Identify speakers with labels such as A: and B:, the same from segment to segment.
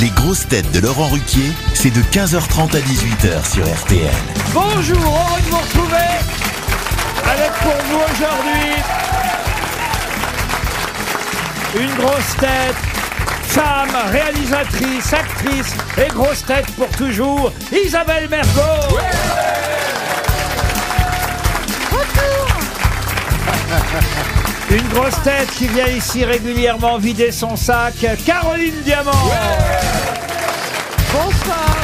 A: Les grosses têtes de Laurent Ruquier, c'est de 15h30 à 18h sur RTL.
B: Bonjour, heureux de vous retrouver avec pour vous aujourd'hui une grosse tête, femme, réalisatrice, actrice et grosse tête pour toujours, Isabelle Mergo. Une grosse tête qui vient ici régulièrement vider son sac, Caroline Diamant. Bonsoir.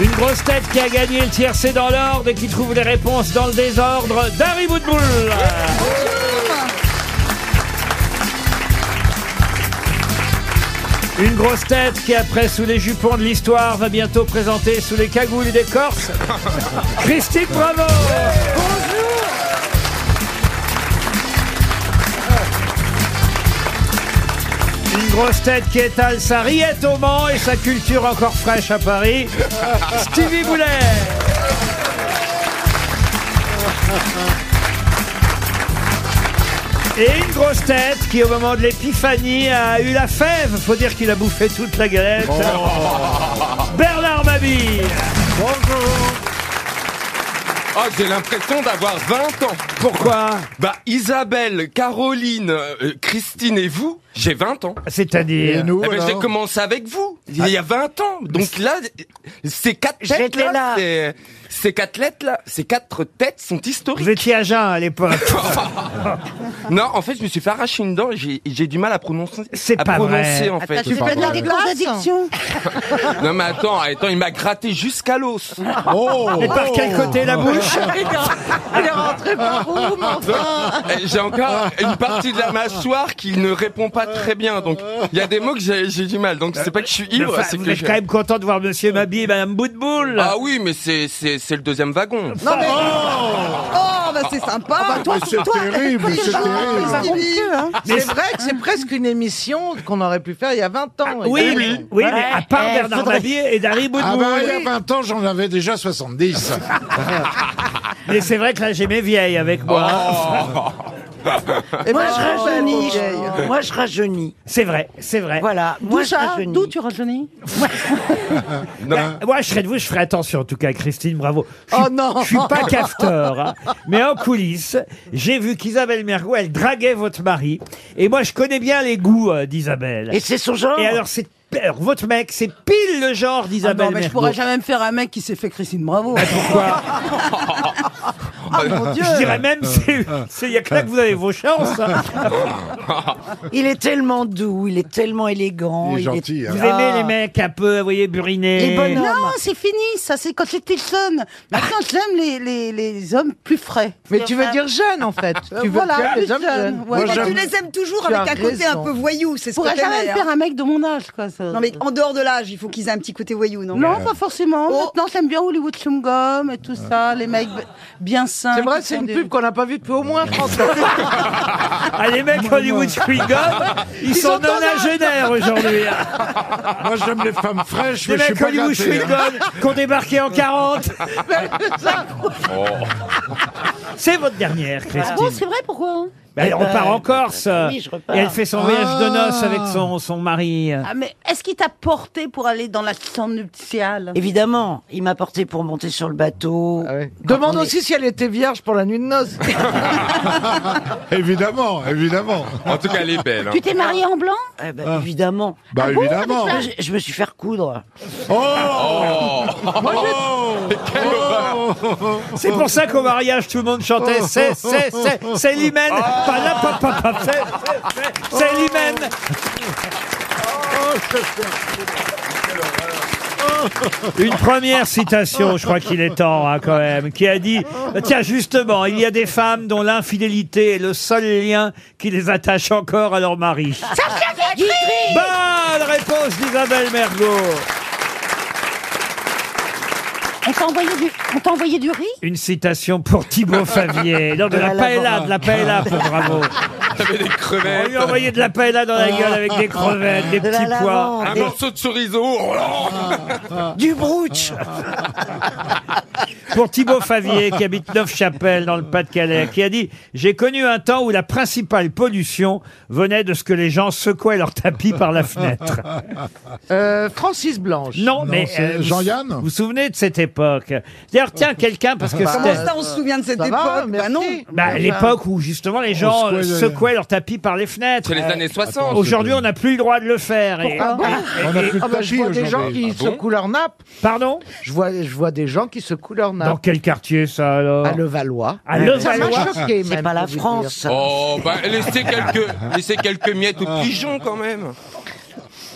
B: Une grosse tête qui a gagné le tiercé dans l'ordre et qui trouve les réponses dans le désordre, Dari Boudboul. Une grosse tête qui, après sous les jupons de l'histoire, va bientôt présenter sous les cagoules des Corses, Christine Bravo. Une grosse tête qui étale sa riette au Mans et sa culture encore fraîche à Paris, Stevie Boulet. Et une grosse tête qui, au moment de l'épiphanie, a eu la fève. Faut dire qu'il a bouffé toute la galette. Bernard Mabille.
C: Oh, j'ai l'impression d'avoir 20 ans.
B: Pourquoi
C: Bah, Isabelle, Caroline, euh, Christine et vous, j'ai 20 ans.
B: C'est-à-dire.
C: Eh ben, j'ai commencé avec vous,
B: Ah.
C: il y a 20 ans. Donc là, ces quatre têtes là, c'est- ces quatre lettres là, ces quatre têtes sont historiques.
B: Vous étiez à jeun à l'époque.
C: Non, en fait, je me suis fait arracher une dent et j'ai- j'ai du mal à prononcer.
B: C'est
C: à
B: pas
C: prononcer,
B: vrai.
C: en fait.
D: Tu fais de la contradiction
C: Non, mais attends, attends, il m'a gratté jusqu'à l'os. Oh.
B: Et par quel côté la bouche
D: Elle est rentrée par où, mais enfin
C: Euh, J'ai encore une partie de la mâchoire qui ne répond pas très bien. Donc, il y a des mots que j'ai j'ai du mal. Donc, c'est pas que je suis ivre,
B: Enfin,
C: c'est
B: Vous
C: que
B: êtes
C: je...
B: quand même content de voir Monsieur Mabille et Madame Boutboul.
C: Ah oui, mais c'est c'est c'est le deuxième wagon.
D: Non mais... Oh,
E: Ah,
D: bah c'est sympa toi,
F: C'est terrible, c'est terrible.
B: Mais-
E: C'est vrai que c'est presque une émission qu'on aurait pu faire il y a 20 ans.
B: Ah, Oui, mais, oui, mais à part
G: eh,
B: Bernard
G: faudrait-
B: Mabille et Dari Boudboul.
F: Ah bah, il y a 20 ans, j'en avais déjà 70.
B: Mais c'est vrai que là, j'ai mes vieilles avec moi.
H: Eh ben,
E: Et
G: Moi, je rajeunis. Moi, je rajeunis.
B: C'est vrai, c'est vrai.
G: Voilà. Moi, je rajeunis.
D: D'où tu rajeunis
B: Ben, moi, je serais de vous, je ferai attention en tout cas, Christine, bravo. Je suis-
E: Oh non
B: Je suis pas cafteur, hein. mais en coulisses, j'ai vu qu'Isabelle Mergo, elle draguait votre mari. Et moi, je connais bien les goûts euh, d'Isabelle.
G: Et c'est son genre.
B: Et alors, c'est alors, votre mec, c'est pile le genre
D: Ah
B: d'Isabelle
D: non, mais je
B: Mergo.
D: pourrais jamais me faire un mec qui s'est fait Christine Bravo.
B: Je dirais même, c'est c'est- y a que là que vous avez vos chances. hein.
G: Il est tellement doux, il est tellement élégant. Ah.
F: Il est gentil.
B: Vous
F: hein.
B: aimez les mecs un peu, vous voyez, burinés.
G: Les bonhommes.
D: Non, c'est fini, ça c'est quand j'étais jeune. Maintenant, j'aime les, les, les hommes plus frais.
E: Mais tu veux dire jeune en fait.
D: Euh,
E: Tu veux dire
D: voilà, plus
E: les hommes jeunes.
D: jeune. Ouais.
F: Moi,
I: Bah, tu
F: j'aime-
I: les aimes toujours
E: Tu as
I: avec un côté
E: raison.
I: un peu voyou, c'est
D: Je
I: ce que
D: pourrais jamais
I: t'aimais.
D: me
I: hein.
D: faire un mec de mon âge, quoi. ça.
I: Non mais en dehors de l'âge, il faut qu'ils aient un petit côté voyou, non
D: Non, pas forcément.
I: Oh.
D: Maintenant, j'aime bien Hollywood Chum Gum et tout ça, les mecs b- bien sains.
E: C'est vrai,
D: qui
E: c'est
D: font
E: une
D: des-
E: pub qu'on n'a pas vue depuis au moins 30 ans.
B: Ah, les mecs Hollywood Spring ils, sont nonagénaires aujourd'hui. hein.
F: Moi, j'aime les femmes fraîches,
B: Des
F: mais je suis
B: mecs
F: pas
B: Hollywood
F: gâté. hein.
B: Schwingon qui ont débarqué en 40. C'est votre dernière,
D: Ah bon,
B: Christine.
D: c'est vrai, pourquoi hein
B: Bah,
E: Eh
B: elle repart
E: ben,
B: en Corse.
G: oui, je repars.
B: et elle fait son voyage de noces
F: Ah.
B: avec son, son mari.
D: Ah, mais est-ce qu'il t'a porté pour aller dans la chambre nuptiale
G: Évidemment, il m'a porté pour monter sur le bateau.
F: Ah
E: Demande
G: on est-
E: aussi si elle était vierge pour la nuit de noces.
F: Oh, Évidemment, évidemment.
C: En tout cas, elle est belle. hein.
D: Tu t'es marié en blanc
G: Eh ben, Évidemment.
F: Bah, évidemment. Oh
G: Moi, je, je me suis fait recoudre. Oh.
C: Oh.
B: Oh.
F: Oh.
B: C'est pour ça qu'au mariage, tout le monde chantait C'est, c'est, c'est, c'est l'hymen.
F: Ah.
B: Pas là, pas, pas, pas, c'est, c'est, c'est, c'est l'hymen. Oh, Une première citation, je crois qu'il est temps hein, quand même, qui a dit Tiens, justement, il y a des femmes dont l'infidélité est le seul lien qui les attache encore à leur mari. Bonne réponse d'Isabelle Mergot.
D: On t'a envoyé du, on t'a envoyé du riz
B: Une citation pour Thibaut Favier. Non, de la paella, de la paella pour bravo.
C: J'avais des
B: On
C: crevettes.
B: lui a envoyé de la paella dans la gueule avec des crevettes, des
G: De la
B: petits pois.
G: lavande.
C: Un morceau de chorizo. Oh là
G: Du brooch.
B: Ah. pour Thibaut Favier, qui habite Neufchapelle, dans le Pas-de-Calais, qui a dit « J'ai connu un temps où la principale pollution venait de ce que les gens secouaient leur tapis par la fenêtre.
E: Euh, Francis Blanche.
B: Non, mais...
F: c'est
B: euh, vous-
F: Jean-Yann
B: Vous vous souvenez de cette époque D'ailleurs, tiens, quelqu'un, parce que
I: Comment
B: c'était...
I: Bah, ça, on se souvient de cette
E: Ça
I: époque
E: va,
I: Bah
E: merci.
I: non.
B: Bah,
E: Enfin,
B: l'époque où justement les gens
F: secouait
B: euh,
F: le-
B: secouaient leur tapis par les fenêtres. Euh,
C: C'est les années 60.
B: Aujourd'hui, on n'a plus le droit de le faire. Et-
E: Ah bon
F: On n'a plus de
E: Ah bah, je
F: tapis
E: vois des gens
F: aujourd'hui. Ah
E: qui
C: Ah
E: secouent leur nappe.
B: Pardon
E: Je vois, je vois des gens qui secouent leur
B: Dans
E: nappe.
B: quel quartier ça alors
E: À Levallois.
B: À
E: Ça m'a
B: Levallois.
E: choqué,
G: C'est
E: même,
G: pas la
E: pour vous
G: France.
E: dire.
G: ça.
C: Oh, bah, laissez quelques, laissez quelques miettes
F: Ah.
E: Ah.
C: aux pigeons quand même.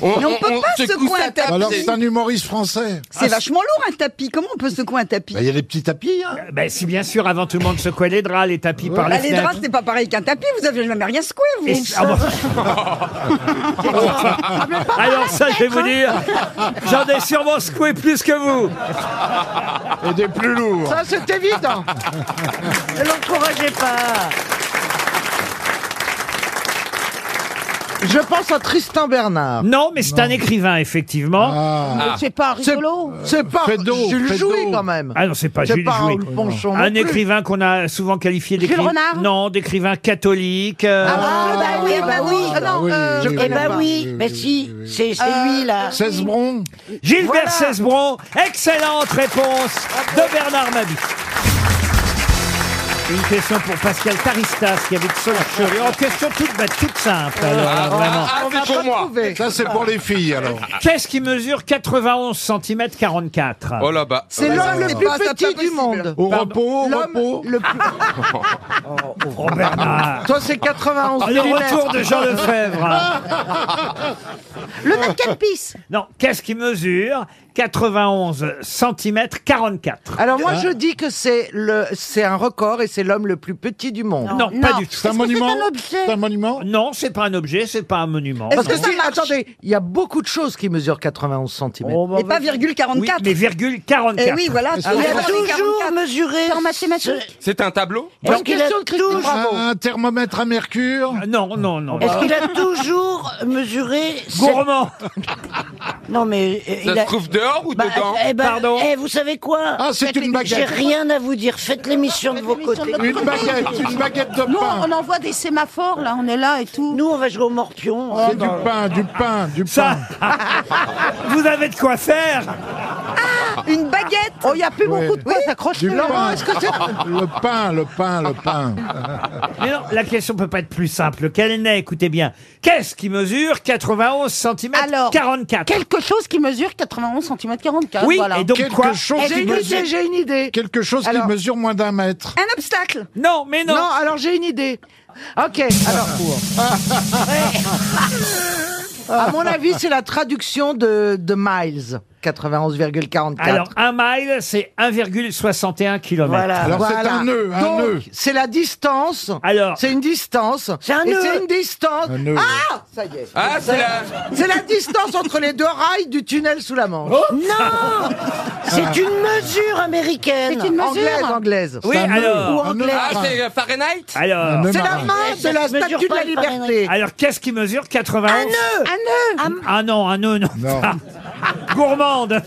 I: Mais on peut pas
C: secoue
I: secouer
C: sa
I: un
C: tête.
I: tapis.
F: Alors, c'est un humoriste français.
I: C'est
B: Ah,
I: vachement lourd un tapis. Comment on peut secouer un tapis
F: Bah, Il y a des petits tapis, hein.
B: Ben, si bien sûr, avant tout le monde secouait les draps, les tapis par
J: Ah,
B: les
I: Bah, Les
B: fenêtres.
I: draps, c'est pas pareil qu'un tapis. Vous avez jamais rien secoué, vous.
B: Et- ah bon. Alors ça, je vais vous dire, j'en ai sûrement secoué plus que vous.
F: Et des plus lourds.
E: Ça, c'est
H: hein.
E: évident.
G: Ne l'encouragez pas.
E: Je pense à Tristan Bernard.
B: Non, mais c'est un écrivain, effectivement. Ah,
F: Ah,
D: C'est pas
E: C'est Euh,
D: rigolo.
E: c'est pas
F: Faites-donc,
E: Jules
F: faites-donc.
E: Jouy, quand même.
B: Ah, non, c'est pas
E: C'est
B: Jules
E: pas
B: Jouy.
E: Raoul Ponchon. non
B: Un
E: plus.
B: écrivain qu'on a souvent qualifié d'écrivain.
D: Renard
B: Non, d'écrivain catholique. euh,
D: Ah, bah oui, bah oui. Ah, non,
F: oui,
D: euh,
F: oui, oui.
G: Eh ben oui,
F: Oui,
G: mais
F: oui,
G: si,
F: oui, Euh, oui.
G: c'est c'est lui
E: Ah.
G: là.
F: Cesbron
B: Gilbert Cesbron, excellente réponse de Bernard Mabi. Une question pour Pascal Taristas qui habite Solarcherie. En question toute, bête, toute simple. alors,
C: Ah,
B: vraiment.
C: ah,
E: Ah. On
C: c'est
E: va
C: pour
E: pas
C: moi.
E: trouver.
F: Ça, c'est pour les filles, alors.
B: Qu'est-ce qui mesure 91 cm 44
C: Oh là bah.
E: C'est l'homme le
I: pas-
E: plus
I: c'est pas
E: petit du
I: possible.
E: monde.
F: Au repos, au repos.
E: L'homme le plus...
B: Oh, Bernard
E: Toi, c'est 91
B: Le
E: millimètres.
B: retour de Jean Lefebvre.
D: Le 24 pisse.
B: Non, qu'est-ce qui mesure 91 cm 44
E: Alors moi, je dis que c'est le, c'est un record et c'est l'homme le plus petit du monde.
B: Non, pas du tout.
F: C'est un monument
D: un objet
F: C'est un monument
B: Non, c'est pas un objet, c'est pas un monument.
E: Parce que
I: Est-ce que ça
E: si,
I: marche
E: attendez, il y a beaucoup de choses qui mesurent 91 cm.
B: Oh, bah,
I: Et pas
B: bah,
I: virgule
B: oui,
I: 44.
B: mais virgule 44.
I: Eh oui, voilà.
F: Est-ce
I: tu
F: que-
I: vois,
G: Il
F: Ah,
G: a
I: dans les
G: toujours
I: 44,
G: mesuré.
D: En mathématiques
C: C'est un tableau
G: Est-ce qu'il a
E: question de Christine
G: toujours-
E: Bravo.
F: Un thermomètre à mercure
B: Ah, Non, non,
F: Oh,
B: non.
F: bah.
G: Est-ce qu'il a toujours mesuré cette-
B: Gourmand
G: Non mais euh,
C: Ça
G: il a-
C: se trouve dehors ou
G: Bah,
C: dedans
G: eh ben,
B: Pardon
G: eh, vous savez quoi
F: Ah, c'est
G: Faites
F: une
G: les-
F: baguette.
G: J'ai rien à vous dire. Faites l'émission de vos côtés.
F: Une baguette, une baguette de
D: Nous,
F: pain.
D: on envoie des sémaphores, là, on est là et tout.
G: Nous, on va jouer au morpion.
F: C'est du pain, du pain, du
B: Ça,
F: pain.
B: vous avez de quoi faire
H: Ah,
I: Une baguette.
D: Oh, il n'y a plus
F: Ouais.
D: beaucoup de poids, s'accroche
F: Du pain.
D: est-ce que c'est...
F: Le pain, le pain, le pain.
B: Mais non, la question peut pas être plus simple qu'elle n'est, écoutez bien. Qu'est-ce qui mesure 91 cm
D: Alors,
B: 44
D: Quelque chose qui mesure 91 cm 44.
B: Oui,
D: voilà.
B: et donc
F: Quelque
B: quoi
F: chose
E: J'ai
F: qui
E: une idée,
F: mesure,
E: j'ai une idée.
F: quelque chose qui
E: Alors-
F: mesure moins d'un mètre.
I: Un obstacle.
B: Non, mais non,
E: Non, alors j'ai une idée. Ok, alors.
H: Ah.
E: Ouais.
B: Ah.
E: à mon avis, c'est la traduction de, de Miles, 91,44.
B: Alors, un mile, c'est 1,61 km.
G: Voilà.
F: Alors c'est un nœud, un
E: Donc,
F: nœud.
E: C'est la distance.
B: Alors.
E: C'est une distance.
G: C'est un
E: Et
G: nœud.
E: c'est une distance.
F: Un nœud.
E: Ah Ça y est.
C: Ah, c'est la.
E: C'est la distance entre les deux rails du tunnel sous la Manche.
F: Oh
G: Non C'est une mesure américaine.
D: C'est une mesure.
E: anglaise, anglaise.
B: Oui,
F: C'est un
B: alors.
F: nœud, un nœud
G: anglais.
C: Ah,
F: marin.
C: c'est Fahrenheit
F: Un
B: Alors,
F: nœud
E: C'est la
F: marin.
E: main de la
G: Ça se mesure
E: statue de
G: pas,
E: la
G: il paraît,
E: liberté.
B: alors qu'est-ce qui mesure 91
G: Un nœud
D: Un nœud
B: Ah non, un nœud, non.
F: Non.
B: Gourmande.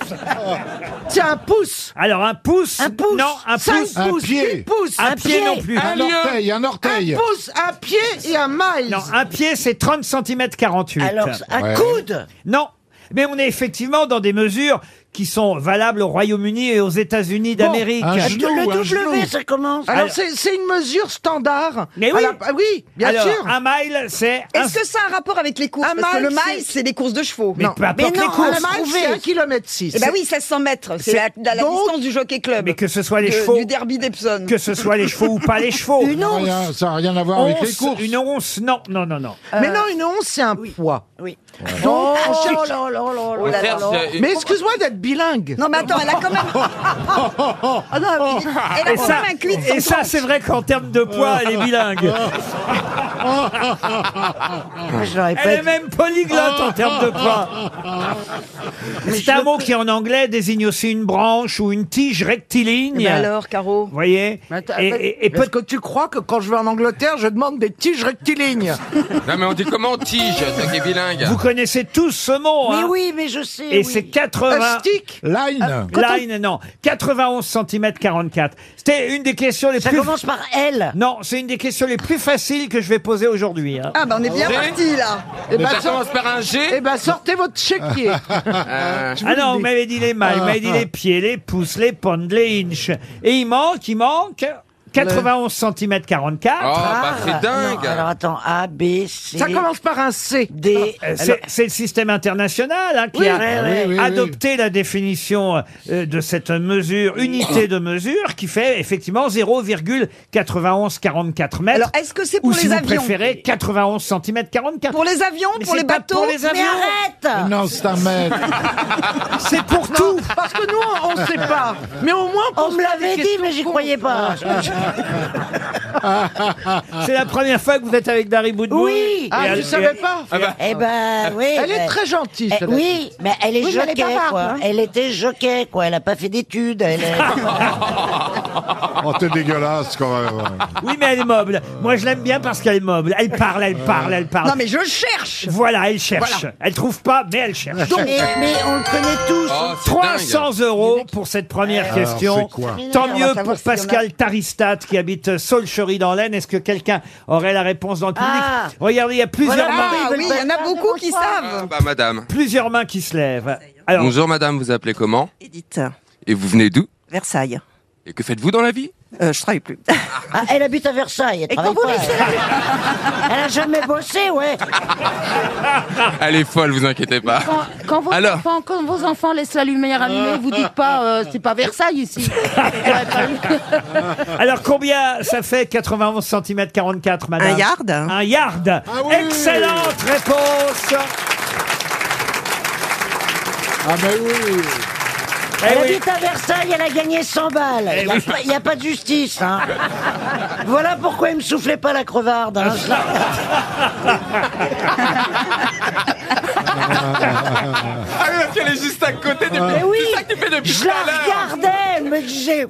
E: C'est un pouce.
B: Alors, un pouce.
G: Un pouce.
B: Non, un
E: Cinq
B: pouce.
F: Un
E: pouces.
F: pied.
E: Dix pouces.
B: Un,
G: un
B: pied,
G: pied.
B: non plus.
F: Un
C: lieu.
F: orteil, un
E: Un
F: orteil.
E: pouce, un pied et un miles.
B: Non, un pied, c'est 30 cm 48.
G: Alors, un
F: Ouais.
G: coude
B: Non. Mais on est effectivement dans des mesures qui sont valables au Royaume-Uni et aux États-Unis d'Amérique.
F: un
G: Le
F: genou, un genou.
G: W, ça commence.
E: Alors,
B: Alors-
E: c'est c'est une mesure standard.
B: Mais
E: À
B: oui.
E: la- ah oui, bien
B: Alors,
E: sûr.
B: un mile, c'est. un-
I: Est-ce que ça a un rapport avec les courses
E: Un
I: Parce que le
E: mile,
I: mile, c'est les courses de chevaux.
B: Mais peu importe
G: Mais non,
B: les
G: un
B: courses.
E: Un mile, c'est 1 km 6.
I: Eh ben oui, 1600 mètres. C'est la, la
E: Donc-
I: distance du jockey club.
B: Mais que ce soit les
I: de-
B: chevaux.
I: Du derby d'Epsom.
B: Que ce soit les chevaux ou pas les chevaux.
G: Une once.
F: Rien- ça n'a rien à voir avec les
B: Once,
F: courses.
B: Une once, non, non, non, non.
E: Mais non, une once, c'est un poids.
G: Oui.
E: Donc, on cherche-
G: Oh là là là là
C: On
G: là
C: cherche,
G: là.
C: euh, une-
E: Mais excuse-moi d'être bilingue.
I: Non, mais attends, elle a quand même. Ah non, elle a
B: Et
I: quand
B: ça,
I: même un cuit de
B: et ça, c'est vrai qu'en termes de poids, elle est bilingue.
H: Ah,
G: Moi, je l'aurais
B: Elle est
G: pas dit.
B: même polyglotte en termes de poids. C'est un mot qui, en anglais, désigne aussi une branche ou une tige rectiligne.
I: Mais alors, Caro
B: Vous voyez Et, et- et peut-
E: Parce que tu crois que quand je vais en Angleterre, je demande des tiges rectilignes.
C: Non, mais on dit comment tige, ça qui est bilingue.
B: vous connaissez tous ce mot.
G: Mais
B: hein
G: oui, mais je sais.
B: Et
G: oui.
B: c'est 80.
E: Hostie Atlantique
F: Line.
B: Line, non. 91 cm 44. C'était une des questions les
G: Ça
B: plus...
G: commence par L.
B: Non, c'est une des questions les plus faciles que je vais poser aujourd'hui. hein.
J: bah,
D: Ah, ben on est bien
C: G.
D: parti là.
E: Eh
C: Ça
E: ben, sort-
C: commence par un G.
E: eh ben, sortez votre chéquier.
C: Euh,
B: Ah non, vous m'avez dit les mains, vous m'avez dit les pieds, les pouces, les pondes, les inches. Et il manque, il manque 91 cm 44.
C: Oh, bah
G: Ah,
C: c'est dingue.
G: non, alors attends, A, B, C,
E: Ça commence par un C.
G: D.
B: Euh, C'est c'est le système international hein, qui
G: Oui,
B: a
G: oui, oui,
B: euh,
F: oui, oui.
B: adopté la définition euh, de cette mesure, unité de mesure, qui fait effectivement 0,9144 mètres.
D: Alors, est-ce que c'est
B: ou
D: pour
B: si
D: les
B: vous
D: avions
B: préférez, 91 cm 44.
D: Pour les avions,
B: Mais
D: pour
B: c'est
D: les
B: pas
D: bateaux
B: pour les
G: Mais
B: avions.
G: arrête
F: Non, c'est un mètre.
B: C'est pour tout
E: Parce que nous, on- on ne sait pas. Mais au moins,
G: On
E: pose
G: me
E: pas
G: l'avait
E: des
G: dit,
E: questions
G: mais j'y
E: cons.
G: croyais pas.
F: Ah,
B: C'est la première fois que vous êtes avec Dari Boudboul.
G: Oui.
B: Et
E: Ah,
B: elle-
E: tu savais pas
C: Ah bah,
G: Eh ben, oui.
E: Elle est
G: mais-
E: très gentille,
G: Eh,
E: celle-là.
G: oui, mais elle est
D: Oui, mais elle est
G: jockey,
D: bavarde,
G: quoi.
D: hein.
G: Elle était jockey, quoi. Elle a pas fait d'études. Elle est...
F: Oh, t'es dégueulasse quand même.
B: Oui, mais elle est mobile. Moi, je l'aime bien parce qu'elle est mobile. Elle parle, elle parle, elle parle.
D: Non, mais je le cherche
B: Voilà, elle cherche. Elle trouve pas, mais elle cherche.
G: mais, mais on le connaît tous.
C: oh, c'est dingue.
B: 300 euros pour cette première question.
F: Alors, c'est quoi
B: Tant
D: On va
B: mieux
D: savoir
B: pour
D: s'il y en a.
B: Pascal Taristat qui habite Saulchery dans l'Aisne. Est-ce que quelqu'un aurait la réponse dans le public
G: Ah.
B: Regardez, il y a plusieurs mains,
D: Ah oui, il y en a beaucoup qui
C: Ah
D: savent
C: bah madame.
B: plusieurs mains qui se lèvent. Alors,
C: Bonjour madame, vous appelez comment
K: Edith,
C: Et vous venez d'où
K: Versailles.
C: Et que faites-vous dans la vie
K: Euh, je travaille plus.
G: Ah, elle habite à Versailles. Elle
K: Et
G: travaille
K: quand vous
G: pas.
K: laissez
G: Elle. Elle a jamais bossé, ouais.
C: Eh Elle est folle, vous inquiétez pas.
L: Quand, quand vos,
C: Alors.
L: enfants, quand vos enfants laissent la lumière allumée, vous dites pas euh, c'est pas Versailles ici.
B: alors combien ça fait 91 cm 44, madame
K: Un yard
B: Un yard.
C: Ah
F: oui.
B: Excellente réponse.
F: Ah,
B: ben
F: mais oui.
B: Eh
G: Elle
B: oui.
G: habite à Versailles, elle a gagné 100 balles.
C: Eh
G: Il n'y a, pas- y a pas de justice. hein. voilà pourquoi il me soufflait pas la crevarde. hein.
C: Ah oui, parce qu'elle est juste à côté depuis.
G: Mais oui,
C: C'est ça que tu fais depuis
G: je
C: tout
G: la
C: à l'heure.
G: regardais, elle me disait.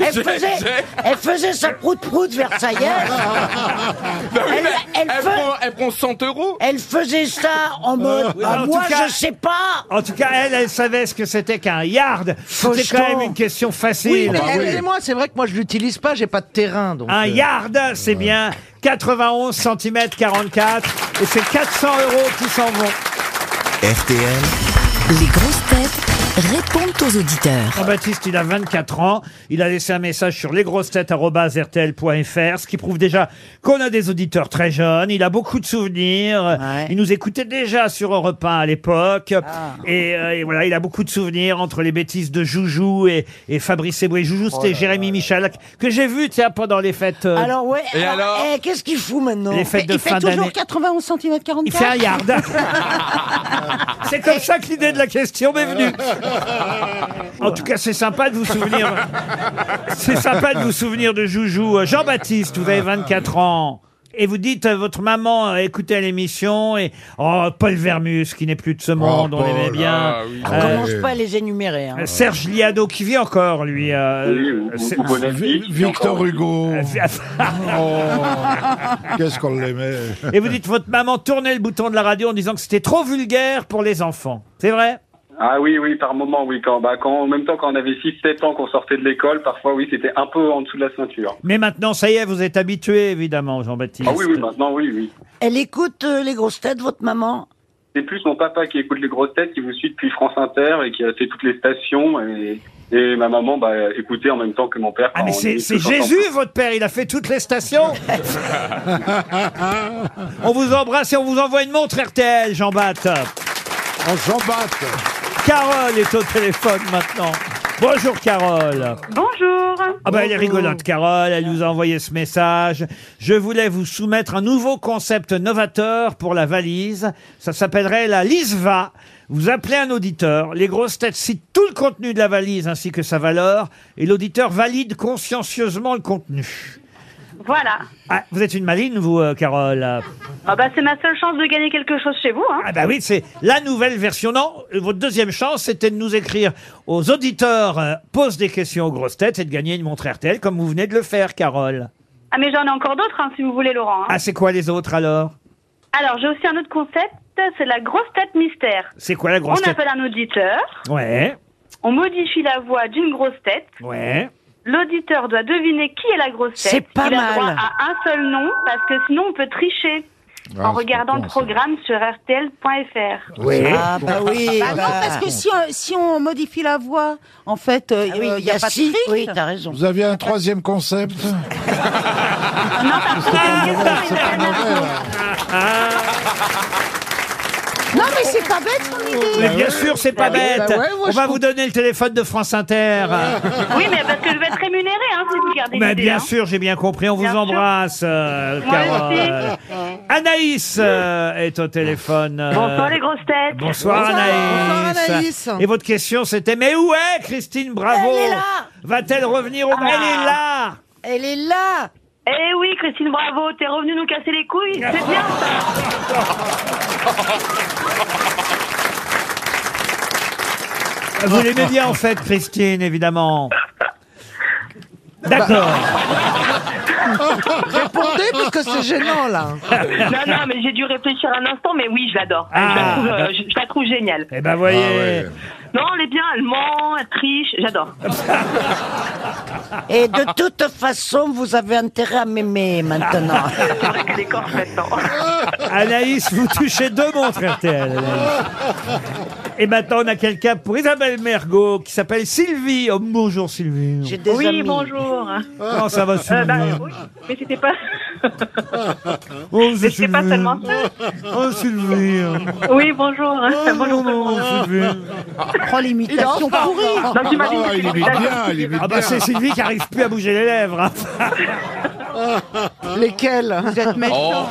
G: Elle
C: J'ai-
G: faisait,
C: j'ai-
G: elle faisait sa prout-prout versaillaise.
C: Bah oui,
G: Elle-
C: mais
G: elle
C: elle,
G: veut-
C: prend, elle prend 100 euros.
G: Elle faisait ça en mode. bah,
B: Ah. en tout
G: moi,
B: cas-
G: je sais pas.
B: En tout cas, elle, elle savait ce que c'était qu'un yard. C'était
G: Faucheton.
B: quand même une question facile. Ah
E: Oui, mais
F: bah oui.
E: excusez-moi, c'est vrai que moi, je l'utilise pas, j'ai pas de terrain. Donc,
B: Un
E: euh,
B: yard, c'est bien 91 cm 44 et c'est 400 euros qui s'en vont.
A: RTL,
M: Les grosses têtes répondent aux auditeurs.
B: Jean-Baptiste, il a 24 ans. Il a laissé un message sur lesgrossetêtes.rtl.fr, ce qui prouve déjà qu'on a des auditeurs très jeunes. Il a beaucoup de souvenirs.
G: Ouais. Ah.
B: Il nous écoutait déjà sur Europe 1 à l'époque. Et, euh, et voilà, il a beaucoup de souvenirs entre les bêtises de Joujou et, et Fabrice Eboué. Joujou, c'était Jérémy Michalak, que j'ai vu tiens, pendant les fêtes, euh,
G: Oh Alors, ouais.
C: Et alors
G: eh, Qu'est-ce qu'il fout maintenant
B: les fêtes de
D: Il
B: fin
D: fait toujours
B: d'année.
D: 91 cm 44
G: eh,
B: Il fait un yard. c'est comme ça que l'idée de la question m'est venue. En tout cas, c'est sympa de vous souvenir. C'est sympa de vous souvenir de Joujou. Euh, Jean-Baptiste, vous avez 24 ans. Et vous dites, euh, votre maman euh, écoutait l'émission et oh, Paul Vermus qui n'est plus de ce monde, on
F: Oh, Paul,
B: l'aimait bien.
C: ah oui.
G: On commence pas à les énumérer. hein.
B: Euh, Serge Liado qui vit encore, lui. euh, c'est- Euh,
F: Vi- Victor Hugo. Oh, qu'est-ce qu'on l'aimait.
B: et vous dites, votre maman tournait le bouton de la radio en disant que c'était trop vulgaire pour les enfants. C'est vrai
N: Ah oui, oui, par moment, oui. Quand, bah, quand, en même temps, quand on avait 6-7 ans, qu'on sortait de l'école, parfois, oui, c'était un peu en dessous de la ceinture.
B: Mais maintenant, ça y est, vous êtes habitué, évidemment, Jean-Baptiste.
N: Ah oui, oui, maintenant, oui, oui.
G: Elle écoute euh, les grosses têtes, votre maman
N: C'est plus mon papa qui écoute les grosses têtes, qui vous suit depuis France Inter et qui a fait toutes les stations. Et, et ma maman, bah, écoutait en même temps que mon père.
B: Ah, mais
N: quand on
B: c'est
N: était
B: c'est
N: tous ensemble.
B: Jésus, votre père, il a fait toutes les stations. on vous embrasse et on vous envoie une montre RTL, Jean-Bapt.
F: On s'en batte.
B: Carole est au téléphone maintenant. Bonjour Carole.
L: Bonjour.
B: Ah bah elle est rigolote Carole, elle nous a envoyé ce message. Je voulais vous soumettre un nouveau concept novateur pour la valise. Ça s'appellerait la LISVA. Vous appelez un auditeur, les grosses têtes citent tout le contenu de la valise ainsi que sa valeur et l'auditeur valide consciencieusement le contenu.
L: Voilà.
B: Ah, vous êtes une maline vous euh, Carole. Ah
L: Ah bah c'est ma seule chance de gagner quelque chose chez vous. Hein.
B: bah oui, c'est la nouvelle version. Non, votre deuxième chance c'était de nous écrire aux auditeurs euh, pose des questions aux grosses têtes et de gagner une montre RTL comme vous venez de le faire Carole.
L: Ah mais j'en ai encore d'autres hein, si vous voulez Laurent. hein.
B: Ah c'est quoi les autres alors
L: Alors j'ai aussi un autre concept, c'est la grosse tête mystère.
B: C'est quoi la
L: On
B: grosse tête
L: appelle un auditeur,
B: Ouais.
K: On modifie la voix d'une grosse tête.
B: Ouais.
K: L'auditeur doit deviner qui est la grosse tête.
B: C'est pas
K: Il a
B: mal.
K: droit à un seul nom parce que sinon on peut tricher.
B: Ah,
K: en regardant le programme sur rtl.fr.
B: Oui. Ah, bah oui.
D: Bah non, parce que si on, si on modifie la voix, en fait,
L: euh,
D: il
G: oui,
D: n'y a,
L: Bah
D: pas de triche.
G: Oui, t'as raison.
F: Vous aviez un troisième concept
K: Ah,
D: Non, mais c'est pas bête son idée.
K: Ah
B: Mais bien sûr, c'est
K: Bah
B: pas bête. On va vous donner le téléphone de France Inter. Ah.
K: Oui, mais parce que je vais être rémunérée hein, si vous gardez
B: Mais
K: l'idée,
B: bien
K: hein.
B: sûr, j'ai bien compris. On vous embrasse, euh,
K: Moi
B: Carole.
K: aussi.
B: Anaïs euh, est au téléphone. euh,
K: Bonsoir les grosses têtes.
B: Bonsoir, Anaïs. Et votre question c'était mais où est Christine Bravo
G: Elle est là.
B: Va-t-elle revenir au
K: Ah. Elle
B: Elle est là.
K: est là Eh oui, Christine Bravo, t'es revenue nous casser les couilles, c'est bien
B: Vous l'aimez bien en fait Christine évidemment. D'accord.
E: Répondez parce que c'est gênant là.
K: Non, non, mais j'ai dû réfléchir un instant, mais oui, je l'adore. Je, la trouve, euh, je- je la trouve géniale.
B: Ah. Eh ben voyez.
K: Non, elle est bien, elle ment, elle triche, j'adore.
G: Et de toute façon, vous avez intérêt à m'aimer maintenant.
K: C'est vrai qu'elle est corse maintenant.
B: Anaïs, vous touchez deux montres RTL. Anaïs. Et maintenant, on a quelqu'un pour Isabelle Mergot qui s'appelle Sylvie. Oh, bonjour Sylvie.
K: oui, bonjour.
B: Comment ça va, Sylvie
K: Euh, bah, oui, mais c'était pas.
B: Oh,
K: mais c'était pas
B: Sylvie.
K: seulement ça.
B: Oh, Sylvie.
K: Oui, bonjour. bonjour, tout le monde.
B: Oh,
K: l'imitation pourrie. Non, j'imagine
H: Ah,
K: que c'est une blague.
B: Ah, bah, c'est Sylvie qui arrive plus à bouger les lèvres. hein.
E: Lesquels Vous êtes
K: Oh.
E: méchants.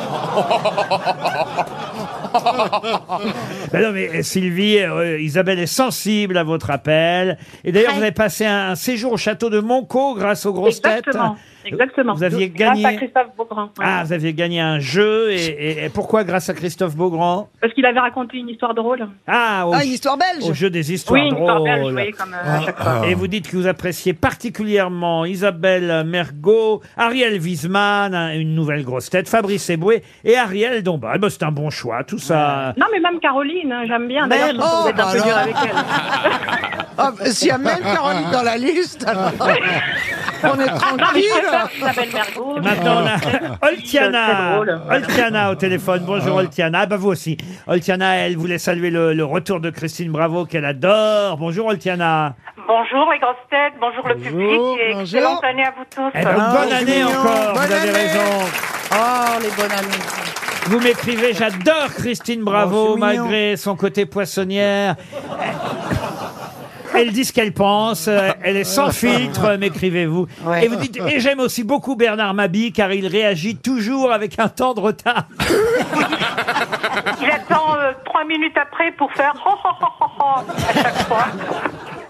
B: Ben non, mais euh, Sylvie, euh, Isabelle est sensible à votre appel. Et d'ailleurs, vous avez passé un, un séjour au château de Monco grâce aux grosses
K: Exactement.
B: têtes. Euh,
K: Exactement.
B: Vous aviez
K: Grâce à
B: gagné.
K: Christophe Beaugrand. ouais.
B: Ah, vous aviez gagné un jeu. Et, et- et pourquoi grâce à Christophe Beaugrand
K: Parce qu'il avait raconté une histoire drôle.
B: Ah, au,
K: Ah, une histoire belge
B: Au jeu des histoires
K: Oui, une
B: drôles.
K: histoire belge, oui, comme, euh, à chaque fois.
B: Et vous dites que vous appréciez particulièrement Isabelle Mergot, Ariel Wiesman, hein, une nouvelle grosse tête, Fabrice Eboué et Ariel Dombas. Ah, ben, c'est un bon choix, tout ça.
K: Non, mais même Caroline, hein, j'aime bien. D'ailleurs, je
E: Même-
K: trouve que vous êtes un peu
E: Oh,
K: dur
E: bah
K: avec elle.
E: Ah, S'il y a même Caroline dans la liste, alors, on est
K: Non, Ah, mais
E: tranquille.
K: je préfère Isabelle Mergo.
B: Et Maintenant, on a Oltiana.
K: C'est drôle.
B: Oltiana au téléphone. Bonjour, Oltiana. Ah, bah, vous aussi. Oltiana, elle voulait saluer le, le retour de Christine Bravo, qu'elle adore. Bonjour, Oltiana.
O: Bonjour les grosses têtes, bonjour le public et excellente année à vous tous.
B: Eh ben, bonne
E: Ah,
B: année encore. vous avez raison.
O: Oh les bonnes années.
B: Vous m'écrivez, j'adore Christine
E: Oh,
B: Bravo, malgré son côté poissonnière. Elle dit ce qu'elle pense, euh, elle est sans filtre, m'écrivez-vous. Et vous dites, et j'aime aussi beaucoup Bernard Mabi, car il réagit toujours avec un temps de retard.
O: Il attend euh, trois minutes après pour faire ho, ho, ho, ho, ho à chaque fois.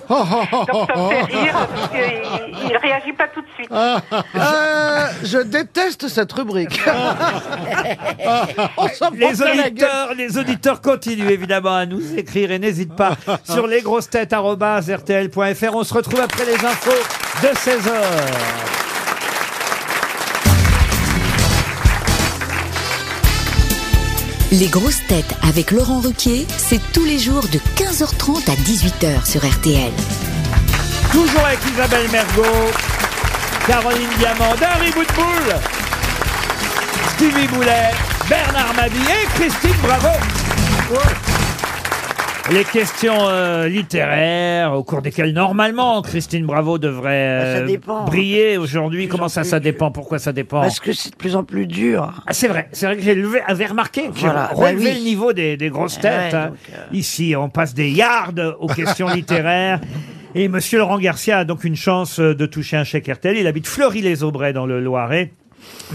O: Donc ça me fait rire parce qu'il ne réagit pas tout de suite.
E: Euh, je déteste cette rubrique. On s'en
B: Ah, les
E: prend plein la gueule.
B: auditeurs, les auditeurs continuent évidemment à nous écrire et n'hésitent pas sur lesgrossetêtes.rtl.fr. On se retrouve après les infos de 16h.
M: Les grosses têtes avec Laurent Ruquier, c'est tous les jours de 15h30 à 18h sur RTL.
B: Toujours avec Isabelle Mergot, Caroline Diamant, Dari Boutboul, Stevie Boulet, Bernard Mabie et Christine Bravo.
K: Oh.
B: Les questions euh, littéraires au cours desquelles normalement Christine Bravo devrait
G: Bah, ça
B: euh,
G: dépend.
B: briller aujourd'hui. Comment ça, ça dépend Pourquoi ça dépend
G: Parce que c'est de plus en plus dur.
B: Ah, c'est vrai, c'est vrai que j'ai levé, avez remarqué que j'ai
G: Voilà, bah
B: relevé
G: oui. Eh
B: le niveau des, des grosses
G: Ouais,
B: têtes. hein.
G: donc, euh.
B: Ici, on passe des yards aux questions littéraires. Et Monsieur Laurent Garcia a donc une chance euh, de toucher un chèque RTL. Il habite Fleury-les-Aubrais dans le Loiret.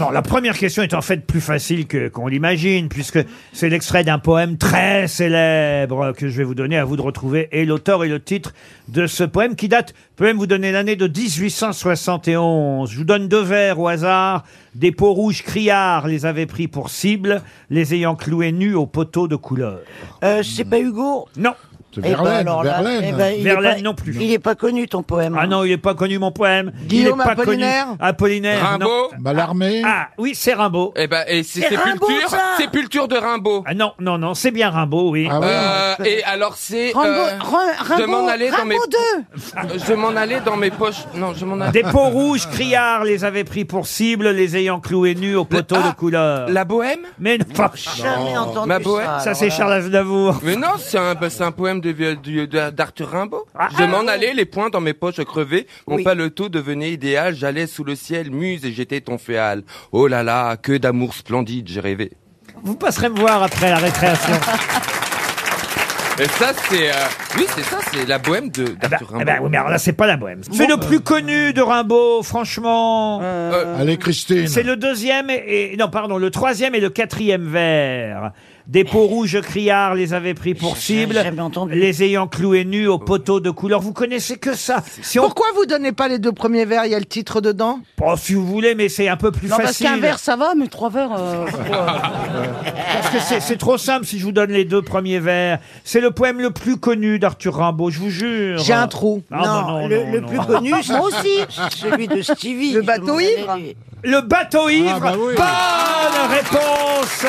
B: Non, la première question est en fait plus facile que qu'on l'imagine, puisque c'est l'extrait d'un poème très célèbre euh, que je vais vous donner à vous de retrouver et l'auteur et le titre de ce poème qui date, peut même vous donner l'année de 1871. Je vous donne deux vers au hasard. Des peaux rouges criards les avaient pris pour cible, les ayant cloués nus au poteau de couleur.
G: c'est Euh, pas Hugo
B: Non.
F: C'est
G: Eh ben
F: Verlaine,
G: alors là,
F: Verlaine.
G: eh ben, il est
B: Verlaine
G: pas-
B: non plus.
G: Il n'est pas connu ton poème.
B: Ah non, il n'est pas connu mon poème.
G: Guillaume
B: il est pas
G: Apollinaire
B: connu. Ah, Apollinaire.
C: Rimbaud
F: Bah,
B: Mallarmé. Ah oui, c'est Rimbaud.
C: Eh ben, et c'est
B: C'est Rimbaud,
C: Sépulture,
B: ça
C: Sépulture de Rimbaud.
B: Ah non, non, non, c'est bien Rimbaud,
F: Ah
B: oui.
C: Euh, et alors c'est
B: Rimbaud-
C: euh,
B: Rim-
C: je m'en
B: Rimbaud-
C: allais dans mes Euh,
B: Rimbaud
C: je m'en allais dans mes poches non je m'en allais
B: Des peaux rouges, criards les avaient pris pour cible, les ayant cloués nus au poteau de couleur.
C: La bohème
B: Mais non.
C: Jamais Non. entendu Ma ça, bohème. alors
B: Ça, c'est
C: là.
B: Charles Aznavour.
C: mais non c'est un bah, c'est un poème de du- de- d'Arthur Rimbaud je m'en allais les poings dans mes poches crevées mon
B: Ah, Oui.
C: paletot devenait idéal j'allais sous le ciel muse et j'étais ton féal oh là là que d'amour splendide j'ai rêvé
B: Vous passerez me voir après la récréation.
C: et ça c'est euh, oui c'est ça c'est la bohème de d'Arthur Rimbaud
B: Eh ben oui, mais alors là, c'est pas la bohème. C'est le plus connu de Rimbaud, franchement.
E: Euh,
F: Euh, Allez, Christine.
B: C'est le deuxième et, et- non, pardon, le troisième et le quatrième vers. Des peaux rouges criards les avaient pris pour cible, les ayant cloués nus au poteau de couleur. Vous connaissez que ça. Si on,
E: Pourquoi vous donnez pas les deux premiers vers Il y a le titre dedans
B: Oh, si vous voulez, mais c'est un peu plus
E: Non, parce
B: facile.
E: qu'un vers,
L: Ça va, mais trois verres. euh,
B: Parce que c'est- c'est trop simple si je vous donne les deux premiers vers. C'est le poème le plus connu d'Arthur Rimbaud, je vous jure.
E: J'ai un trou.
B: Ah,
G: non,
B: bah non,
G: le,
B: non,
G: le
B: non.
G: plus connu, moi aussi, celui de Ah, Stevie. Le bateau ivre
B: Le bateau ivre.
G: bah
B: Bonne réponse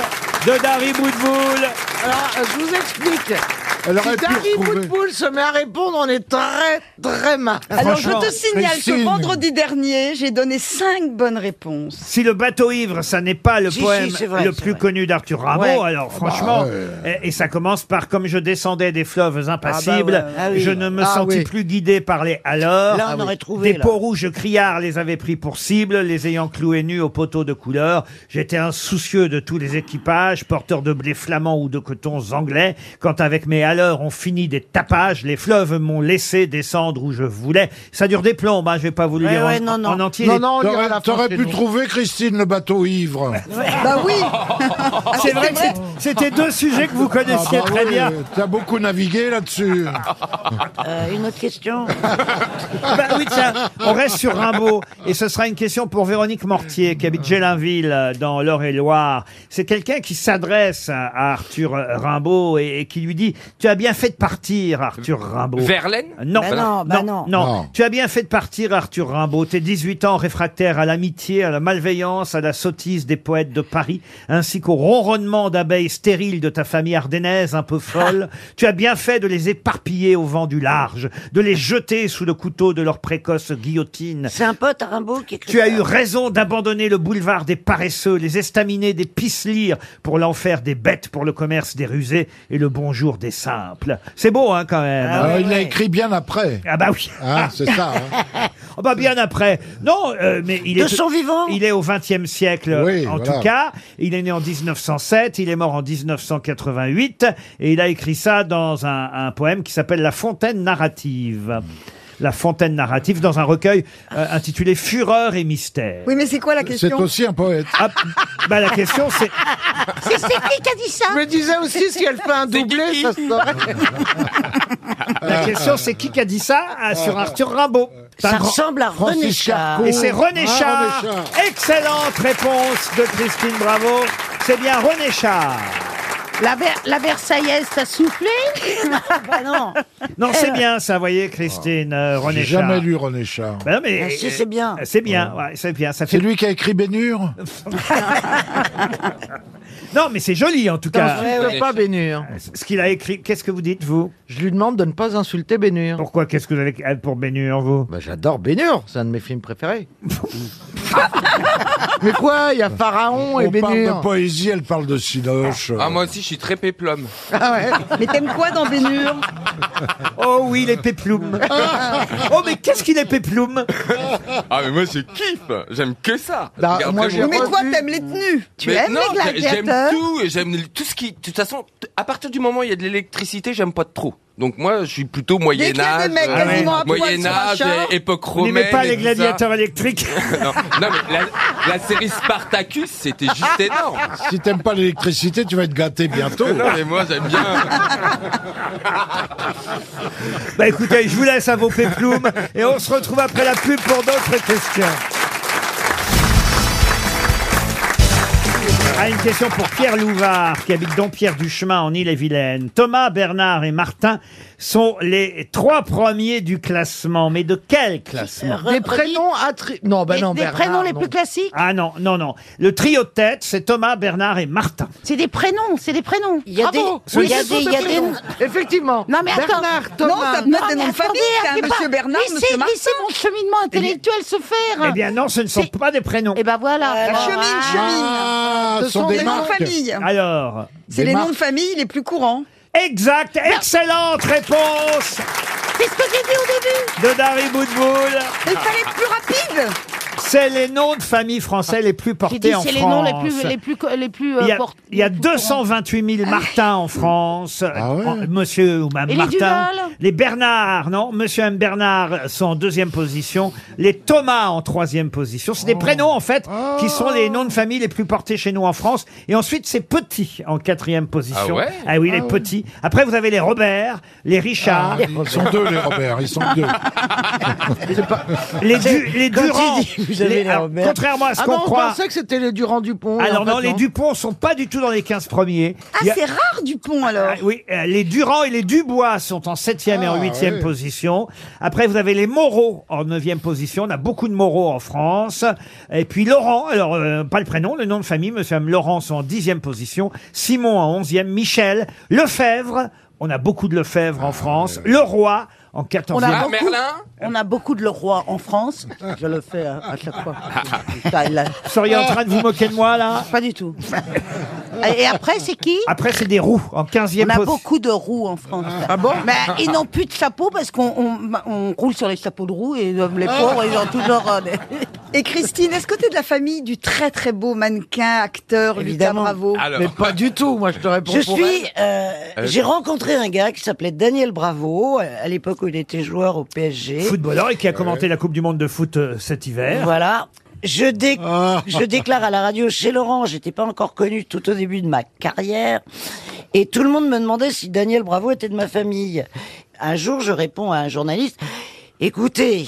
B: de Dari Boudboul.
E: Alors, euh, je vous explique.
F: Elle aurait
E: si
F: pu
E: Darry
F: retrouver.
E: Boutboul se met à répondre, on est très, très mal.
J: Alors je te signale
B: signe.
J: que vendredi dernier, j'ai donné cinq bonnes réponses.
B: Si le bateau ivre, ça n'est pas le
J: Si,
B: poème
J: si, c'est vrai,
B: le
J: c'est
B: plus
J: vrai.
B: connu d'Arthur Rimbaud,
J: Ouais.
B: alors
J: Bah,
B: franchement,
J: ouais.
B: et, et ça commence par comme je descendais des fleuves impassibles,
G: Ah bah ouais, ah oui.
B: je ne me
G: Ah
B: sentis
G: oui.
B: plus guidé par les alors.
G: Là, on Ah oui. aurait trouvé,
B: Des
G: là.
B: peaux rouges criards les avaient pris pour cible, les ayant cloués nus aux poteaux de couleur. J'étais insoucieux de tous les équipages, porteurs de blé flamand ou de cotons anglais. Quand avec mes alors on finit des tapages, les fleuves m'ont laissé descendre où je voulais. Ça dure des plombes, hein, je vais pas vous le
F: Ouais,
B: lire en-
F: ouais, non,
B: en,
F: non.
B: entier.
F: Non,
B: Les-
F: non, on lira à la fin, T'aurais pu
B: non.
F: trouver, Christine, le bateau ivre.
E: Bah oui
K: Ah,
B: Ah, C'est vrai que c'est-
H: Oh.
B: c'était deux sujets que vous connaissiez
F: Ah bah
B: très
F: oui,
B: bien. Ah,
F: T'as beaucoup navigué là-dessus.
G: Euh, une autre question.
B: Bah oui, tiens, on reste sur Rimbaud. Et ce sera une question pour Véronique Mortier, qui habite Gélinville, euh, dans l'Eure-et-Loire. C'est quelqu'un qui s'adresse à- à Arthur euh, Rimbaud et, et qui lui dit Tu as bien fait de partir, Arthur Rimbaud.
C: Verlaine
B: non.
C: Bah non, bah
B: non,
C: non.
B: non.
C: Non.
B: Tu as bien fait de partir, Arthur Rimbaud. Tes 18 ans réfractaires à l'amitié, à la malveillance, à la sottise des poètes de Paris, ainsi qu'au ronronnement d'abeilles stériles de ta famille ardennaise un peu folle. tu as bien fait de les éparpiller au vent du large, de les jeter sous le couteau de leur précoce guillotine.
G: C'est un pote, Rimbaud, qui écrit
B: Tu as
G: ça.
B: eu raison d'abandonner le boulevard des paresseux, les estaminets des pisselires pour l'enfer des bêtes, pour le commerce des rusés et le bonjour des simples. C'est beau, hein, quand même.
G: Ah
F: Alors, Euh, il l'a écrit bien après.
B: Ah bah oui.
F: Hein, c'est ça. hein.
B: Ah bah bien après. Non, euh, mais il
F: De
B: est
F: son
B: vivant. Il est au XXe siècle
F: Oui,
B: en
F: voilà.
B: tout cas. Il est né en 1907, il est mort en 1988 et il a écrit ça dans un, un poème qui s'appelle La Fontaine narrative. La Fontaine narrative dans un recueil euh, intitulé Fureur et mystère.
J: Oui, mais c'est quoi la question
F: C'est aussi un poète.
B: Ah, bah la question c'est
E: C'est qui qui a dit ça Je me disais aussi, si elle fait un doublé, ça serait...
B: la question c'est qui qui a dit ça Ah, sur Arthur Rimbaud.
G: Ça
B: C'est un grand-
G: ressemble à René Francis Charcot. Charcot.
B: Et c'est René
G: Ah,
B: Char.
G: René Char.
B: Excellente réponse de Christine Bravo. C'est bien René Char.
L: La, Ver- la Versaillaise, ça soufflé
G: Bah non.
B: Non, c'est
G: Elle-
B: bien ça, voyez, Christine, euh, René
F: J'ai
B: Char.
F: jamais lu René Char.
B: Ben non, mais, euh,
G: Ah, si, c'est bien.
B: C'est bien, ouais, c'est bien. Ça fait...
F: C'est lui qui a écrit Bénure
B: Non, mais c'est joli en tout cas.
E: N'insulte pas hein. Bénur.
B: Ce qu'il a écrit, qu'est-ce que vous dites, vous
E: Je lui demande de ne pas insulter Bénur. Bah,
B: Pourquoi Qu'est-ce que vous avez pour Bénur, vous
E: J'adore Bénur, c'est un de mes films préférés. Mais quoi Il y a Pharaon et
F: On parle
E: Bénur.
F: de poésie, elle parle de Sinoche.
C: ah moi aussi je suis très péplum
E: Ah ouais.
J: Mais t'aimes quoi dans Bénur
B: Oh oui, les péplumes. oh, mais qu'est-ce qu'il est péplume
C: ah mais moi je kiffe j'aime que ça
E: Bah,
C: Regarde,
E: moi,
C: très
E: j'ai
C: bon.
J: Mais quoi, t'aimes les tenues Tu
C: Mais
J: aimes
C: non,
J: les
C: j'a-
J: gladiateurs
C: J'aime tout, et j'aime tout ce qui. De toute façon, t- à partir du moment où il y a de l'électricité, j'aime pas de trop. Donc moi, je suis plutôt Moyen
J: qu'il y a des
C: Âge,
J: mecs
C: euh,
J: quasiment à poil
C: Moyen
J: sur un
C: Âge,
J: char,
C: et- époque
B: Vous
C: romaine.
B: n'aimez
C: et
B: pas les
C: tout ça.
B: gladiateurs électriques
C: non, non, mais la, la série Spartacus, c'était juste énorme.
F: Si t'aimes pas l'électricité, tu vas être gâté bientôt.
C: Non, mais moi j'aime bien.
B: Bah écoutez, je vous laisse à vos péplumes et on se retrouve après la pub pour d'autres questions. Ah, une question pour Pierre Louvard, qui habite Dompierre du Chemin en Ille-et-Vilaine. Thomas, Bernard et Martin sont les trois premiers du classement. Mais de quel classement
E: Des prénoms attri... Non, ben non, Bernard, non.
B: classiques Ah non, non, non. Le trio de tête, c'est Thomas, Bernard et Martin.
L: C'est des prénoms, c'est des prénoms. Il y a
B: des- il y a des- il y a des-
E: Effectivement.
J: Ah,
L: Non mais attends.
E: Bernard, Thomas.
L: Non, ça peut être des noms de famille,
J: hein,
L: t'as un monsieur Bernard, monsieur Martin. mon cheminement intellectuel se faire.
B: Eh bien non, ce ne sont pas des prénoms.
L: Eh ben voilà. Ah.
J: La chemine, chemine. Ah, Ce sont des noms de famille.
B: Alors.
J: C'est les noms de famille les plus courants.
B: Exact, excellente réponse
J: C'est ce que j'ai dit au
B: de Dari Boudboul.
J: Il fallait être plus rapide
B: C'est les noms de famille français les plus
L: J'ai
B: portés
L: dit
B: en
L: c'est
B: France.
L: les noms les plus les plus les plus euh,
B: il y a,
L: portés.
B: il y a 228
L: Ah
B: 000 Martins en France.
F: Ah
B: En- Monsieur ou Mme
L: Et les
B: Martin.
L: Duval
B: les Bernard, non Monsieur et Mme Bernard sont en deuxième position. Les Thomas en troisième position.
F: Oh.
B: C'est des prénoms, en fait,
F: Ah.
B: qui sont les noms de famille les plus portés chez nous en France. Et ensuite, c'est Petit en quatrième position.
F: Ah ouais
B: oui, les
F: Ah ouais. Ah,
B: Petits. Après, vous avez les Robert, les Richard.
F: Ils sont deux, les Robert, ils sont deux.
B: Les, du, les
F: Quand il
B: Durand.
F: dit, vous avez les
B: alors,
F: Robert.
B: contrairement à ce
E: Ah
B: qu'on
E: non,
B: croit.
E: on pensait que c'était les Durand Dupont.
B: Alors
E: en fait,
B: non, les Dupont sont pas du tout dans les 15 premiers.
J: Ah,
B: Il y a-
J: c'est rare Dupont alors Ah,
B: Ah, oui, euh, les Durand et les Dubois sont en 7e et en 8e
J: oui.
B: position. Après, vous avez les Moreau en 9e position. On a beaucoup de Moreau en France. Et puis Laurent, alors euh, pas le prénom, le nom de famille, monsieur et madame Laurent sont en 10e position. Simon en 11e. Michel, Lefebvre, on a beaucoup de Lefebvre en France. Leroy en 14e.
D: On a, beaucoup, on a beaucoup de le roi en France. Je le fais à, à chaque fois. Putain, il a-
B: Vous seriez
L: Eh,
B: en train de vous moquer de moi là
D: Pas du tout. Et après, c'est qui
B: Après, c'est des roues en 15e
D: On a
B: position.
D: beaucoup de roues en France.
B: Ah bon
D: Mais ils n'ont plus de chapeau parce qu'on on- on roule sur les chapeaux de roue et euh, les
B: Ah.
D: pauvres, ils ont toujours. euh, des-
J: Oh. Et Christine, est-ce que t'es de la famille du très très beau mannequin, acteur, Évidemment. Lucas Bravo
E: Mais pas du tout, moi je te réponds
G: Je
E: pour
G: suis.
E: elle.
G: euh, J'ai rencontré un gars qui s'appelait Daniel Bravo, euh, à l'époque où il était joueur au PSG.
B: footballeur et qui a commenté la Coupe du Monde de foot euh, cet hiver.
G: Voilà. Je, dé- je déclare à la radio chez Laurent, j'étais pas encore connu tout au début de ma carrière, et tout le monde me demandait si Daniel Bravo était de ma famille. Un jour, je réponds à un journaliste, écoutez,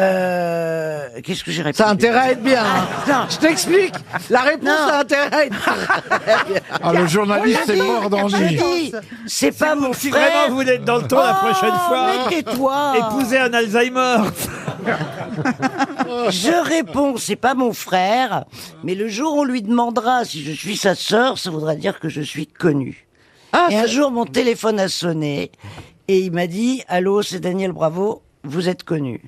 G: euh, qu'est-ce que j'ai répondu Ah,
E: Ah, Ça a intérêt à être bien. hein. Je t'explique. La réponse
G: Non.
E: a intérêt à être
F: Ah, le journaliste est mort d'ennui.
G: Je dis, C'est pas mon
B: Si
G: frère.
B: vraiment vous voulez être dans le ton la
G: Oh,
B: prochaine fois,
G: mais tais-toi.
B: épousez un Alzheimer.
G: Je réponds, c'est pas mon frère, mais le jour où on lui demandera si je suis sa sœur, ça voudra dire que je suis connu. et un jour, mon téléphone a sonné et il m'a dit Allô, c'est Daniel Bravo, vous êtes connu.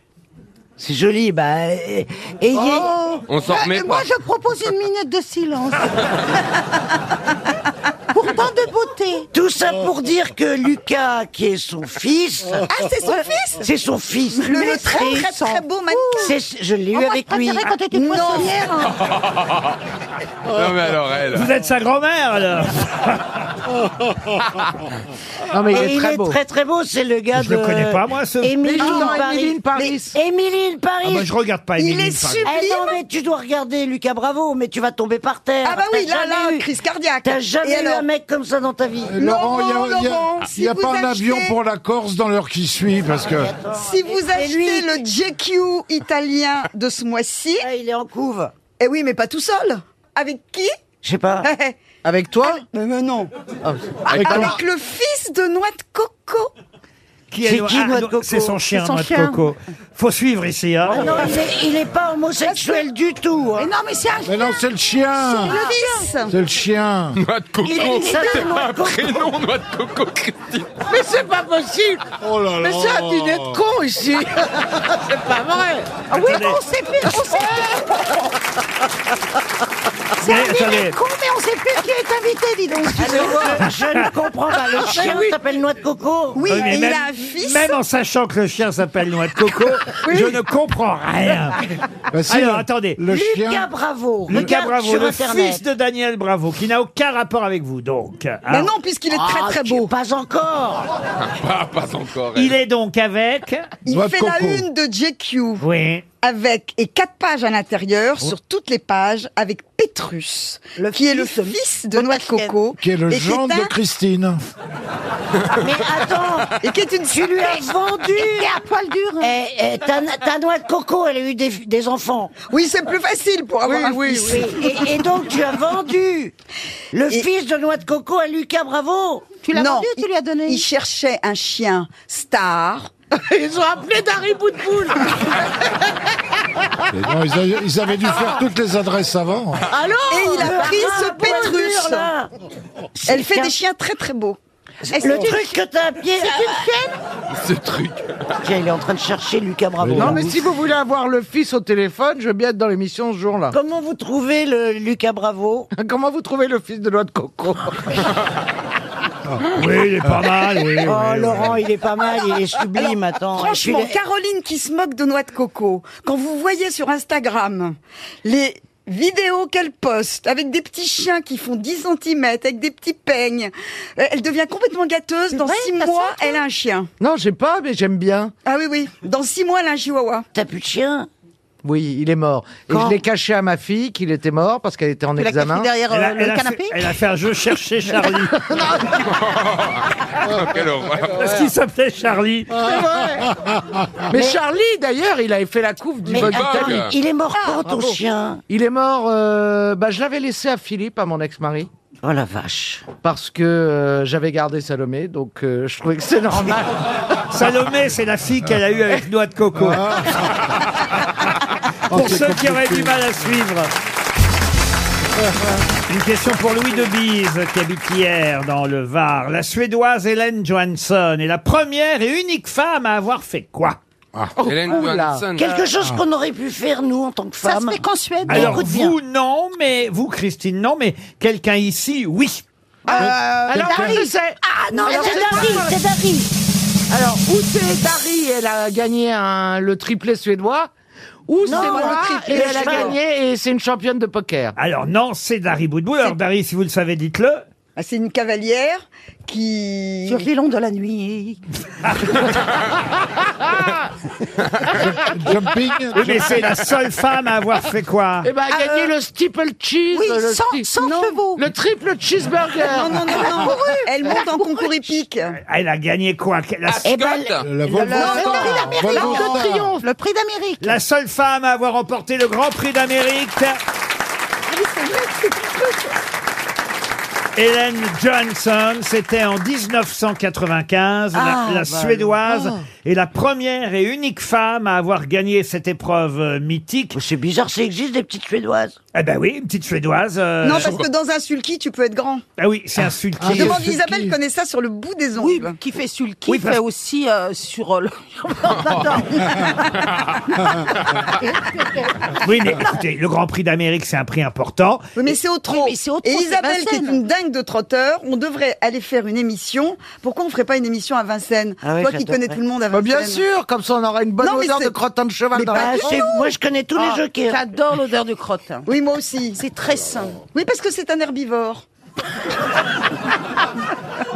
G: C'est joli, bah. euh, Ayez.
C: Oh, On s'en remet
D: Et Euh, moi,
C: pas.
D: je propose une minute de silence. Pourtant de beauté.
G: Tout ça pour dire que Lucas, qui est son fils.
J: Ah, c'est son fils
G: C'est son fils.
J: Le, le très très très beau mannequin.
G: C'est- Je l'ai eu
J: Oh, moi,
G: avec
J: je
G: lui.
J: préférais quand t'étais
G: Non.
J: poissonnière, hein.
C: non mais alors elle.
B: Vous êtes sa grand-mère alors.
E: Non, mais il
G: Et
E: est très beau.
G: très très beau, c'est le gars
B: Je
G: de.
B: le connais pas, moi, ce-
G: Émilie
E: Mais non, Émilie
G: Paris.
E: in Paris.
G: Mais- Émilie in Paris.
B: Ah bah, je regarde pas Émilie in Paris.
G: Eh non, mais tu dois regarder Lucas Bravo, mais tu vas tomber par terre.
J: Ah bah oui,
G: T'as
J: là, là,
G: jamais eu-
J: crise cardiaque.
G: T'as
J: Et
G: jamais eu
J: alors
G: un mec comme ça dans ta vie.
F: Et Euh, Laurent, il n'y a, il y a-
J: Laurent,
F: il
J: si
F: y a
J: vous
F: pas un
J: achetez-
F: avion pour la Corse dans l'heure qui suit, parce que...
J: Si vous achetez le GQ italien de ce mois-ci,
G: Ah, il est en couve.
J: eh oui, mais pas tout seul. Avec qui Eh, Ah,
G: Je sais pas.
E: Avec toi
J: mais, mais non.
B: Ah,
E: Avec
J: Avec,
E: toi.
J: le fils de Noix de Coco.
B: Qui est
G: C'est
B: Noix-
G: qui,
B: ah,
G: Noix de
B: non,
G: Coco
B: C'est son chien,
J: C'est son
B: Noix de
J: chien.
B: Coco. Faut suivre ici. Hein.
G: Ah non, il est, il est pas homosexuel du tout. hein.
J: Mais non, mais c'est un
F: Mais non, c'est le chien
J: le fils.
F: C'est le chien
C: Noix de coco,
G: Il est- il est
C: c'est
G: dingue, noix
C: pas un
G: de coco.
C: prénom, noix de coco, Christine.
E: Mais c'est pas possible.
F: Oh là là
E: Mais c'est un dîner de con ici. c'est pas vrai.
J: Ah oui, on sait plus. On sait plus. C'est
B: Mais,
J: un
B: attendez. Ah,
J: dîner de con, mais on sait plus qui est invité, dis donc.
G: Alors, je ne comprends pas.
L: Ah,
G: Le chien s'appelle Noix de Coco.
J: Oui,
B: Oui, mais
J: et
B: même,
J: il a un fils.
B: même en sachant que le chien s'appelle Noix de Coco, je ne comprends rien.
F: Bah, si,
B: Alors
F: le-
B: attendez.
F: Le
G: Lucas
F: chien...
G: Bravo.
B: euh, Lucas
G: Regarde
B: Bravo,
G: sur
B: le
G: Internet.
B: fils de Daniel Bravo, qui n'a aucun rapport avec vous, donc. hein.
J: Mais non, puisqu'il est très
G: Ah,
J: très
G: tu-
J: beau.
G: Pas encore.
C: Ah, Pas, pas encore. elle.
B: Il est donc avec.
J: Il
F: Noix de
J: fait la
F: coco.
J: une de GQ.
B: Oui.
J: avec et quatre pages à l'intérieur
H: Oh.
J: sur toutes les pages avec Pétrus, qui est le fils de Noix de Coco,
H: Qui est le
J: et
H: gendre
J: un-
H: de Christine.
G: Mais attends
J: et qui est une
G: Tu lui as vendu
J: Et à poil dur hein.
G: eh, ta, ta noix de coco, elle a eu des, des enfants.
J: Oui, c'est plus facile pour avoir un fils.
G: Et, et donc, tu as vendu le fils de noix de coco à Lucas Bravo
J: Tu l'as vendu tu lui as donné Il cherchait un chien star.
G: Ils ont appelé Dari Boudboul
H: Et non, ils, a- ils avaient dû faire toutes les adresses avant.
J: Et il a pris ce
G: Ah, poil dur, là.
J: Pétrus. Elle fait des chiens très très beaux.
G: Le truc que t'as à pied...
C: Ce truc.
G: Tiens, il est en train de chercher Lucas
B: Ah,
G: Bravo.
E: Non, mais si vous voulez avoir le fils au téléphone, je veux bien être dans l'émission ce jour-là.
G: Comment vous trouvez le Lucas Bravo
E: Comment vous trouvez le fils de noix de coco
B: Oui, il est pas mal, oui, oui,
G: Oh,
B: oui.
G: Laurent, il est pas mal, il est sublime, attends.
J: Franchement,
G: Et puis,
J: Caroline qui se moque de noix de coco, quand vous voyez sur Instagram les vidéos qu'elle poste avec des petits chiens qui font 10 cm, avec des petits peignes, euh, elle devient complètement gâteuse. Dans 6 mois, elle a un chien.
E: Non, j'ai pas, mais j'aime bien.
J: Ah oui, oui. Dans 6 mois, elle a un chihuahua.
G: T'as plus de chien
E: Oui, il est mort. Et
J: Quand
E: je l'ai caché à ma fille qu'il était mort parce qu'elle était en
J: Tu l'as
E: examen.
J: caché derrière,
G: euh,
B: Elle a- elle a fait- elle a fait un jeu chercher Charlie.
C: Ah, Quelle horreur.
B: Parce qu'il s'appelait Charlie.
G: Ah,
E: Mais, Charlie, d'ailleurs, il avait fait la couve du
G: Mais
E: Bon
G: attends,
E: Italie.
G: il est mort quand,
E: bravo.
G: ton chien
E: Il est mort. euh, bah, je l'avais laissé à Philippe, à mon ex-mari.
G: Oh la vache.
E: Parce que euh, j'avais gardé Salomé, donc euh, je trouvais que c'est normal.
G: Euh,
B: Salomé, c'est la fille qu'elle a eue avec noix de coco. Pour ceux qui auraient du mal à suivre. Une question pour Louis de Bise, qui habite hier dans le Var. La Suédoise Hélène Johansson est la première et unique femme à avoir fait quoi
C: Ah. Hélène Johansson.
G: Oh, Quelque chose qu'on aurait pu faire, nous, en tant que femme.
L: se fait qu'en Suède.
B: Alors
G: Écoute
B: vous, non, mais vous, Christine, non, mais quelqu'un ici, oui.
E: Euh,
B: Euh,
E: alors,
B: Quelqu'un-
E: je sais.
G: Euh, Ah non,
E: Alors,
G: c'est Dari,
E: pas-
G: c'est Dari.
E: Alors, ou c'est Dari, elle a gagné un- le triplé suédois, ou c'est
G: Non,
E: moi,
B: ah,
G: le
E: et
G: triplé
E: elle a
G: suédois.
E: gagné, et c'est une championne de poker.
B: Alors non, c'est Dari Boudboul. Alors Dari, si vous le savez, dites-le.
J: Ah, C'est une cavalière qui...
L: Sur les longs de la nuit.
H: Jumping.
B: Oui, mais c'est la seule femme à avoir fait quoi
E: Eh ben, elle a gagné le steeple cheese.
L: Ah, euh, oui,
E: le
L: sans-
E: sti-
L: sans
E: non,
L: chevaux.
E: Le triple cheeseburger.
J: Non, non, non, non. Elle monte en concours épique.
B: Elle a gagné quoi la,
G: Eh ben,
H: La Volvo Star. Volvo Star.
L: Le prix d'Amérique.
B: la seule femme à avoir remporté le Grand Prix d'Amérique, Hélène Johnson, c'était en 1995.
G: Ah,
B: la la
G: bah
B: Suédoise
G: alors.
B: est la première et unique femme à avoir gagné cette épreuve euh, mythique.
G: Oh, C'est bizarre, ça existe des petites Suédoises.
B: Eh ben oui, une petite Suédoise. euh,
J: non, parce que dans un sulky, tu peux être grand.
B: Ah oui, c'est un sulky.
J: Je demande, Isabelle connaît ça sur le bout des
L: Oui,
J: ongles.
L: qui fait sulky,
B: Oui, parce-
L: fait aussi euh, sur euh, le. Attends.
B: Oui, mais écoutez, le Grand Prix d'Amérique, c'est un prix important.
J: Oui, mais c'est au trot.
L: mais c'est au trot,
J: Et
L: c'est
J: Isabelle, qui est
L: Vincennes.
J: une dingue de trotteur, on devrait aller faire une émission. Pourquoi on ferait pas une émission à Vincennes
G: Ah ouais,
J: Toi qui
G: j'adorerais.
J: connais tout le monde à
E: Bah,
J: Vincennes.
E: bien sûr, comme ça on aura une bonne
J: Non, mais
E: odeur
J: c'est-
E: de crottin de cheval dans la
G: Ah, c'est- moi, je connais tous
L: Ah,
G: les jokers.
L: J'adore l'odeur du crottin.
J: Oui, moi aussi.
L: C'est très sain.
J: Oui, parce que c'est un herbivore.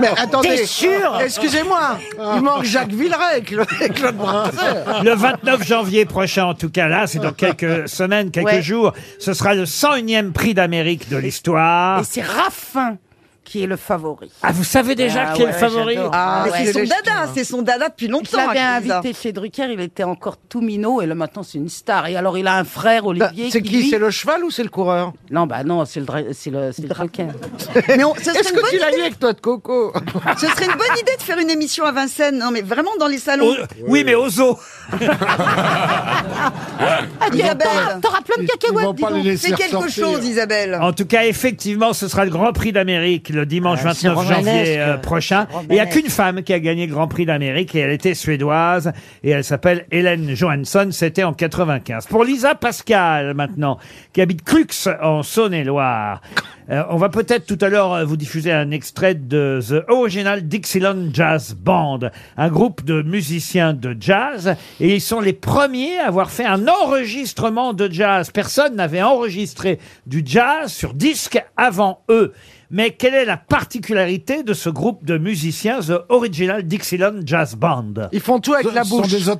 E: Mais attendez,
G: T'es sûr
E: excusez-moi, il manque Jacques Villeray avec le- avec Claude Brasseur.
B: Le 29 janvier prochain, en tout cas, là, c'est dans quelques semaines, quelques
L: Ouais.
B: jours, ce sera le 101e prix d'Amérique de l'histoire.
E: Ah.
L: Et c'est Raffin qui est le favori.
B: Ah, vous savez déjà
G: Ah
B: qui est
G: ouais,
B: le favori
G: j'adore.
E: Ah,
J: Mais
E: ouais.
J: c'est son
E: Il est-
J: dada, c'est son dada depuis
L: Je
J: longtemps.
L: l'avais
J: hein, Lisa.
L: invité chez Drucker, il était encore tout minot et le maintenant c'est une star. Et alors il a un frère
E: Bah,
L: Olivier
E: C'est qui
L: lui-
E: C'est le cheval ou c'est le coureur
L: Non bah non, c'est le dra- c'est le c'est le Drucker.
J: Mais on- ce, serait
E: Est-ce
J: une
E: que tu
J: bonne
E: l'as eu
J: idée,
E: avec toi de coco
J: ce serait une bonne idée de faire une émission à Vincennes. Non, mais vraiment dans les salons.
B: Au- Oh, Oui, mais aux zoo.
L: Ah, tu
J: Isabelle.
L: t'auras- T'auras plein de
H: Ils
L: cacahuètes,
H: vont
L: dis
H: pas les
L: donc.
H: laisser
J: Fais quelque
H: ressortir.
J: chose, Isabelle.
B: En tout cas, effectivement, ce sera le Grand Prix d'Amérique le dimanche
G: Ah, c'est
B: 29 janvier euh,
G: romanesque.
B: prochain.
G: C'est
B: Et il n'y a
G: romanesque.
B: qu'une femme qui a gagné le Grand Prix d'Amérique et elle était suédoise et elle s'appelle Hélène Johansson. C'était en 95. Pour Lisa Pascal maintenant, qui habite Crux en Saône-et-Loire. Euh, on va peut-être tout à l'heure euh, vous diffuser un extrait de The Original Dixieland Jazz Band, un groupe de musiciens de jazz, et ils sont les premiers à avoir fait un enregistrement de jazz. Personne n'avait enregistré du jazz sur disque avant eux. Mais quelle est la particularité de ce groupe de musiciens, The Original Dixieland Jazz Band
E: Ils font tout avec la bouche. Il n'y a,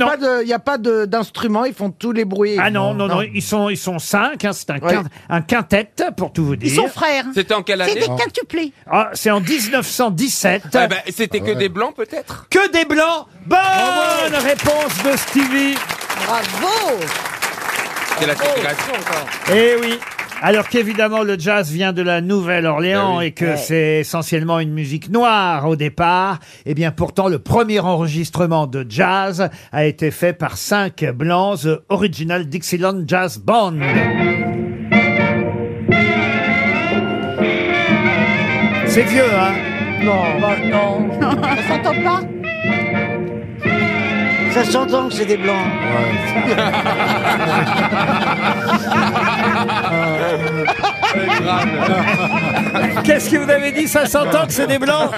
E: pas de- il y a pas de- d'instrument, ils font tous les bruits.
B: Ah non, non, non, ils sont, ils sont cinq, hein, c'est un, quin- un quintet, pour tout vous dire.
L: Ils sont frères.
C: C'était en quelle année
L: C'est des quintuplés.
B: Ah, c'est en 1917.
C: Ah bah, C'était que des blancs peut-être
B: Que des blancs Bonne réponse de Stevie
E: Bravo
C: C'est la ségrégation encore.
B: Eh oui alors qu'évidemment le jazz vient de la Nouvelle-Orléans et que
C: Ouais.
B: c'est essentiellement une musique noire au départ, eh bien pourtant le premier enregistrement de jazz a été fait par cinq blancs, The Original Dixieland Jazz Band. C'est vieux, hein
E: Non, non.
L: On s'entend pas
G: Ça s'entend que c'est des blancs.
B: Qu'est-ce que vous avez dit Ça s'entend que c'est des blancs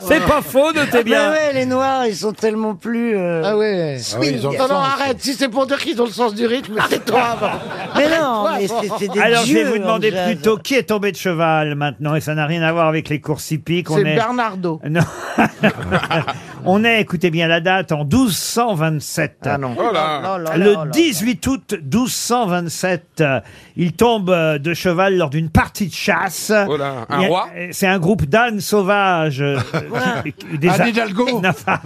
B: C'est pas faux, notez bien.
G: Mais ouais, les noirs, ils sont tellement plus. Ah ouais.
H: non, non, arrête, si c'est pour dire qu'ils ont le sens du rythme, c'est toi avant.
G: Mais non, mais
H: Arrête-toi
G: c'est-
H: avant.
G: c'est des
B: Alors je vais
G: dieux
B: vous
G: en
B: demander
G: jazz.
B: plutôt qui est tombé de cheval maintenant et ça n'a rien à voir avec les courses hippiques. on
E: C'est
B: est-
E: Bernardo.
B: Non. On est, écoutez bien la date, en 1227.
E: Oh là. Oh là là là là.
B: Le 18 août 1227, euh, il tombe euh, de cheval lors d'une partie de chasse.
C: Oh là, un
B: Il y a-
C: roi
B: euh, C'est un groupe d'ânes sauvages. euh, euh,
H: Anne
B: a-
H: Hidalgo
B: Non, enfin,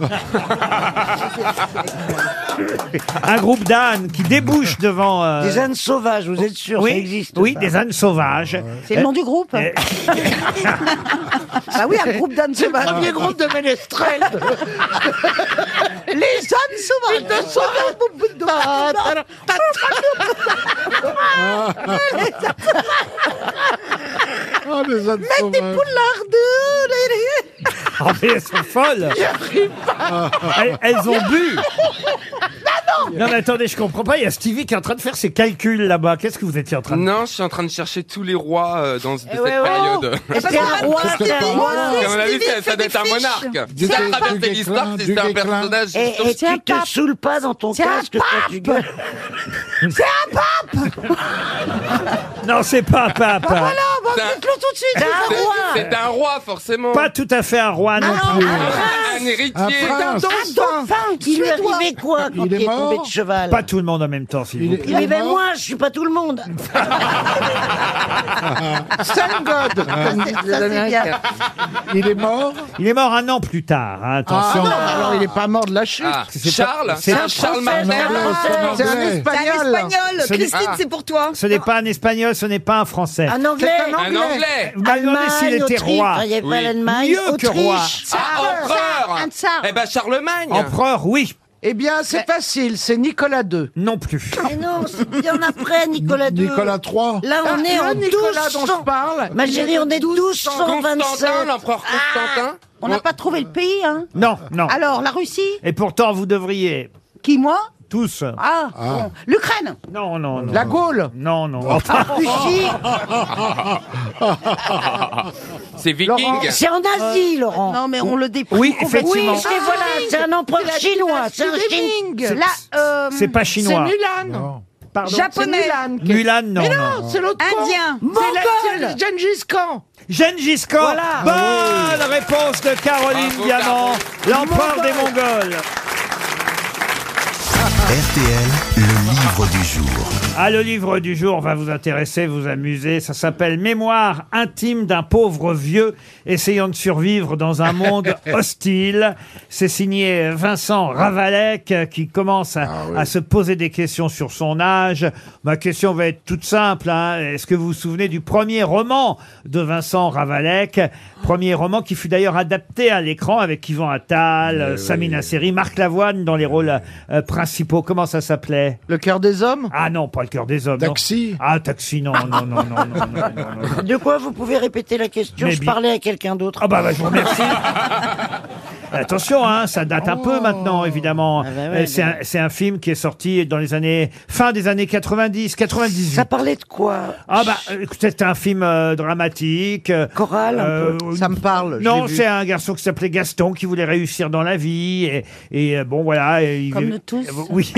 B: un groupe d'ânes qui débouche devant... euh,
G: Des ânes sauvages, vous êtes sûr,
B: oui,
G: ça existe.
B: Oui,
G: ça.
B: des ânes sauvages.
E: Eh.
G: C'est le nom du
B: groupe
L: Bah
D: Ah oui, un groupe d'ânes sauvages.
H: Premier groupe de ménestrels.
D: Les ânes sauvages.
H: Ah, De sauvages. Ah,
I: Oh, les ânes Mec des poulards
B: Oh, mais elles sont folles elles, elles ont bu
H: Ben
B: Non mais attendez, je comprends pas, il y a Stevie qui est en train de faire ses calculs là-bas. Qu'est-ce que vous étiez en train de...
C: Non, je suis en train de chercher tous les rois euh,
G: Eh
C: dans cette
B: ouais, ouais.
C: période.
B: Et c'est un roi, c'est un roi.
C: Et À mon avis,
B: Stevie
C: ça, ça doit être un monarque. J'ai déjà traversé l'histoire, c'est un personnage.
G: Et, et Eh, tu te saoules pas dans ton casque quand tu gueules.
B: C'est un pape Non, c'est pas un pape.
G: Ah,
C: bah, dites-le tout de suite.
B: c'est un roi.
C: C'est un roi, forcément.
B: Pas tout à fait un roi non
G: Ah,
B: plus.
C: Un, un héritier.
G: Il Ah, lui arrivait quoi quand il est tombé de cheval
B: Pas tout le monde en même temps, s'il vous
G: Il lui
B: plaît.
G: arrivait moi, je suis pas tout le monde.
H: Thank God.
J: Ah,
H: comme disent les Américains.
B: Il est mort Il est mort un an plus tard, hein, attention.
E: Ah, non, alors il n'est pas mort de la chute.
B: Ah, C'est Charles pas- c'est un Charles
E: Français,
B: Martel.
E: c'est un Français.
B: C'est un
E: C'est un
B: Espagnol.
E: espagnol.
B: Ce n'est-
J: Christine,
B: Ah.
J: c'est pour toi.
B: Ce n'est pas un espagnol, ce n'est pas un français.
J: Un Anglais.
B: C'est
J: Un Anglais.
B: Vous m'avez demandé s'il
J: Allemagne,
B: était
J: Autriche.
B: roi.
J: Ah, il y avait pas Oui. l'Allemagne,
B: Mieux que roi.
C: Ah, empereur. Eh ben, Charlemagne.
B: Empereur, oui.
E: Eh bien, c'est facile, c'est Nicolas II.
B: Non plus.
G: Mais non, c'est bien après Nicolas II.
E: Nicolas III.
G: Là, on
E: Ah,
G: est
E: le
G: en
E: Nicolas
G: 1200.
E: dont je parle.
G: Ma chérie, on est 1227.
C: Constantin, l'empereur Constantin.
L: Ah, On n'a pas trouvé le pays, hein
B: Non, non.
L: Alors, la Russie
B: Et pourtant, vous devriez.
L: Qui, moi
B: Tous.
L: Ah, bon. L'Ukraine
B: Non, non, non.
E: La Gaule Oh,
B: Non, non.
L: Ah, Russie
C: Eh. C'est viking.
G: C'est en Asie, Laurent.
L: Euh, Non, mais on le Ah, déprime
B: Oui, effectivement.
G: Oui, je les vois là, c'est un empereur chinois, c'est un
E: Ming. euh,
G: chinois.
B: euh, C'est pas chinois.
E: C'est Mulan.
B: Pardon
E: Japonais.
B: C'est Mulan, Ah, non.
E: Mais non, c'est l'autre
B: Ah.
E: con.
J: Indien.
E: C'est la- C'est
J: Mongol.
E: le Gengis Khan.
B: Gengis Khan.
E: Voilà.
B: Bonne réponse de Caroline
E: Bravo,
B: Diamant,
E: Caro.
B: l'empereur des Mongols.
A: RTL, le livre du jour.
B: Ah, le livre du jour va vous intéresser, vous amuser. Ça s'appelle Mémoire intime d'un pauvre vieux essayant de survivre dans un monde hostile. C'est signé Vincent Ravalec euh, qui commence à, à se poser des questions sur son âge. Ma question va être toute simple. hein. Est-ce que vous vous souvenez du premier roman de Vincent Ravalec Premier roman qui fut d'ailleurs adapté à l'écran avec Yvan Attal, euh, Samina Seri, Marc Lavoine dans les rôles euh, principaux. Comment ça s'appelait
E: Le cœur des hommes
B: Ah non, pas le cœur des hommes. non.
H: Taxi
B: Ah, taxi, non, non, non, non, non, non, non, non.
G: De quoi vous pouvez répéter la question
B: Mais
G: Je
B: bi-
G: parlais à quelqu'un d'autre. Ah,
B: Ah bah, bah, je vous remercie. Attention, hein, ça date un peu maintenant, évidemment.
G: ouais,
B: Euh, c'est
G: bah
B: un- c'est un, film qui est sorti dans les années fin des années 90, 98. Ça parlait de quoi Ah bah, euh, écoutez, c'était un film euh, dramatique. euh, Choral. Euh,
E: Ça me parle. je
B: Non,
E: l'ai vu.
B: c'est un garçon qui s'appelait Gaston qui voulait réussir dans la vie et, et, euh, bon voilà. et il- Euh,
E: Comme nous tous.
B: Oui.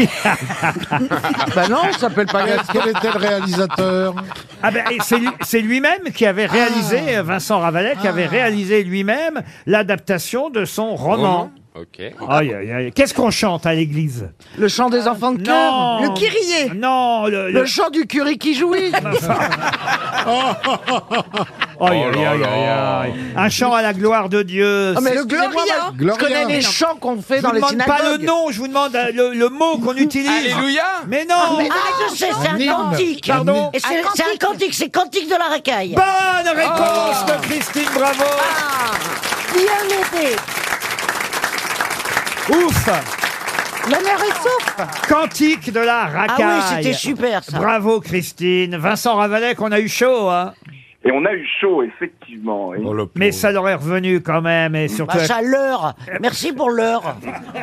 E: Bah non, ça s'appelle pas Gaston.
F: Quel était le réalisateur
B: Ah ben, et c'est lui- c'est lui-même qui avait réalisé,
E: Ah.
B: euh, Vincent Ravalet, qui avait réalisé lui-même l'adaptation de son roman.
C: Ok.
B: Aïe, aïe, aïe. Qu'est-ce qu'on chante à l'église
E: Le chant des enfants de
B: Euh, Non.
E: cœur.
B: Le
E: kyrie.
B: Non, le,
E: le chant du curé qui jouit. Oh
B: Aïe, aïe, aïe, aïe, aïe. Un chant à la gloire de Dieu.
E: Ah, mais
B: C'est-
E: le Gloria.
B: Excusez-moi,
E: Je connais les chants qu'on fait
B: Je
E: dans
B: vous
E: les
B: demande pas le
E: synagogues.
B: nom, je vous demande euh, le, le mot qu'on utilise.
C: Alléluia.
B: Mais non
G: Ah, mais je sais, c'est un cantique.
B: Pardon
G: Et c'est c'est un cantique, c'est cantique de la racaille. Oh. Ah.
B: Bonne réponse de Christine Bravo
G: Bien aidé
B: Ouf
L: L'honneur est sauf.
B: Cantique de la racaille.
G: Ah oui, c'était super, ça.
B: Bravo Christine. Vincent Ravalet, qu'on a eu chaud, hein.
N: Et on a eu chaud, effectivement. oui.
B: Mais ça leur est revenu quand même, et surtout.
G: Bah, ça l'heure. Merci pour l'heure.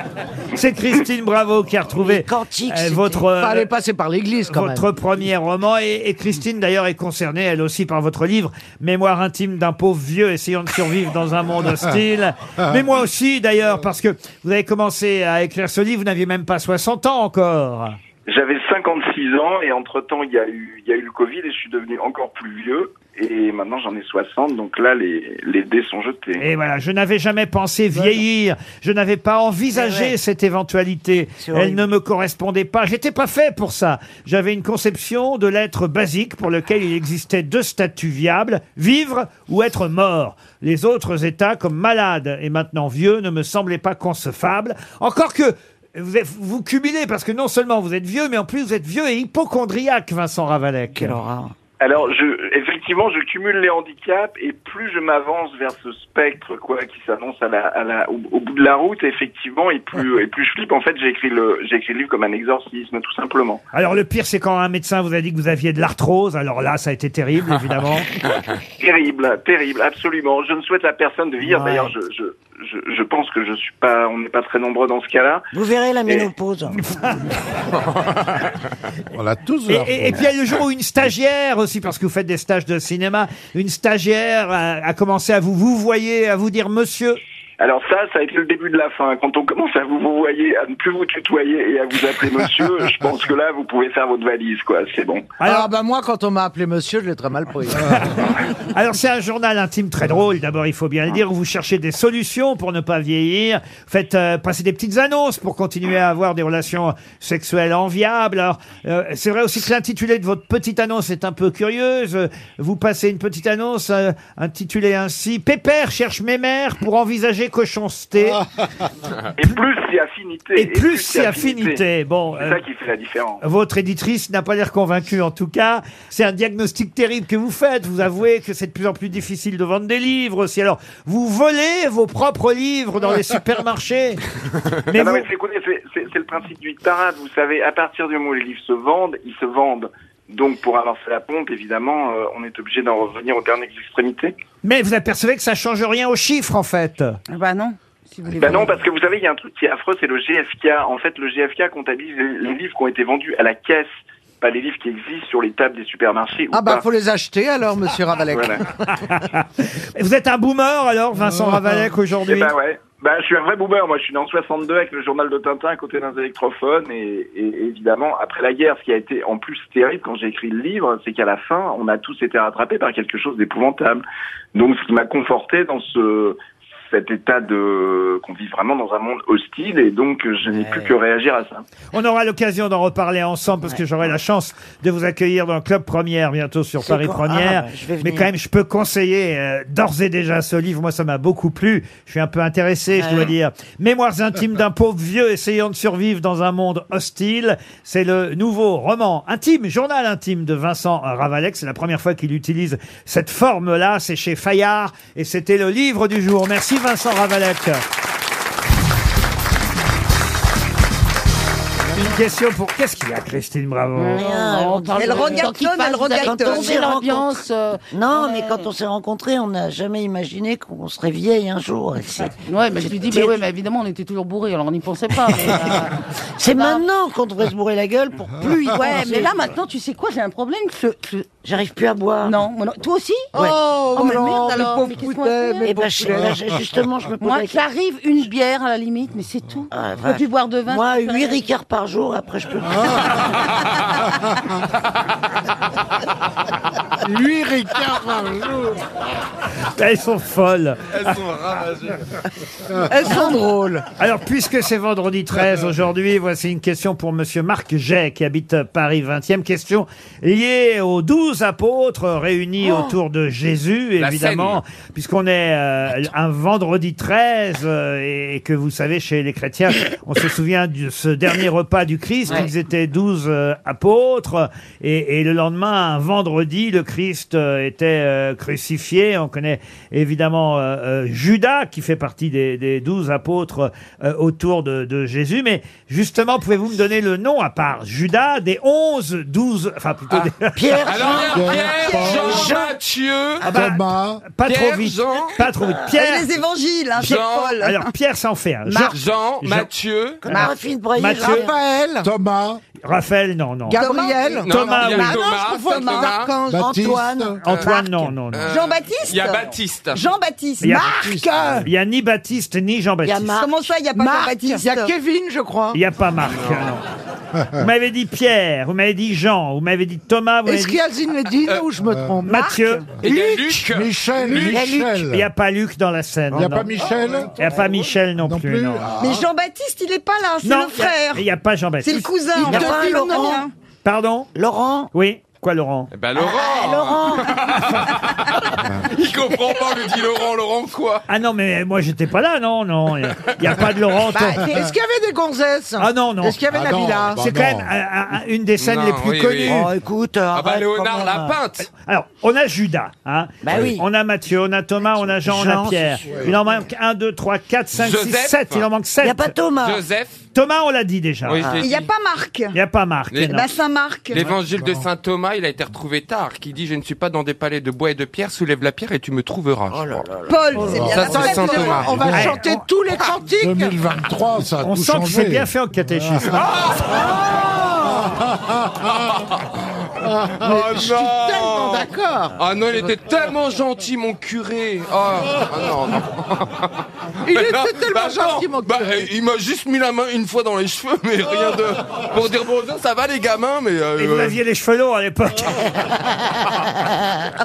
B: C'est Christine Bravo qui a retrouvé euh, votre. euh,
E: Fallait passer par l'église quand
B: votre premier roman. Et, et Christine, d'ailleurs, est concernée, elle aussi, par votre livre Mémoire intime d'un pauvre vieux essayant de survivre dans un monde hostile. Mais moi aussi, d'ailleurs, parce que vous avez commencé à écrire ce livre, vous n'aviez même pas 60 ans encore.
N: J'avais 56 ans et entre-temps, il y, a eu- il y a eu le Covid et je suis devenu encore plus vieux. Et maintenant, j'en ai 60, donc là, les, les dés sont jetés.
B: Et voilà, je n'avais jamais pensé vieillir, je n'avais pas envisagé cette éventualité. Elle
N: horrible.
B: ne me correspondait pas, j'étais pas fait pour ça. J'avais une conception de l'être basique pour lequel il existait deux statuts viables, vivre ou être mort. Les autres états comme malade et maintenant vieux ne me semblaient pas concevables. Encore que vous, êtes- vous cumulez parce que non seulement vous êtes vieux, mais en plus vous êtes vieux et hypochondriaque, Vincent Ravalec. Quelle
N: Alors, je, effectivement, je cumule les handicaps et plus je m'avance vers ce spectre quoi qui s'annonce à la, à la, au, au bout de la route, effectivement, et plus, et plus je flippe. En fait, j'ai écrit le, j'ai écrit le livre comme un exorcisme, tout simplement.
B: Alors le pire, c'est quand un médecin vous a dit que vous aviez de l'arthrose. Alors là, ça a été terrible, évidemment.
N: Terrible, terrible, absolument. Je ne souhaite à personne de vivre. D'ailleurs, je, je, je, je pense que je suis pas, on n'est pas très nombreux dans ce cas-là.
G: Vous verrez la ménopause.
B: Ah.
F: On l'a tous.
B: Et, et- et puis il y a le jour où une stagiaire aussi, parce que vous faites des stages de cinéma, une stagiaire a, a commencé à vous vous voyez, à vous dire monsieur.
N: Alors ça, ça a été le début de la fin. Quand on commence à vous vous voyez, à ne plus vous tutoyer et à vous appeler monsieur, je pense que là, vous pouvez faire votre valise, quoi. C'est bon.
E: Alors, bah moi, quand on m'a appelé monsieur, je l'ai très mal pris.
B: Euh. Alors c'est un journal intime très drôle, d'abord il faut bien le dire, où vous cherchez des solutions pour ne pas vieillir, faites euh, passer des petites annonces pour continuer à avoir des relations sexuelles enviables. Alors euh, c'est vrai aussi que l'intitulé de votre petite annonce est un peu curieuse. Euh, Vous passez une petite annonce euh, intitulée ainsi Pépère cherche mémère pour envisager cochon sté.
N: Ah. Et plus c'est affinité.
B: Et plus c'est affinité. Bon,
N: C'est
B: euh,
N: ça qui fait la différence.
B: Votre éditrice n'a pas l'air convaincue, en tout cas. C'est un diagnostic terrible que vous faites. Vous avouez que c'est de plus en plus difficile de vendre des livres aussi. Alors, vous volez vos propres livres dans les supermarchés. Mais
N: Ah non,
B: vous-
N: mais c'est écoutez, c'est- c'est- c'est le principe du tarade. Vous savez, à partir du moment où les livres se vendent, ils se vendent. Donc, pour avancer la pompe, évidemment, euh, on est obligé d'en revenir aux dernières extrémités.
B: Mais vous apercevez que ça change rien aux chiffres, en fait.
J: Bah non.
N: Bah non, parce que vous savez, il y a un truc qui est affreux, c'est le GFK. En fait, le GFK comptabilise les, les livres qui ont été vendus à la caisse, pas les livres qui existent sur les tables des supermarchés.
E: Ah
N: ou
E: bah
N: pas.
E: faut les acheter alors, monsieur Ravalek.
N: Voilà.
B: vous êtes un boomer, alors, Vincent Ravalec,
N: Eh
B: aujourd'hui
N: ben ouais. Bah, je suis un vrai boomer. Moi, je suis né en 62 avec le journal de Tintin à côté d'un électrophone. Et, et évidemment, après la guerre, ce qui a été en plus terrible quand j'ai écrit le livre, c'est qu'à la fin, on a tous été rattrapés par quelque chose d'épouvantable. Donc, ce qui m'a conforté dans ce cet état de qu'on vit vraiment dans un monde hostile et donc je n'ai plus que réagir à ça.
B: On aura l'occasion d'en reparler ensemble parce que j'aurai la chance de vous accueillir dans le Club Première bientôt sur
G: C'est
B: Paris
G: quand-
B: Première.
G: Ah, je vais
B: Mais
G: venir.
B: quand même, je peux conseiller euh, d'ores et déjà ce livre. Moi, ça m'a beaucoup plu. Je suis un peu intéressé, je dois
G: Ouais.
B: dire. Mémoires intimes d'un pauvre vieux essayant de survivre dans un monde hostile. C'est le nouveau roman intime, journal intime de Vincent Ravalec. C'est la première fois qu'il utilise cette forme-là. C'est chez Fayard et c'était le livre du jour. Merci Vincent Ravalec. Une question pour... Qu'est-ce qu'il y a, Christine Bravo
G: Rien, on
J: Elle
G: parle-
J: regarde-tonne,
G: Quand
J: elle
G: on s'est
J: regarde-tonne.
G: rencontrés-
J: L'ambiance,
L: euh,
G: Non, mais quand on s'est rencontrés, on n'a jamais imaginé qu'on serait vieille un jour.
L: Ouais, mais je lui dis, mais ouais, mais évidemment, on était toujours bourrés, alors on n'y pensait pas. mais, euh,
G: C'est maintenant qu'on devrait se bourrer la gueule pour plus y
L: Ouais,
G: penser.
L: mais là maintenant, tu sais quoi, j'ai un problème. Je, je-
G: J'arrive plus à boire.
L: Non, moi non. toi aussi
G: Ouais.
L: Oh, mais
G: non,
L: merde
G: mais
L: alors.
G: pauvre
L: mais qu'est-ce qu'on
G: poutet,
L: fait
G: mais Eh ben, pauvre je- poulet. là, je- justement, je me pose
L: Moi,
G: la-
L: j'arrive une bière à la limite, mais c'est tout.
G: Ah,
L: je peux plus Ah.
G: vache.
L: boire de vin.
G: Moi,
L: je peux
G: 8
L: rien.
G: ricards par jour, après je peux plus.
H: Lui, Ricard, par jour.
B: Elles Ah, sont folles.
H: Elles sont ravagées.
B: Elles sont drôles. Alors, puisque c'est vendredi 13 aujourd'hui, voici une question pour Monsieur Marc Jay, qui habite Paris 20e. Question liée aux douze apôtres réunis
P: Oh.
B: autour de Jésus,
P: La
B: évidemment, puisqu'on est euh, un vendredi 13 euh, et que vous savez, chez les chrétiens, on se souvient de ce dernier repas du Christ.
P: Ouais.
B: Ils étaient douze euh, apôtres et, et le lendemain, un vendredi, le Christ euh, était euh, crucifié. On connaît évidemment euh, euh, Judas qui fait partie des des douze apôtres euh, autour de, de Jésus. Mais justement, pouvez-vous me donner le nom à part Judas des onze, douze, enfin plutôt des...
C: Pierre, Alors, Jean, Pierre, Pierre, Jean, Jean, Mathieu,
B: Ah bah,
C: Thomas,
B: pas trop
C: Pierre,
B: vite,
C: Jean.
B: pas trop vite. Pierre,
J: Euh, Et les évangiles, hein,
B: Pierre-
J: Jean. Paul.
B: Alors Pierre s'en fait. un.
C: Marc, Jean, Mathieu. Comme
B: Alors,
C: Raphaël Breuil,
E: Raphaël.
B: Thomas, Raphaël, non, non.
E: Gabriel.
B: Thomas, Thomas,
C: il y a
B: oui.
C: Thomas,
J: Ah,
C: Thomas, Baptiste.
B: Antoine, Antoine, non, non, non.
C: Euh,
J: Jean-Baptiste
C: Il y a Baptiste.
J: Jean-Baptiste.
B: Il y a-
J: Marc
B: Il y a ni Baptiste ni Jean-Baptiste.
J: Comment ça, il n'y a pas Jean-Baptiste
E: Kevin, je crois.
B: Il n'y a pas Marc. non. vous m'avez dit Pierre, vous m'avez dit Jean, vous m'avez dit Thomas. vous
E: Est-ce
B: m'avez
E: qu'il y a Zinedine
B: Euh,
E: ou je me trompe
B: Mathieu.
E: Il y a
C: Luc.
F: Michel.
B: Luc.
F: Michel.
B: Il n'y a pas Luc dans la scène.
F: Il y a
B: non.
F: pas Michel Ah.
B: Il n'y a pas Michel non, plus. non.
J: Mais Jean-Baptiste, il n'est pas là, c'est
B: Non,
J: le
B: il y a-
J: frère.
B: Il n'y a pas Jean-Baptiste.
J: C'est le cousin, Il en y a fait, pas il en a Laurent. rien.
B: Pardon
G: Laurent
B: Oui. Quoi, Laurent
C: Eh ben, Laurent.
G: Laurent
J: Ah.
C: Il comprend pas, on lui dit Laurent, Laurent quoi
B: Ah non, mais moi, j'étais pas là, non, non. Il n'y a pas de Laurent.
E: Bah, Est-ce qu'il y avait des gonzesses
B: euh, Ah non, bah, non.
E: Hein. Est-ce qu'il y avait la villa Hein,
B: C'est quand même euh, euh, une des scènes
E: ah bah
B: les plus
E: Non, oui,
B: connues.
E: oui. Oh, écoute, Ah bah, arrête Léonard quand même. Lapinte.
B: Alors, on a Judas. Hein.
E: Bah oui.
B: On a Mathieu, on a Thomas, on a Jean,
E: Jean,
B: on a Pierre.
E: c'est sûr.
B: Il en manque 1, 2, 3, 4, 5, 6,
C: Joseph.
B: 7. Il en manque 7.
C: Y a pas Thomas. Joseph.
B: Thomas, on l'a dit déjà. Ah.
C: Oui, je l'ai
J: Il n'y a pas Marc.
B: Il n'y a pas Marc.
C: Les-
B: non.
J: Bah, Saint-Marc.
C: L'évangile de saint Thomas, il a été retrouvé tard, qui dit Je ne suis pas dans des palais de bois et de pierre, soulève la pierre et tu me trouveras. je crois.
J: Paul, c'est bien.
C: Ça, c'est saint Thomas.
E: On va
C: Ouais.
E: chanter tous les cantiques
F: 2023, ça a
B: On
F: tout
B: sent que
F: changé. Ah.
B: c'est bien fait en catéchisme. Ah,
H: Ah.
C: Oh
H: Mais je suis
C: non.
H: tellement d'accord.
C: Ah non, il était tellement gentil, mon curé. Ah, ah non, non.
H: Il
C: Mais
H: était
C: non,
H: tellement
C: bah attends,
H: gentil, mon
C: bah,
H: curé. Oh.
C: euh, il m'a juste mis la main une fois dans les cheveux, mais rien de. Pour dire bonjour, ça va les gamins, mais. euh,
B: Et vous aviez les cheveux longs à l'époque.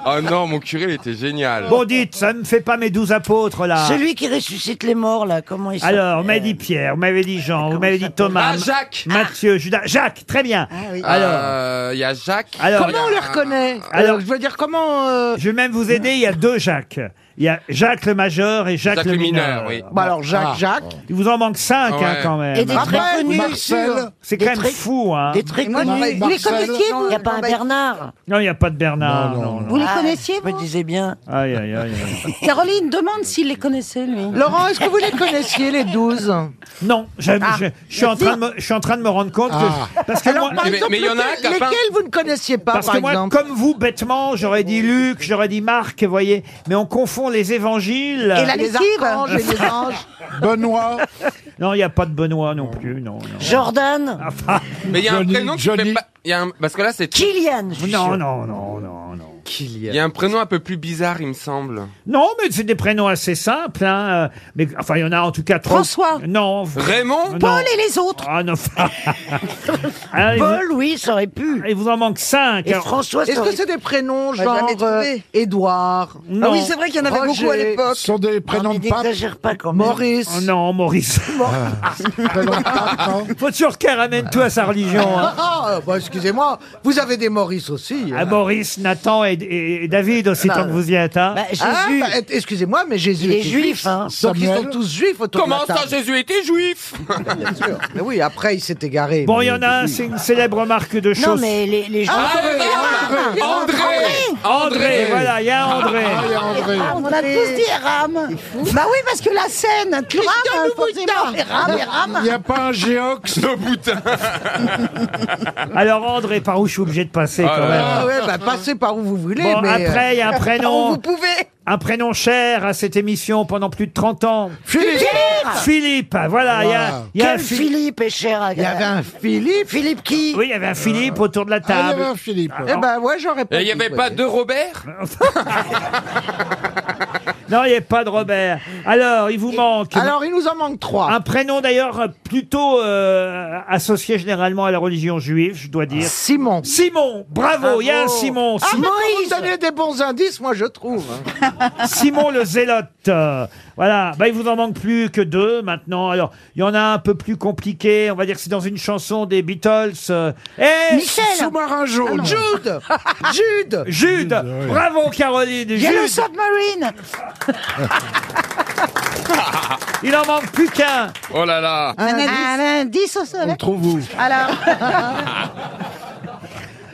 C: Ah non, mon curé, il était génial.
B: Bon, dites, ça ne fait pas mes douze apôtres, là.
G: Celui qui ressuscite les morts, là, comment il s'appelle
B: Alors, on m'avait dit Pierre, on m'avait dit Jean, on m'avait dit Thomas.
C: Ah, Jacques.
B: Mathieu, Judas. Jacques, très bien.
G: Ah
B: Alors,
C: Euh, Il y a Jacques. Ah.
B: Alors-
C: Il y a-
E: Comment on les reconnaît
B: Alors-
E: Alors, je veux dire, comment. euh,
B: je vais même vous aider, il y a deux Jacques. Il y a Jacques le majeur et Jacques,
C: Jacques
B: le
C: le
B: mineur.
C: mineur, oui. Ah.
E: Bah alors, Jacques, Jacques.
B: Il vous en manque cinq, hein,
C: Ouais.
B: quand même.
G: Et des très
E: Raphaël,
G: connus.
E: Marcel,
G: sûr.
B: C'est
G: Des
B: quand même
G: très-
B: fou, hein.
G: Des très
J: moi,
G: connus.
J: j'aurais dit Vous les Marcel. connaissiez, vous,
G: Il n'y a pas un
J: Jean-Baptiste
G: Bernard.
B: Non, il n'y a pas de Bernard. Non, non.
L: Vous les connaissiez
G: Je me disais bien.
B: Aïe, aïe, aïe, aïe.
L: Caroline demande s'il les connaissait, lui.
E: Laurent, est-ce que vous les connaissiez, les 12
B: Non, j'aime-
E: Ah.
B: je, je suis en train de me, je suis en train de me rendre compte que, parce que moi,
E: Alors, par
C: Mais-
E: exemple,
C: mais il y en a un
E: lequel-
C: qui a pas-
E: lesquels vous ne connaissiez pas,
B: Parce
E: par
B: que moi,
E: exemple
B: comme vous, bêtement, j'aurais dit Luc, j'aurais dit Marc, vous voyez. Mais on confond les évangiles.
E: Et la les archanges et les anges.
F: Benoît.
B: Non, il n'y a pas de Benoît non plus, non. non.
G: Jordan
B: Enfin,
C: Mais il y a un
F: Johnny,
C: prénom qui
F: Johnny.
C: fait pas- il y a un- Parce que là, c'est.
G: Kylian, je suis
B: non,
G: sûr.
B: non, non, non, non.
C: Il y a un prénom un peu plus bizarre, il me semble.
B: Non, mais c'est des prénoms assez simples, hein. euh, Mais enfin, il y en a en tout cas trois.
L: François.
B: Non. vous-
C: Raymond
B: non.
L: Paul et les autres.
B: Ah non. Ah, il, vous, Ah,
G: Paul, oui, ça aurait pu.
B: il vous en manque cinq.
G: Et
B: alors.
G: François, ça
E: Est-ce que
G: aurait
E: c'est des prénoms
J: Bah, jamais
E: genre euh,
J: trouvé.
E: Édouard
B: Non.
J: Ah oui, c'est vrai qu'il y en avait
E: Roger.
J: beaucoup à l'époque.
F: Ce sont des
G: Non,
F: prénoms
G: mais
F: de pape.
G: n'exagère pas quand même.
E: Maurice
B: Oh non, Maurice.
F: Prénoms Ah. de pape, non
B: Faut toujours qu'elle ramène tout à sa religion. hein.
E: Ah, bah, excusez-moi, vous avez des Maurice aussi. hein.
B: Ah, Maurice, Nathan et, et- et David aussi,
E: Bah,
B: tant que vous y êtes. hein.
G: Bah, Jésus,
E: Ah, bah, et- excusez-moi, mais Jésus
G: il est
E: était
G: juif, hein.
E: Donc ils sont
F: Samuel.
E: tous juifs autour
C: Comment
E: de la
C: ça,
E: table.
C: Jésus était juif
E: bien sûr. Mais oui, après il s'est égaré.
B: Bon,
E: mais-
B: il y en a un, c'est une célèbre marque de
G: Non,
F: Ah,
B: chaussures.
G: mais les, les gens.
C: Ah, André
B: André, voilà, il y a
F: Ah,
B: André.
L: Ah, On a tous dit Ram. Bah oui, parce que la scène, tu rames, forcément, et Ram, et
B: Ah,
L: Ram.
F: Il n'y a pas un géox de boutin.
B: Alors André, par où je suis obligé de passer
E: Ah
B: quand
E: là
B: même
E: là. Ah ouais, bah, passez par où vous voulez.
B: Bon,
E: mais, euh,
B: après, il y a un prénom.
E: Vous pouvez.
B: Un prénom cher à cette émission pendant plus de 30 ans.
E: Philippe
B: Philippe, voilà. Il y a, il y a un
G: Quel
B: Phil-
G: Philippe est cher à
B: Il y avait un
E: Philippe.
G: Philippe qui
B: Oui, il y avait un Philippe autour de la table.
E: Ah, il y avait un
B: Philippe.
E: Eh ben, ouais, j'aurais pas.
C: Et il n'y
E: dit,
C: avait
E: ouais.
C: pas deux Robert
B: Non, il n'y a pas de Robert. Alors, il vous manque.
E: Alors, il nous en manque trois.
B: Un prénom d'ailleurs euh, plutôt euh, associé généralement à la religion juive, je dois dire.
E: Simon.
B: Simon, bravo, il y a un Simon.
E: Ah,
B: Simon,
E: mais vous me donnez des bons indices, moi, je trouve. hein.
B: Simon le zélote. Euh, voilà, bah, il vous en manque plus que deux maintenant. Alors, il y en a un peu plus compliqué. On va dire que c'est dans une chanson des Beatles. euh, Eh,
E: Michel.
B: Sous-marin
L: Ah
B: jaune.
E: Jude Jude
B: Jude Bravo Caroline
L: Yellow
B: Jude.
L: Submarine
B: Il en manque plus qu'un.
C: Oh là là
L: Un indice au soleil.
B: trouve vous.
L: Alors,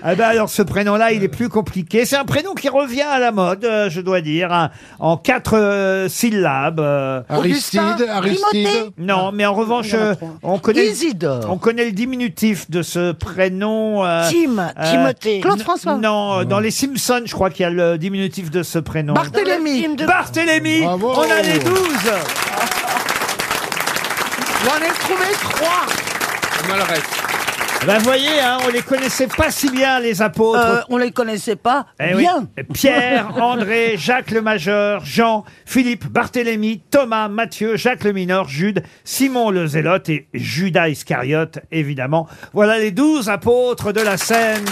B: Ah ben alors ce prénom-là, il est plus compliqué. C'est un prénom qui revient à la mode, euh, je dois dire, hein, en quatre euh, syllabes. euh.
F: Aristide, Augustin, Aristide. Timothée.
B: Non, mais en revanche,
F: Il y en a
B: euh,
F: trois.
B: on connaît,
F: Isidore.
B: on connaît le diminutif de ce prénom. euh,
G: Tim, Timothée. Claude
B: n-
G: François.
B: Non, euh, dans les Simpsons, je crois qu'il y a le diminutif de ce prénom.
G: Barthélemy.
B: Barthélemy. On a les douze.
E: J'en ai trouvé trois.
C: Moi, le reste.
B: Ben voyez, hein, on les connaissait pas si bien les apôtres.
D: Euh, on les connaissait pas
B: Eh oui.
D: bien.
B: Pierre, André, Jacques le Majeur, Jean, Philippe, Barthélemy, Thomas, Mathieu, Jacques le Mineur, Jude, Simon le Zélote et Judas Iscariote, évidemment. Voilà les douze apôtres de la scène.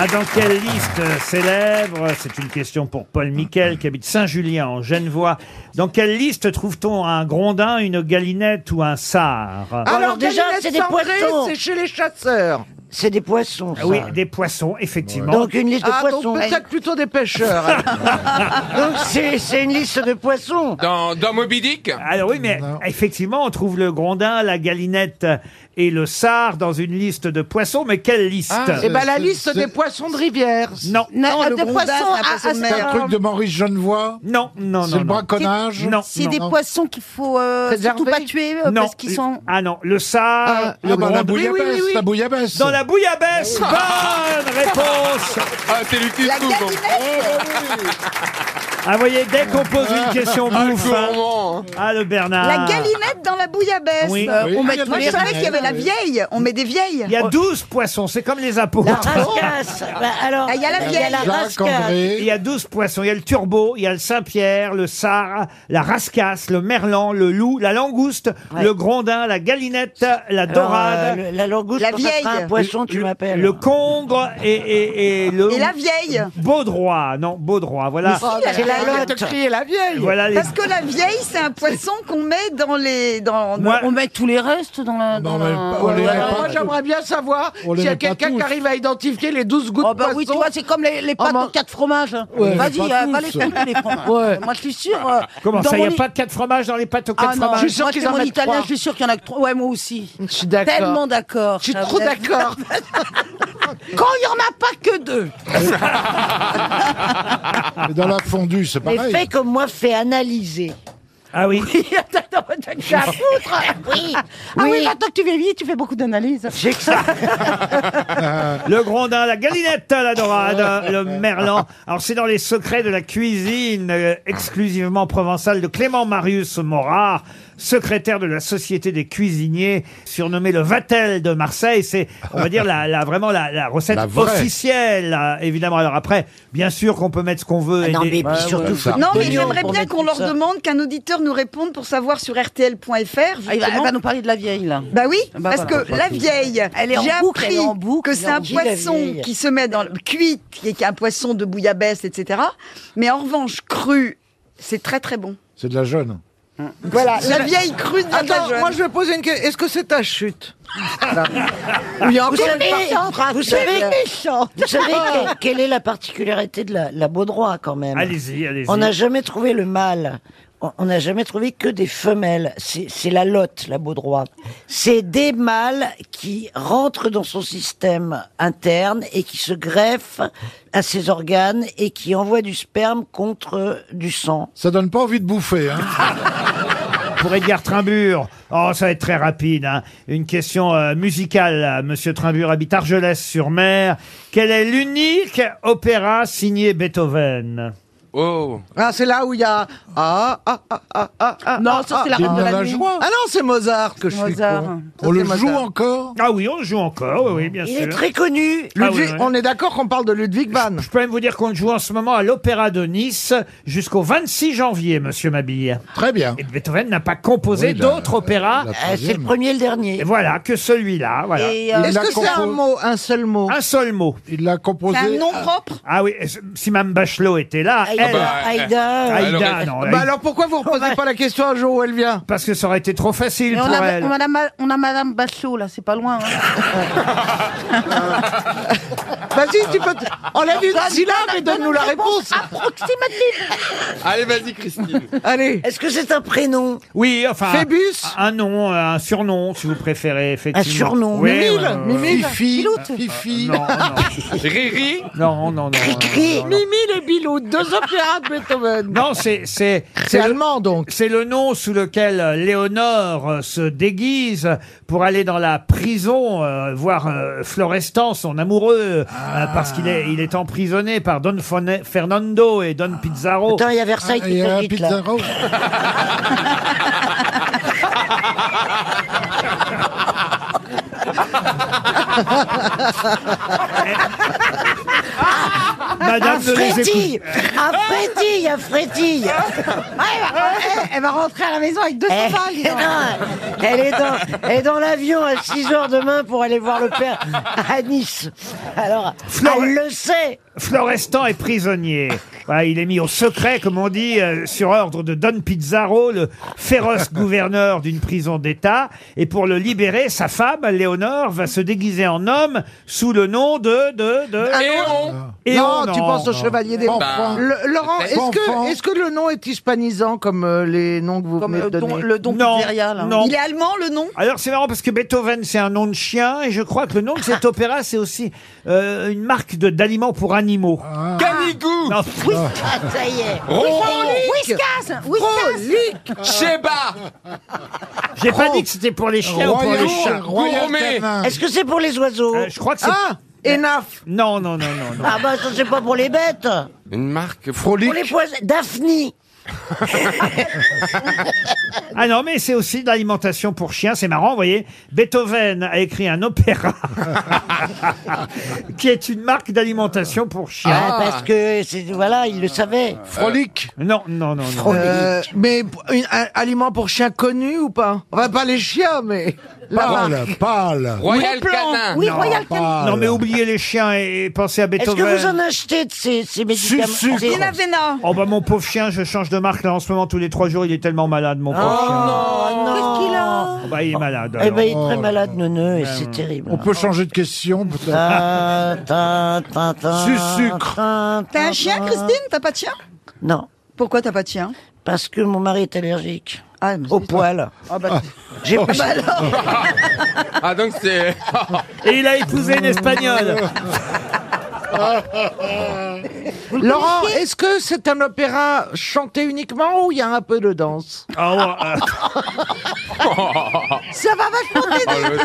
B: Ah, dans quelle liste euh, célèbre C'est une question pour Paul Miquel qui habite Saint-Julien en Genevois. Dans quelle liste trouve-t-on un grondin, une galinette ou un sard
E: Alors, déjà, c'est des poissons. C'est chez les chasseurs.
G: C'est des poissons.
B: Ah Oui, des poissons, effectivement.
G: Donc une liste de
E: ah,
G: poissons.
E: donc peut-être plutôt des pêcheurs.
G: Donc c'est c'est une liste de poissons.
C: Dans, dans Moby Dick
B: Alors oui, mais effectivement, on trouve le grondin, la galinette et le sard dans une liste de poissons, mais quelle liste
E: Eh ben, la liste des poissons de rivière.
B: Ah. Non.
E: Non,
L: ah,
E: le
L: des
E: grondin,
L: poissons
E: c'est un poisson
L: à-
E: de
L: à-
F: C'est un truc de Maurice Genevois
B: Non, non, non.
F: C'est le
B: non.
F: braconnage
B: Non.
L: c'est
B: non,
L: des
B: non.
L: poissons qu'il faut euh, surtout pas tuer euh,
B: Non.
L: parce qu'ils sont.
B: Ah non, le sard,
F: Ah,
B: le
F: ah, bah, la
B: grondin-
F: bouillabaisse, la bouillabaisse.
B: Dans la bouillabaisse, bonne réponse
C: Ah, c'est lui qui
L: La
C: trouve.
B: Ah, vous voyez, dès qu'on pose une question
C: Ah, le
B: bouffe... hein.
C: gourmand.
B: Ah, le Bernard
J: La galinette dans la bouillabaisse.
B: Oui.
J: Euh,
B: Oui,
J: on
B: il
J: met
B: y a
J: tous
B: des
J: les- je savais qu'il y avait la
B: oui. Oh,
J: vieille. On met des vieilles.
B: Il y a 12 poissons, c'est comme les apôtres.
G: La rascasse. Bah, alors,
J: Ah, il y a la vieille.
G: rascasse.
B: Il y a 12 poissons. Il y a le turbo, il y a le Saint-Pierre, le sar, la rascasse, le merlan, le loup, la langouste,
G: Ouais.
B: le grondin, la galinette, la
G: Alors, euh,
B: dorade,
G: le- la langouste,
J: La
G: quand ça
J: vieille.
G: sera un poisson, tu m'appelles.
B: le congre et, et- et le.
J: Et la vieille.
B: Baudroie. Non, baudroie. Voilà.
J: Mais si, Oh, la
G: C'est la
J: vieille.
G: lotte.
E: te crier la vieille.
B: Voilà les-
J: Parce que la vieille, c'est un poisson qu'on met dans les. Dans,
B: Moi-
D: On met tous les restes dans
L: euh,
D: la.
F: Non,
D: dans
F: mais
D: la-
F: pas- on les met
E: Alors, moi,
F: pas.
E: j'aimerais bien savoir
F: On les
E: s'il y a
F: met pas
E: quelqu'un qui
F: tous.
E: arrive à identifier les 12 gouttes
D: Oh bah oui, tu
E: poisson.
D: vois, c'est comme les, les pâtes
E: Oh,
D: aux quatre fromages. hein.
F: Ouais,
D: Vas-y,
F: mais pas
D: euh, va
F: tous.
D: les faire tous les fromages.
E: Ouais.
D: Moi, je suis sûr. euh,
B: Comment
D: dans
B: ça, il n'y a
D: mon-
B: pas de 4 fromages dans les pâtes aux 4
D: Ah non,
B: fromages
E: Je suis sûr
D: moi,
E: qu'ils
D: c'est
E: en
D: mon
E: mettent
D: italien,
E: trois.
D: je suis sûr qu'il y en a que trois. Ouais, moi aussi.
E: je suis d'accord.
D: Tellement d'accord.
E: Je suis
D: ça,
E: trop
D: vous avez-
E: d'accord.
D: Quand il n'y en a pas que deux.
F: Et Dans la fondue, c'est
G: Mais
F: pareil.
G: fais comme moi, fais analyser.
B: Ah oui.
D: Attends, attends, j'ai à foutre.
G: Oui.
D: Ah oui,
G: Oui.
D: maintenant que tu vieillis, tu fais beaucoup d'analyses.
G: J'ai que ça.
B: Le grondin, la galinette, la dorade, le merlan. Alors c'est dans les secrets de la cuisine euh, exclusivement provençale de Clément Marius Morard, secrétaire de la Société des cuisiniers, surnommé le Vatel de Marseille. C'est, on va dire, la, la- vraiment la, la recette
F: La vraie.
B: officielle, là, évidemment. Alors après, bien sûr qu'on peut mettre ce qu'on veut.
G: Ah
B: et
G: non,
B: des-
G: mais puis surtout,
B: Bah,
G: faut
J: Non, mais
G: des oignons
J: j'aimerais
G: pour
J: bien
G: mettre
J: qu'on
G: tout
J: leur
G: ça.
J: demande qu'un auditeur nous réponde pour savoir sur RTL.fr.
D: Ah, il va- elle
J: justement.
D: va nous parler de la vieille, là.
J: Bah oui,
L: Ah,
D: Bah
J: parce
D: voilà.
J: que la vieille,
D: Elle est en
J: j'ai
D: boucle,
J: appris
D: elle est en boucle,
J: que
D: elle
J: c'est
D: est en
J: un
D: boucle, la
J: poisson
D: vieille.
J: qui se met dans le cuit, qui est un poisson de bouillabaisse, etc. Mais en revanche, cru, c'est très très bon.
F: C'est de la jeune.
J: Voilà, la vieille crue de
E: Attends,
J: la
E: moi, je vais poser une question. Est-ce que c'est ta chute
G: Vous savez,
D: méchante,
G: vous
D: vous savez
G: savez, Ah.
D: méchante.
G: vous savez que- quelle est la particularité de la, la Baudroie quand même
B: Allez-y, allez-y.
G: On n'a jamais trouvé le mâle. on- on n'a jamais trouvé que des femelles. C'est c'est la lotte, la Baudroie. C'est des mâles qui rentrent dans son système interne et qui se greffent à ses organes et qui envoient du sperme contre du sang.
F: Ça donne pas envie de bouffer, hein
B: Pour Edgar Trimbure. Oh, ça va être très rapide. hein. Une question euh, musicale. Monsieur Trimbure habite Argelès-sur-Mer. Quel est l'unique opéra signé Beethoven
C: Oh.
E: Ah, c'est là où il y a. Ah, ah, ah, ah, ah, ah.
B: Non, ça,
E: ah,
B: c'est la
E: ah,
B: Reine de la
E: ah,
B: Nuit.
E: Ah non, c'est Mozart que je suis.
B: Mozart.
E: con.
B: On
E: Ça,
B: le
E: c'est
B: joue
E: Mozart.
F: encore
B: Ah oui, on le joue encore, oui, oui, bien
E: Il
B: sûr.
E: est très connu.
B: Ah
E: Ludwig-
B: oui, oui.
E: On est d'accord qu'on parle de Ludwig van.
B: Je peux même vous dire qu'on le joue en ce moment à l'Opéra de Nice jusqu'au 26 janvier, monsieur Mabille.
F: Très bien.
B: Et Beethoven n'a pas composé
G: Oui, la-
B: d'autres opéras.
G: la troisième. Euh, c'est le premier et le dernier.
B: Et voilà, que celui-là. Voilà.
G: Et, euh, Est-ce que c'est un
E: mot, un seul mot
B: Un seul mot.
F: Il l'a composé.
B: C'est un nom
J: propre
B: Ah oui, si Mme Bachelot était là.
E: Aïda.
B: elle-
E: Ah bah, Aïda.
B: Aïda,
E: Alors,
B: non.
E: bah
B: Aïda-
E: alors pourquoi vous reposez pas la question un jour où elle vient
B: Parce que ça aurait été trop facile
L: Mais on
B: pour
L: a,
B: elle.
L: on, a ma- on a Madame Bachelot, là, c'est pas loin. hein.
E: Vas-y, tu peux. Enlève une syllabe et donne-nous la réponse.
C: Oh, bah Allez, vas-y, Christine.
E: Allez.
G: Est-ce que c'est un prénom
B: Oui, enfin.
G: Phébus
B: Un nom, un surnom, si vous préférez, effectivement.
G: surnom.
B: Oui,
G: Mimile,
B: ouais, ouais, ouais.
G: Mimile.
F: Fifi.
G: Pilote.
F: Fifi.
B: Ah, Non,
C: Riri.
B: Non, non, non.
E: Mimi et Bilou, deux opéras de Beethoven.
B: Non, c'est c'est
E: C'est allemand donc.
B: C'est le nom sous lequel euh, Léonore euh, se déguise pour aller dans la prison euh, voir euh, Florestan, son amoureux, euh, parce qu'il est il est emprisonné par Don Fone- Fernando et Don Pizarro.
G: Ah. Attends, il y a Versailles qui s'agite là.
B: Madame
G: un
B: de les
G: frétille Un frétille, un frétille
L: elle va rentrer à la maison avec 200
G: Eh,
L: balles. dis donc.
G: non, elle est dans, elle est dans l'avion à 6h demain pour aller voir le père à Nice. Alors, elle le sait.
B: Florestan est prisonnier. Voilà, il est mis au secret, comme on dit, euh, sur ordre de Don Pizarro, le féroce gouverneur d'une prison d'État. Et pour le libérer, sa femme, Léonore, va se déguiser en homme sous le nom de... de, de...
E: Ah non. non, tu penses au chevalier des
B: Bon,
E: Bah, Le- Laurent, est-ce que, est-ce que le nom est hispanisant comme euh, les noms que vous venez de donner
B: non, non.
J: Il est allemand, le nom
B: Alors c'est marrant parce que Beethoven c'est un nom de chien et je crois que le nom de cet opéra c'est aussi euh, une marque de d'aliments pour animaux.
E: Ah.
C: Canigou
B: Non.
G: Ah, ça y est.
L: Whiskas Ah. Whiskas
C: Sheba
B: J'ai pas dit que c'était pour les chiens ou pour les chats.
G: Est-ce que c'est pour les oiseaux
B: Euh, je crois que c'est.
G: Ah
E: Enaf
B: Non, non, non, non. non.
G: Ah bah ça c'est pas pour les bêtes
C: Une marque
G: Pour les poissons Daphne
B: Ah non, mais c'est aussi de l'alimentation pour chiens. C'est marrant, vous voyez. Beethoven a écrit un opéra qui est une marque d'alimentation pour chiens. Euh,
G: Ah, parce que, c'est- voilà, il le savait.
F: Frolic
B: Non, non, non, non.
E: Euh, mais p- une- un aliment pour chien connu ou pas Enfin, pas les chiens, mais. la
F: Pâle,
E: marque.
F: pâle.
C: Royal
E: Bon plan.
C: Canin.
E: Oui,
B: Non,
E: Royal
F: Canin.
B: Non, mais oubliez les chiens et et pensez à
G: Est-ce
B: Beethoven.
G: que vous en achetez de ces, ces médicaments
F: sucre.
G: Ces-
J: Avena.
B: Oh bah mon pauvre chien, je change de marque là en ce moment tous les trois jours, il est tellement malade mon pauvre chien.
G: Oh non
B: Oh, bah il
E: Ah.
B: est malade.
G: Eh
B: alors. Oh
G: ben, il est très
B: euh,
G: malade, neuneu, et
B: ben,
G: c'est terrible.
F: On peut changer de question,
E: Ah.
F: peut-être.
G: Ta, ta, ta, ta,
F: Sucre.
G: ta, ta,
J: T'as un chien,
G: ta.
J: Christine T'as pas de chien
G: Non,
J: Pourquoi t'as pas de chien
G: parce que mon mari est allergique.
J: Ah, mais
G: Au
J: c'est-
G: poil.
J: Ah bah,
G: J'ai
J: ah bah alors
C: Ah, donc c'est.
B: Et il a épousé une espagnole.
E: Laurent, est-ce que c'est un opéra chanté uniquement ou il y a un peu de danse
B: Ah, ouais, euh,
C: Oh,
J: Ça va vachement t'aider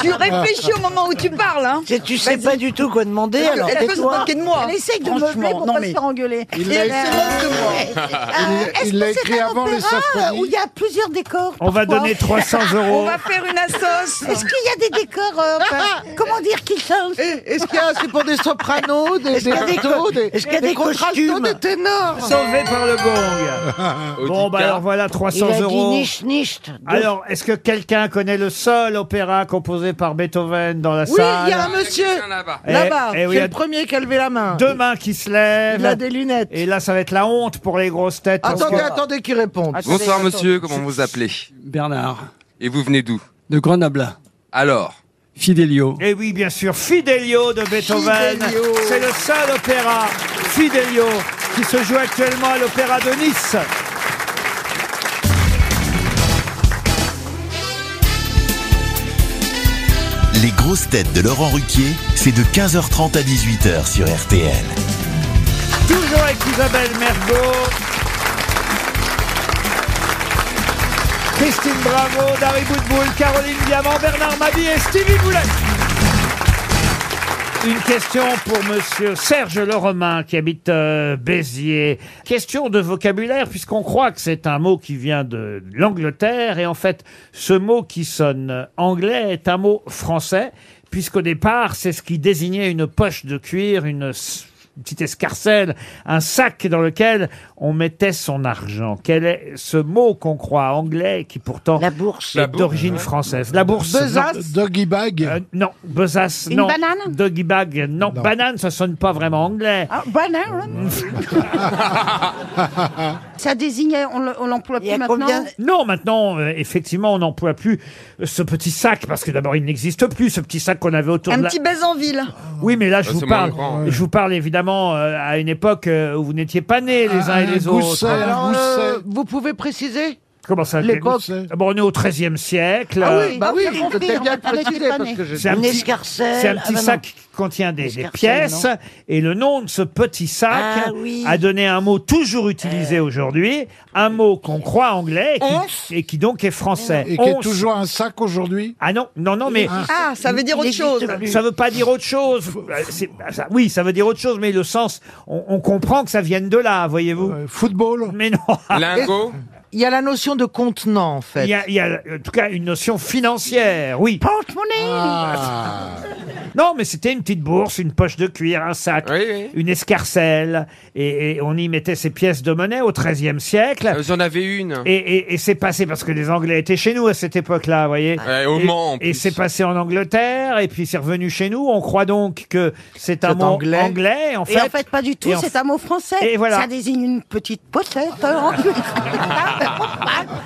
J: Tu réfléchis au moment où tu parles, hein
G: C'est- tu sais pas du tout quoi demander, alors
J: Elle peut se
G: tais-toi.
J: moquer de moi
L: Elle essaye de
J: Franchement,
L: meubler pour
J: non,
L: pas
J: mais-
L: se faire engueuler.
F: Il
J: Et
F: l'a
J: elle se
F: écrit-
J: moque de moi
L: Euh, Est-ce
F: il l'a
L: que
F: écrit
L: c'est un
F: avant les
L: opéra, euh,
F: symphonies.
L: où il y a plusieurs décors
B: on va
L: parfois
B: donner 300
J: On
B: euros.
J: va faire une assos
L: Est-ce qu'il y a des décors euh, enfin, Comment dire qu'ils sont
E: Et- Est-ce qu'il y a c'est pour des sopranos, des
G: Est-ce qu'il y a des
E: altos, des,
G: est-ce qu'il y a des
E: contraltos,
G: costumes
E: des ténors
B: Sauvé par le gong. Bon bah alors voilà
G: Il
B: 300
G: a dit
B: euros.
G: niche, niche. Donc,
B: Alors, est-ce que quelqu'un connaît le seul opéra composé par Beethoven dans la
E: Oui,
B: salle
E: il y a un monsieur
C: là-bas.
B: Eh,
E: là-bas.
B: eh oui, il y
E: c'est
B: a
E: le premier qui a levé la main.
B: Deux mains qui se
E: Il a
B: lèvent.
E: des lunettes.
B: Et là, ça va être la honte pour les grosses têtes. parce
E: Attendez,
B: que-
E: attendez qu'il
B: Ah,
E: réponde.
C: Bonsoir, monsieur, comment vous appelez
P: Bernard,
C: Et vous venez d'où
P: de Grenoble,
C: Alors
P: Fidelio.
B: Et Eh oui, bien sûr, Fidelio de Beethoven.
E: Fidelio.
B: C'est le seul opéra, Fidelio, qui se joue actuellement à l'Opéra de Nice.
A: Les grosses têtes de Laurent Ruquier, c'est de 15h30 à 18h sur RTL.
B: Toujours avec Isabelle Mergot. Christine Bravo, Dari Boudboul, Caroline Diamant, Bernard Mabie et Stevie Boulet. Une question pour monsieur Serge Leromain qui habite euh, Béziers. Question de vocabulaire puisqu'on croit que c'est un mot qui vient de l'Angleterre et en fait ce mot qui sonne anglais est un mot français puisqu'au départ c'est ce qui désignait une poche de cuir, une s- une petite escarcelle, un sac dans lequel on mettait son argent. Quel est ce mot qu'on croit anglais qui pourtant la bourse
F: La
B: est
F: bourse,
B: d'origine
F: ouais.
B: française La bourse non.
F: Besace Doggy bag
B: Euh, non, besace,
F: Une
B: non.
F: banane
B: Doggy bag, non. Banane, ça sonne pas vraiment anglais.
L: Ah, banane Ça désignait, on le- on l'emploie plus maintenant.
B: Non, maintenant, euh, effectivement, on n'emploie plus euh, ce petit sac, parce que d'abord, il n'existe plus, ce petit sac qu'on avait autour
J: Un
B: de la...
J: petit baiser en ville.
B: Oui, mais là, je
J: Ah,
B: vous
J: c'est moins
B: parle.
J: grand,
B: Je vous parle évidemment euh, à une époque euh, où vous n'étiez pas nés les
E: Ah,
B: uns et les autres.
E: Alors, euh, vous pouvez préciser
B: Comment ça
E: L'époque.
B: Ah Bon, on est au XIIIe siècle.
E: Ah
B: euh,
E: oui, bah oui,
B: c'est
E: je t'ai bien précisé parce que je-
B: un
G: Une
B: petit-
G: escarcelle,
B: C'est un
G: ah
B: petit
G: bah non.
B: sac qui contient des, des pièces.
G: non.
B: Et le nom de ce petit sac
G: Ah oui.
B: a donné un mot toujours utilisé aujourd'hui, un mot qu'on croit anglais et qui, et qui donc est français.
F: Et qui est
B: Once.
F: toujours un sac aujourd'hui
B: Ah non, non, non, mais...
J: Ah, ça veut dire autre chose.
B: Ça veut pas dire autre chose. Euh, c'est- ça- oui, ça veut dire autre chose, mais le sens, on, on comprend que ça vienne de là, voyez-vous.
F: football
B: Mais non.
E: Il y a la notion de contenant, en fait.
B: Il y, a, il y a, en tout cas une notion financière, oui. Ah.
L: Porte-monnaie
B: Non, mais c'était une petite bourse, une poche de cuir, un sac, une escarcelle, et, et on y mettait ces pièces de monnaie au XIIIe siècle.
C: Euh, J'en avais une.
B: Et, et- et c'est passé parce que les Anglais étaient chez nous à cette époque-là, vous voyez.
C: Ouais, au
B: Et-
C: Mans, en
B: Et, c'est passé en Angleterre, et puis c'est revenu chez nous. On croit donc que c'est un mot anglais. en fait,
L: Et en fait, pas du tout,
B: Et en
L: c'est un mot français.
B: Et voilà.
L: Ça désigne une petite pochette. euh, en plus.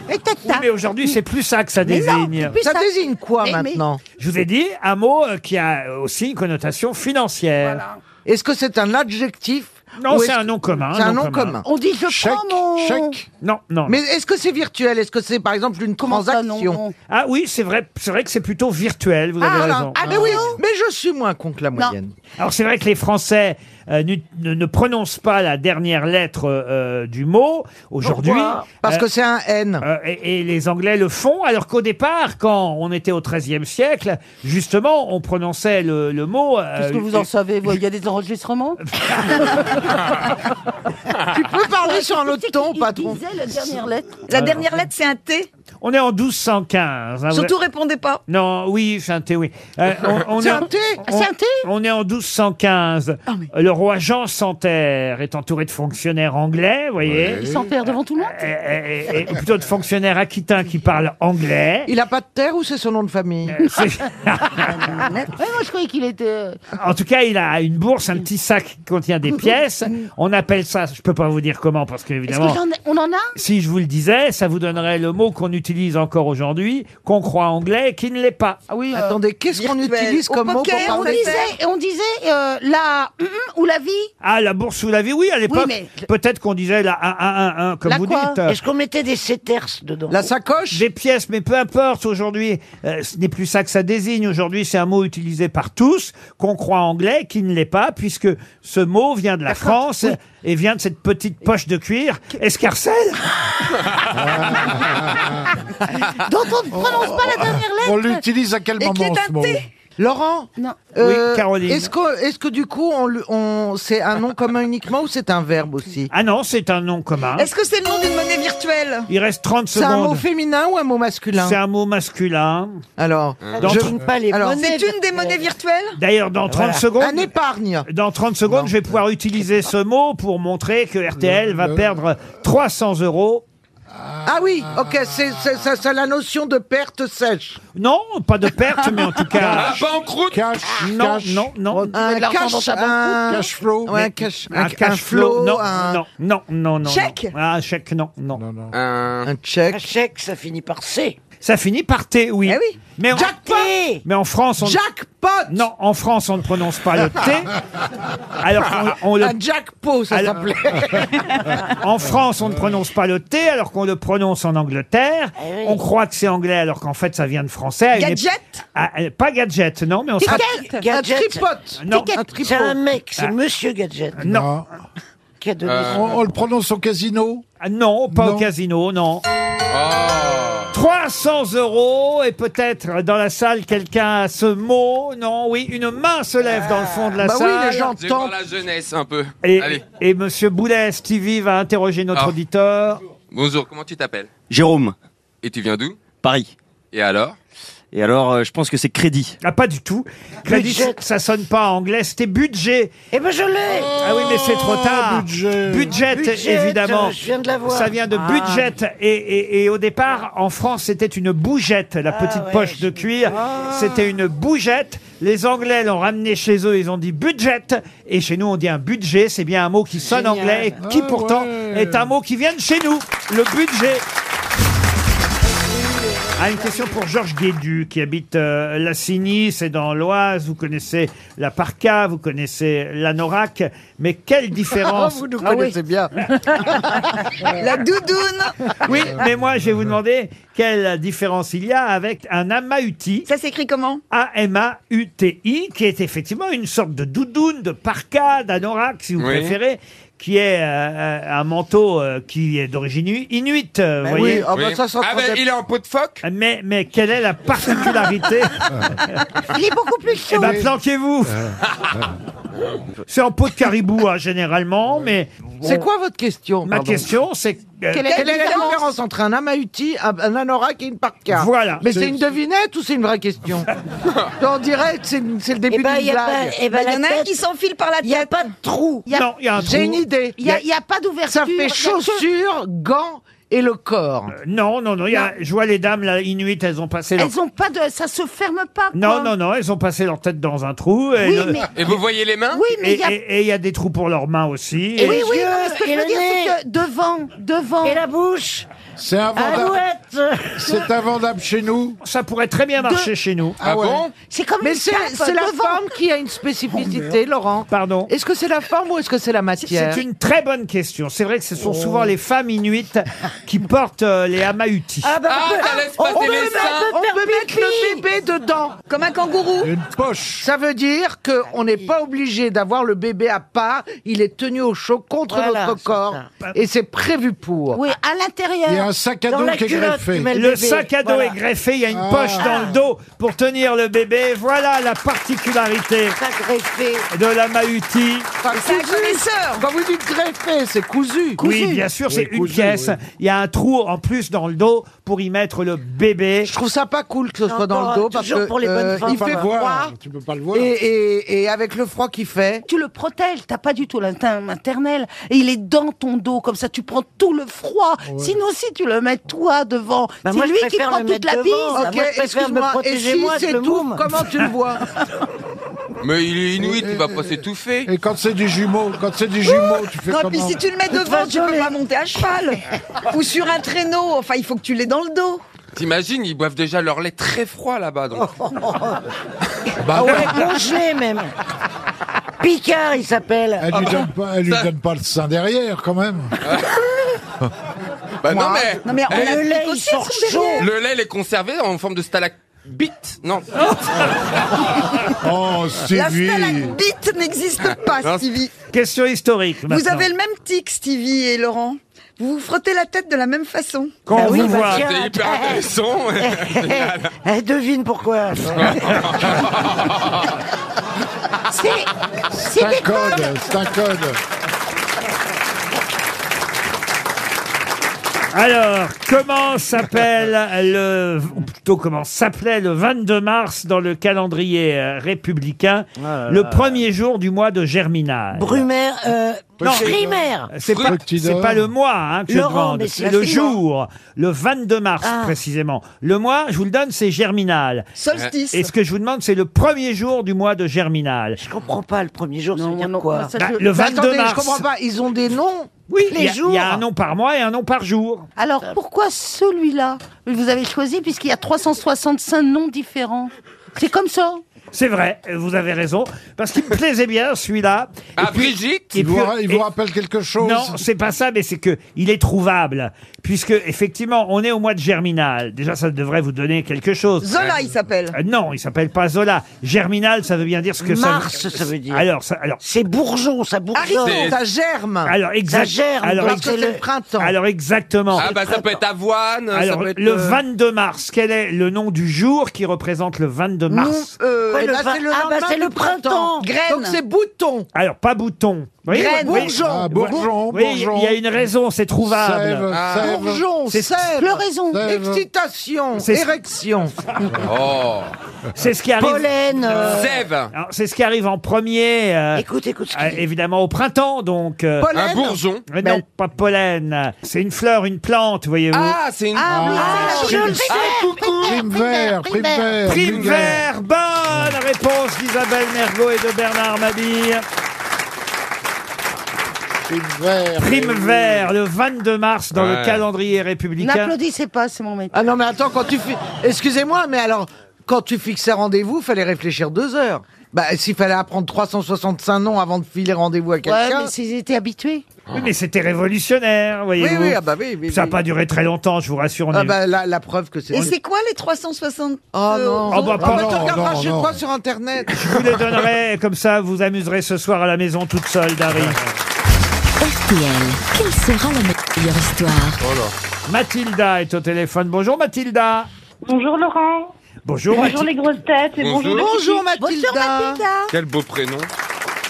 L: Et tata.
B: Oui, mais aujourd'hui, c'est plus ça que ça
L: Mais non,
B: désigne.
L: c'est plus Ça ça. désigne quoi, Mais- mais-
E: maintenant
B: Je vous ai dit un mot euh, qui a aussi une connotation financière.
E: Est-ce que c'est un adjectif
B: Non,
E: ou
B: c'est
E: est-ce
B: un nom commun.
E: C'est un nom commun.
L: On dit je
E: Chèque,
L: prends mon...
E: chèque.
B: Non, non.
E: Mais est-ce que c'est virtuel Est-ce que c'est par exemple une transaction
B: Ah oui, c'est vrai, c'est vrai que c'est plutôt virtuel, vous avez
E: voilà.
B: raison.
E: Ah, mais oui, mais je suis moins con que la moyenne.
B: Alors c'est vrai que les Français euh, nu- ne, ne prononcent pas la dernière lettre euh, euh, du mot aujourd'hui. Euh,
E: Pourquoi Parce que c'est un N.
B: et, et les Anglais le font, alors qu'au départ, quand on était au XIIIe siècle, justement, on prononçait le, le mot... euh,
L: Qu'est-ce que vous en savez vous Il y a des enregistrements
E: Tu peux parler sur un autre ton, patron
L: la dernière lettre.
J: La dernière lettre, c'est un T.
B: On est en 1215. hein, vous-
J: Surtout, répondez pas.
B: Non, oui, c'est un thé, oui. Euh,
J: C'est
B: est
J: un
B: en-
J: thé
B: on-
J: C'est un thé Ah,
B: On est en 1215. Le roi Jean Santerre est entouré de fonctionnaires anglais, vous voyez.
L: Il s'en perd devant tout le monde
B: Et- et- et plutôt de fonctionnaires aquitains qui parlent anglais. Euh,
E: Il a pas de terre ou c'est son nom de famille
B: C'est-
L: Ouais, moi je croyais qu'il était. euh,
B: En tout cas, il a une bourse, un petit sac qui contient des pièces. On appelle ça, je peux pas vous dire comment, parce
L: Est-ce
B: qu'évidemment,
L: qu'on en a
B: si je vous le disais, ça vous donnerait le mot qu'on utilise encore aujourd'hui, qu'on croit anglais et qui ne l'est pas.
E: Ah oui, attendez,
L: euh,
E: qu'est-ce qu'on utilise comme mot pour
L: Et on
E: parler
L: disait, et on disait euh, la hum, hum, ou la vie.
B: Ah, la bourse ou la vie, oui, à l'époque.
L: mais-
B: Peut-être qu'on disait la 1, 1, 1, 1, comme
L: La
B: vous
L: quoi
B: dites.
L: Est-ce
B: qu'on mettait des setters dedans La sacoche Des pièces, mais peu importe, aujourd'hui, euh, ce n'est plus ça que ça désigne. Aujourd'hui, c'est un mot utilisé par tous, qu'on croit anglais, qui ne l'est pas, puisque ce mot vient de la France et vient de cette petite poche de cuir, escarcelle.
L: Ah, Dont on ne prononce pas la dernière lettre.
F: On l'utilise à quel moment ce mot
E: Laurent
L: Non.
E: euh,
B: Oui, Caroline.
E: Est-ce que, est-ce que du coup, on, le- on, c'est un nom commun uniquement ou c'est un verbe aussi
B: Ah non, c'est un nom commun.
J: Est-ce que c'est le nom d'une monnaie virtuelle
B: Il reste 30
E: C'est un mot
B: secondes.
E: féminin ou un mot masculin
B: C'est un mot masculin.
E: Alors,
B: je-
E: alors-
J: C'est une des Ah, monnaies virtuelles
B: D'ailleurs, dans 30
E: Voilà.
B: secondes.
E: Un épargne.
B: Dans 30 secondes, je vais pouvoir utiliser ce mot pour montrer que RTL va perdre 300 euros.
E: Ah oui, ok, c'est, c'est- ça- c'est la notion de perte sèche.
B: Non, Oh, pas de perte, mais en tout cas.
C: banqueroute
F: Cash,
B: Non,
F: cash.
B: non, non.
E: Un cash, un-
F: Cash flow.
E: Ouais,
F: Mais-
E: cash,
B: Un cash flow, non, non, non, non, non.
E: Chèque
B: Ah, chèque, non, non.
C: Un...
E: chèque.
G: Un chèque, ça finit par C.
B: Ça finit par T, oui.
G: Eh
B: Mais en, Mais en France, on...
E: Jackpot
B: Non, en France, on ne prononce pas le T. Alors qu'on on le...
E: Un jackpot, ça
B: Alors-
E: s'appelait.
B: en France, on ne prononce pas le T alors qu'on le prononce en Angleterre.
G: Eh
E: oui.
B: On croit que c'est anglais alors qu'en fait ça vient de français. À une
E: Gadget
B: ép- à- euh, Pas gadget, non, mais on
G: Ticket
B: se
G: Gadget. Un tripote.
B: Non, Ah.
G: Ticket. C'est un mec, c'est Monsieur Gadget.
B: Euh, Non.
G: Qui a donné son nom.
B: On, le prononce au casino Euh, Ah, Non, pas au casino, non. 300 euros et peut-être dans la salle quelqu'un a ce mot. Non, oui, une main se lève dans le fond
G: Ah, bah
J: Bah
B: de la salle.
C: Je vais voir la jeunesse un peu.
B: Et,
C: Allez.
B: et Monsieur Boulet, Stevie va interroger notre
C: Ah.
B: auditeur.
C: Bonjour, comment tu t'appelles
Q: Jérôme.
C: Et tu viens d'où
Q: Paris.
C: Et alors
Q: Et alors, euh, je pense que c'est crédit.
B: Ah, pas du tout. Crédit,
Q: Budget.
B: ça sonne pas en anglais, c'était budget.
G: Eh ben, je l'ai Oh,
B: Ah oui, mais c'est trop tard. Budget.
G: Budget,
B: évidemment.
G: euh, je viens de l'avoir.
B: Ça vient de
G: Ah.
B: budget. Et, et- et au départ, en France, c'était une bougette, la
G: Ah
B: petite poche de cuir. C'était une bougette. Les Anglais l'ont ramené chez eux, ils ont dit budget. Et chez nous, on dit un budget. C'est bien un mot qui sonne
Q: Génial.
B: anglais, et qui
Q: Ah
B: pourtant
Q: ouais.
B: est un mot qui vient de chez nous. Le budget. Ah, une question pour Georges Guédu, qui habite euh, Lassigny, c'est dans l'Oise. Vous connaissez la Parca, vous connaissez l'Anorak. Mais quelle différence
E: Vous nous connaissez bien.
J: La doudoune
B: Oui,
C: Euh,
B: mais moi, je vais vous demander quelle différence il y a avec un amauti.
J: Ça s'écrit comment
B: A-M-A-U-T-I, qui est effectivement une sorte de doudoune, de parka, d'anorak, si vous
Q: Oui.
B: préférez, qui est euh, un manteau euh, qui est d'origine inu- inuite. euh, vous
C: oui,
B: voyez
C: ah bah ça, ça Ah, trente- bah, il est en peau de phoque
B: mais, mais quelle est la particularité
L: Il est beaucoup plus
B: Eh
L: chaud.
B: ben, planquez-vous C'est en peau de caribou, hein, généralement, mais...
E: C'est quoi votre question
B: Ma
E: pardon
B: question, c'est... euh,
E: Quelle est, quelle est la différence entre un amauti, un un anorak et une parka
B: Voilà.
E: Mais c'est
B: C'est-
E: une devinette ou c'est une vraie question On dirait que c'est c'est le début
G: Eh ben,
E: d'une
G: y a
E: blague.
G: pas- eh ben, Bah, la y en a un tête- qui
E: s'enfile par la tête. Il
G: n'y a pas de trou.
L: Y a- Non, y a un
E: J'ai
L: trou.
E: une idée.
L: Y a- y a pas d'ouverture,
E: Ça
L: y a
E: fait
L: que-
E: chaussures, gants et le corps.
B: Euh, Non, non, non. il y a- je vois les dames, là, inuites, elles ont passé leur...
L: Elles ont pas de, ça se ferme pas.
B: Non,
L: quoi.
B: non, non, elles ont passé leur tête dans un trou. Et,
L: Oui,
B: le-
L: mais-
C: Et vous voyez les mains
L: Oui, mais
B: et-
L: il y a-
B: et- et il y a des trous pour leurs mains aussi.
L: Et oui,
B: Et-
L: oui, non, mais ce que je veux dire, c'est que devant, devant. Et
G: la bouche.
F: C'est invendable.
G: Alouette.
F: C'est invendable chez nous.
B: Ça pourrait très bien marcher chez nous.
F: Ah, ouais.
L: C'est comme
E: Mais
L: une
E: c'est
L: cape,
E: c'est la
L: devant.
E: forme qui a une spécificité, Laurent.
B: Pardon.
E: Est-ce que c'est la forme ou est-ce que c'est la matière
B: C'est une très bonne question. C'est vrai que ce sont
L: Oh.
B: souvent les femmes inuites qui portent euh, les hamahutis.
G: Ah, bah,
E: on peut-
G: ça laisse
E: on
G: passer
E: peut
G: les
E: mettre-
G: seins.
E: on peut mettre le bébé dedans. Comme un kangourou. Une poche. Ça veut dire qu'on n'est pas obligé d'avoir le bébé à part. Il est tenu au chaud contre
L: Voilà,
E: notre
L: c'est
E: corps.
L: ça.
E: Et c'est prévu pour.
L: Oui, à l'intérieur. Dans la culotte, tu mets
B: Le
L: bébé.
B: sac à dos
L: Voilà.
B: est greffé, il y a une
L: Ah.
B: poche dans le dos pour tenir le bébé. Voilà la particularité de la Mahuti.
E: connaisseur. Quand vous dites greffé, c'est cousu.
B: Oui, bien sûr, c'est une pièce. Il y a un trou en plus dans le dos pour y mettre le bébé.
E: Je trouve ça pas cool que ce soit dans le dos parce que euh, il
B: Ah,
E: fait froid
F: Tu peux pas le
E: et, et- et avec le froid qui fait.
L: Tu le protèges, t'as pas du tout l'instinct maternel. Et il est dans ton dos, comme ça tu prends tout le froid. Sinon, si tu le mets toi devant,
G: Bah, moi,
L: c'est
G: je
L: lui qui
G: préfère
L: prend
G: le
L: toute
G: mettre
L: la bise.
G: devant. Ah, moi, je préfère me
E: et
G: protéger,
E: si
G: moi, avec
E: c'est
G: le
E: tout,
G: môme.
E: comment tu le vois
C: Mais il est inuit, il va pas s'étouffer.
F: Et quand c'est des jumeaux, quand c'est des jumeaux, tu fais
J: Non, et
F: comment
J: puis si tu le mets devant, tu peux pas monter à cheval. Ou sur un traîneau. Enfin, il faut que tu l'aies dans Oh. le dos.
C: T'imagines, ils boivent déjà leur lait très froid là-bas. Donc.
B: Bah
C: Bah
G: Ah ouais, congelé même. Picard, il s'appelle.
B: Ah,
G: Ah,
F: Elle lui donne pas, elle lui donne pas le sein derrière, quand même.
C: Bah, non,
F: Moi,
C: mais,
F: je- non, mais on a
C: Eh,
F: le lait, il sort chaud.
C: Le lait, il est conservé en forme de stalactite. Non.
F: Oh,
J: La
F: Stevie
J: stalactite n'existe pas, Stevie.
B: Question historique.
J: Vous
B: maintenant.
J: avez le même tic, Stevie et Laurent. Vous vous frottez la tête de la même façon. Bah
B: Quand
G: Ah
B: on vous voit,
C: C'est hyper intéressant. Génial.
G: bah Eh, devine pourquoi.
F: C'est un code, c'est un code.
B: Alors, comment s'appelle le, ou plutôt comment s'appelait le 22 mars dans le
F: Ah
B: calendrier euh, républicain, le premier jour du mois de germinal
G: Brumaire, euh,
B: Non.
G: Primaire.
B: C'est pas, c'est pas le mois hein, que je
G: Laurent,
B: demande,
G: mais c'est
B: c'est le
G: absolument.
B: jour, le 22 mars
G: Ah.
B: précisément. Le mois, je vous le donne, c'est germinal.
G: Solstice.
B: Et ce que je vous demande, c'est le premier jour du mois de germinal. Je
G: comprends pas le premier jour, ça veut dire quoi
B: Bah, le 22
E: Attendez,
B: mars.
E: Ah, je comprends pas, ils ont des noms
B: Oui, il y, a- il y a un nom par mois et un nom par jour.
L: Alors pourquoi celui-là Vous avez choisi puisqu'il y a 365 noms différents. C'est comme ça.
B: C'est vrai, vous avez raison, parce qu'il me plaisait bien celui-là.
C: Ah, Brigitte
F: Il vous ra- il vous rappelle quelque chose
B: Non, c'est pas ça, mais c'est que il est trouvable, puisque effectivement, on est au mois de Germinal. Déjà, ça devrait vous donner quelque chose.
J: Zola, il s'appelle.
B: Euh, non, il s'appelle pas Zola. Germinal, ça veut bien dire ce que ça
G: Mars, ça veut dire.
B: Alors, ça- alors
G: C'est bourgeon, ça bourgeonne.
B: Haricot, ça
E: germe.
B: alors exact-
G: Ça germe,
B: alors,
G: parce que
B: exact-
G: c'est le printemps.
B: Alors exactement.
C: Ah bah ça peut être avoine, ça
B: Alors,
C: peut être...
B: le
C: euh,
B: 22 mars, quel est le nom du jour qui représente le 22 mars
E: Ouais,
G: le
E: là,
G: vin-
E: c'est le
G: Ah, bah,
E: lendemain
G: c'est
E: du
G: le printemps.
E: Graines. Donc c'est bouton.
B: Alors, pas bouton. Oui,
E: Graine.
B: oui.
E: Bourgeon. Ah,
F: bourgeon,
B: Oui, il y a- il y a une raison, c'est trouvable.
F: Sève, Ah. sève.
E: Bourgeon,
B: C'est-
E: sève,
L: Floraison.
F: Sève.
E: excitation,
B: C'est-
E: érection.
C: Oh
B: C'est ce qui arrive.
G: Pollen, euh,
C: Sève.
B: Alors, C'est ce qui arrive en premier. euh,
G: Écoute, écoute ce
B: euh,
G: qu'il dit. Ben.
B: évidemment au printemps, donc. euh,
E: Pollen. Un
C: bourgeon.
B: Mais non, pas pollen. C'est une fleur, une plante, voyez-vous.
C: Ah, c'est une...
E: Ah,
F: oui, c'est la
E: je le
F: bourgeon.
E: sais.
F: Prime vert, prime vert.
B: Prime
F: vulgaire.
B: vert, bonne réponse d'Isabelle Mergot et de Bernard Mabille.
F: Prime vert.
B: Prime
F: eh oui.
B: vert, le 22 mars dans le
C: Ouais.
B: calendrier républicain.
L: N'applaudissez pas, c'est mon métier.
E: Ah non, mais attends, quand tu fi- Excusez-moi, mais alors, quand tu fixais rendez-vous, fallait réfléchir deux heures. Bah, s'il fallait apprendre 365 noms avant de filer rendez-vous à
L: Ouais,
E: quelqu'un.
L: mais s'ils étaient habitués.
B: Oui, mais c'était révolutionnaire,
E: oui,
B: voyez-vous.
E: oui, ah bah oui, oui,
B: Ça n'a
E: oui.
B: pas duré très longtemps, je vous rassure. on
E: Ah
B: est-
E: bah, la, la preuve que c'est.
J: Et c'est quoi les 360
E: Oh non.
B: Ah bah,
E: Ah bah,
B: pardon,
E: tu regarderas
F: non,
E: chez
F: non.
E: toi sur Internet.
B: Je vous les donnerai, comme ça vous amuserez ce soir à la maison toute seule, Dari.
M: RTL, quelle sera la meilleure histoire
C: Oh
B: Mathilda est au téléphone. Bonjour Mathilda.
O: Bonjour Laurent.
B: Bonjour,
O: Bonjour
B: Mathi-
O: les grosses têtes et bonjour.
C: Bonjour.
E: Bonjour Mathilda.
C: Quel beau prénom.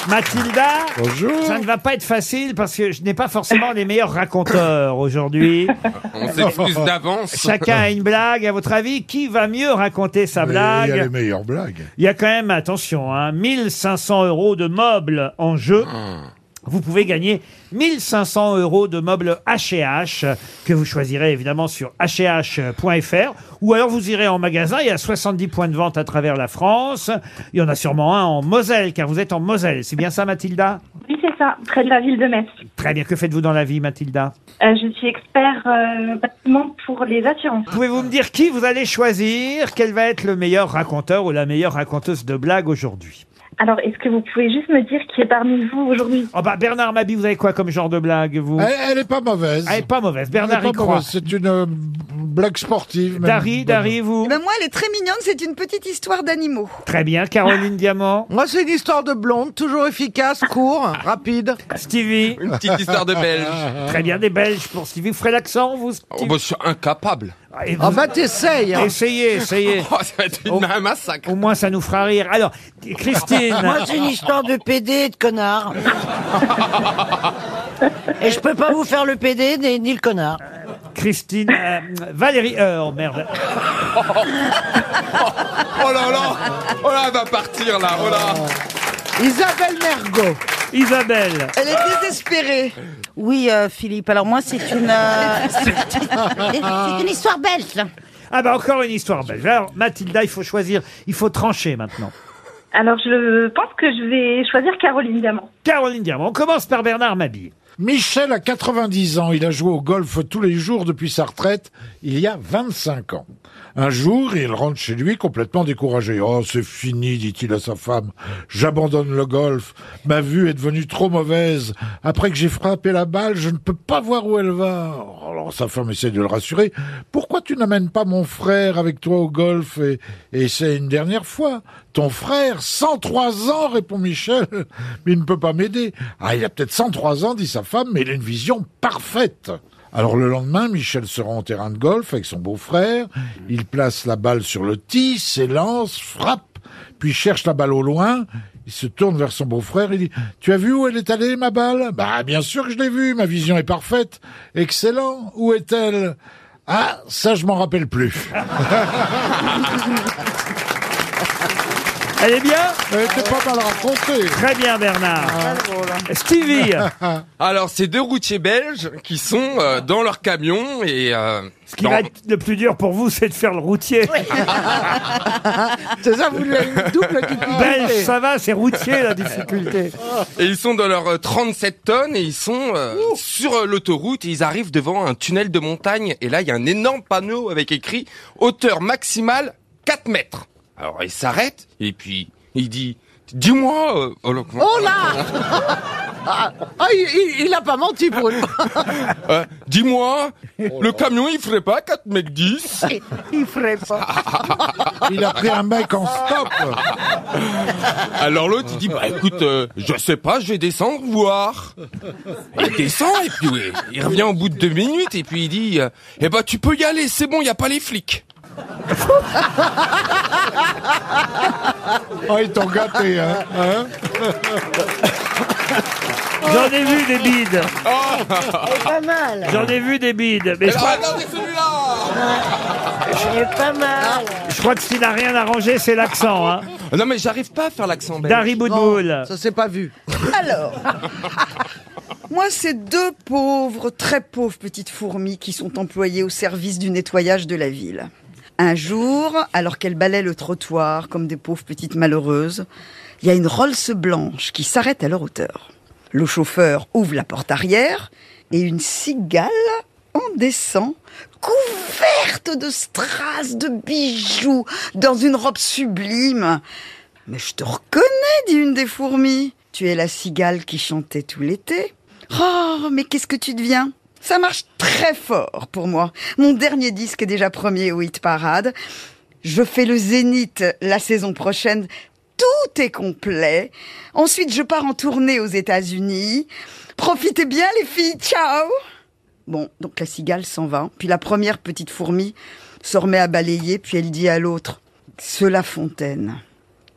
B: Mathilda.
F: Bonjour.
B: Ça ne va pas être facile parce que je n'ai pas forcément les meilleurs raconteurs aujourd'hui.
C: On s'excuse d'avance.
B: Chacun a une blague. À votre avis, qui va mieux raconter sa
F: Mais Il y a les
B: blague
F: meilleures blagues.
B: Il y a quand même, attention, hein, 1500 euros de meubles en jeu. Vous pouvez gagner 1500 euros de meubles H&H euh, que vous choisirez évidemment sur hh.fr ou alors vous irez en magasin. Il y a 70 points de vente à travers la France. Il y en a sûrement un en Moselle car vous êtes en Moselle. C'est bien ça, Mathilda
O: Oui, c'est ça, près de la ville de Metz.
B: Très bien. Que faites-vous dans la vie, Mathilda
O: Euh, je suis expert euh, bâtiment pour les assurances.
B: Pouvez-vous me dire qui vous allez choisir Quel va être le meilleur raconteur ou la meilleure raconteuse de blagues aujourd'hui
O: Alors, est-ce que vous pouvez juste me dire qui est parmi vous aujourd'hui
B: Oh bah Bernard Mabi, vous avez quoi comme genre de blague vous
F: Elle, elle est pas mauvaise.
B: Ah, elle est pas mauvaise.
F: Elle est
B: Bernard
F: pas
B: y croit.
F: mauvaise. C'est une euh, blague sportive. même.
B: Dari, Dari, vous
J: Eh ben, moi, elle est très mignonne, c'est une petite histoire d'animaux.
B: Très bien. Caroline Diamant,
E: Moi, c'est une histoire de blonde, toujours efficace, court, rapide.
B: Stevie.
C: Une petite histoire de belge.
B: Très bien, des Belges pour Stevie. Vous ferez l'accent, vous,
C: Oh
B: Stevie
C: bah je suis incapable.
B: Et vous-
E: Ah bah, t'essayes. hein.
B: Essayez, essayez.
C: Oh, ça va être une-
B: Oh.
C: un massacre.
B: Au moins, ça nous fera rire. Alors, Christine.
G: Moi, c'est une histoire de PD et de connard. et je peux pas vous faire le PD ni, ni le connard.
B: Christine. euh, Valérie. euh, oh merde.
C: Oh là là Oh là, elle va partir là, oh là
E: Isabelle Mergot.
B: Isabelle.
J: Elle est désespérée.
L: Oui, euh, Philippe. Alors moi, c'est une, euh, c'est une histoire belge. là.
B: Ah bah, encore une histoire belge. Alors, Mathilda, il faut choisir. Il faut trancher maintenant.
O: Alors, je pense que je vais choisir Caroline Diamant.
B: Caroline Diamant. On commence par Bernard Mabille.
F: Michel a 90 ans, il a joué au golf tous les jours depuis sa retraite il y a 25 ans. Un jour, il rentre chez lui complètement découragé. Oh, c'est fini, dit-il à sa femme. J'abandonne le golf. Ma vue est devenue trop mauvaise. Après que j'ai frappé la balle, je ne peux pas voir où elle va. Oh, Alors sa femme essaie de le rassurer. Pourquoi tu n'amènes pas mon frère avec toi au golf et, et c'est une dernière fois Ton frère, 103 ans, répond Michel. Mais il ne peut pas m'aider. Ah, il a peut-être 103 ans, dit sa femme, mais il a une vision parfaite. Alors le lendemain, Michel se rend au terrain de golf avec son beau-frère. Il place la balle sur le tee, s'élance, frappe, puis cherche la balle au loin. Il se tourne vers son beau-frère et dit Tu as vu où elle est allée, ma balle Bah, bien sûr que je l'ai vue, ma vision est parfaite. Excellent, où est-elle Ah, ça, je m'en rappelle plus.
B: Elle est bien
F: C'est pas mal raconté.
B: Très bien, Bernard.
R: Ah, hein.
B: Stevie
C: Alors, c'est deux routiers belges qui sont euh, dans leur camion et... euh,
B: Ce qui
C: dans-
B: va être le plus dur pour vous, c'est de faire le routier.
R: C'est ça, vous voulez une double difficulté.
B: Belge, ça va, c'est routier la difficulté.
C: Et ils sont dans leurs euh, 37 tonnes et ils sont euh, sur euh, l'autoroute et ils arrivent devant un tunnel de montagne et là il y a un énorme panneau avec écrit hauteur maximale 4 mètres. Alors il s'arrête et puis il dit dis-moi euh, oh là, comment-
E: Oh là Ah, ah, il, il- il a pas menti pour une fois.
C: Euh, dis-moi le camion il ferait pas 4 mètres 10
R: Il ferait pas.
F: Il a pris un mec en stop.
C: Alors l'autre il dit bah écoute euh, je sais pas je vais descendre voir. Il descend et puis ouais, il revient au bout de deux minutes et puis il dit euh, eh ben tu peux y aller c'est bon il y a pas les flics.
F: Oh, ils t'ont gâté, hein. hein
B: J'en ai vu des bides.
H: pas mal.
B: J'en ai vu des
C: Eh
B: bides.
C: ben,
B: Mais je
H: Ah,
B: crois,
H: Il est pas mal.
B: je crois que ce qui n'a rien arrangé, c'est l'accent. Hein.
C: Non mais j'arrive pas à faire l'accent belge.
B: Dari Boudboul.
R: Ça s'est pas vu.
J: Alors, moi, c'est deux pauvres, très pauvres petites fourmis qui sont employées au service du nettoyage de la ville. Un jour, alors qu'elles balaient le trottoir comme des pauvres petites malheureuses, il y a une Rolls blanche qui s'arrête à leur hauteur. Le chauffeur ouvre la porte arrière et une cigale en descend, couverte de strass, de bijoux, dans une robe sublime. Mais je te reconnais, dit une des fourmis. Tu es la cigale qui chantait tout l'été. Oh, mais qu'est-ce que tu deviens Ça marche très fort pour moi. Mon dernier disque est déjà premier au hit parade. Je fais le zénith la saison prochaine. Tout est complet. Ensuite, je pars en tournée aux États-Unis. Profitez bien, les filles. Ciao. Bon, donc la cigale s'en va. Puis la première petite fourmi se remet à balayer, puis elle dit à l'autre C'est la fontaine.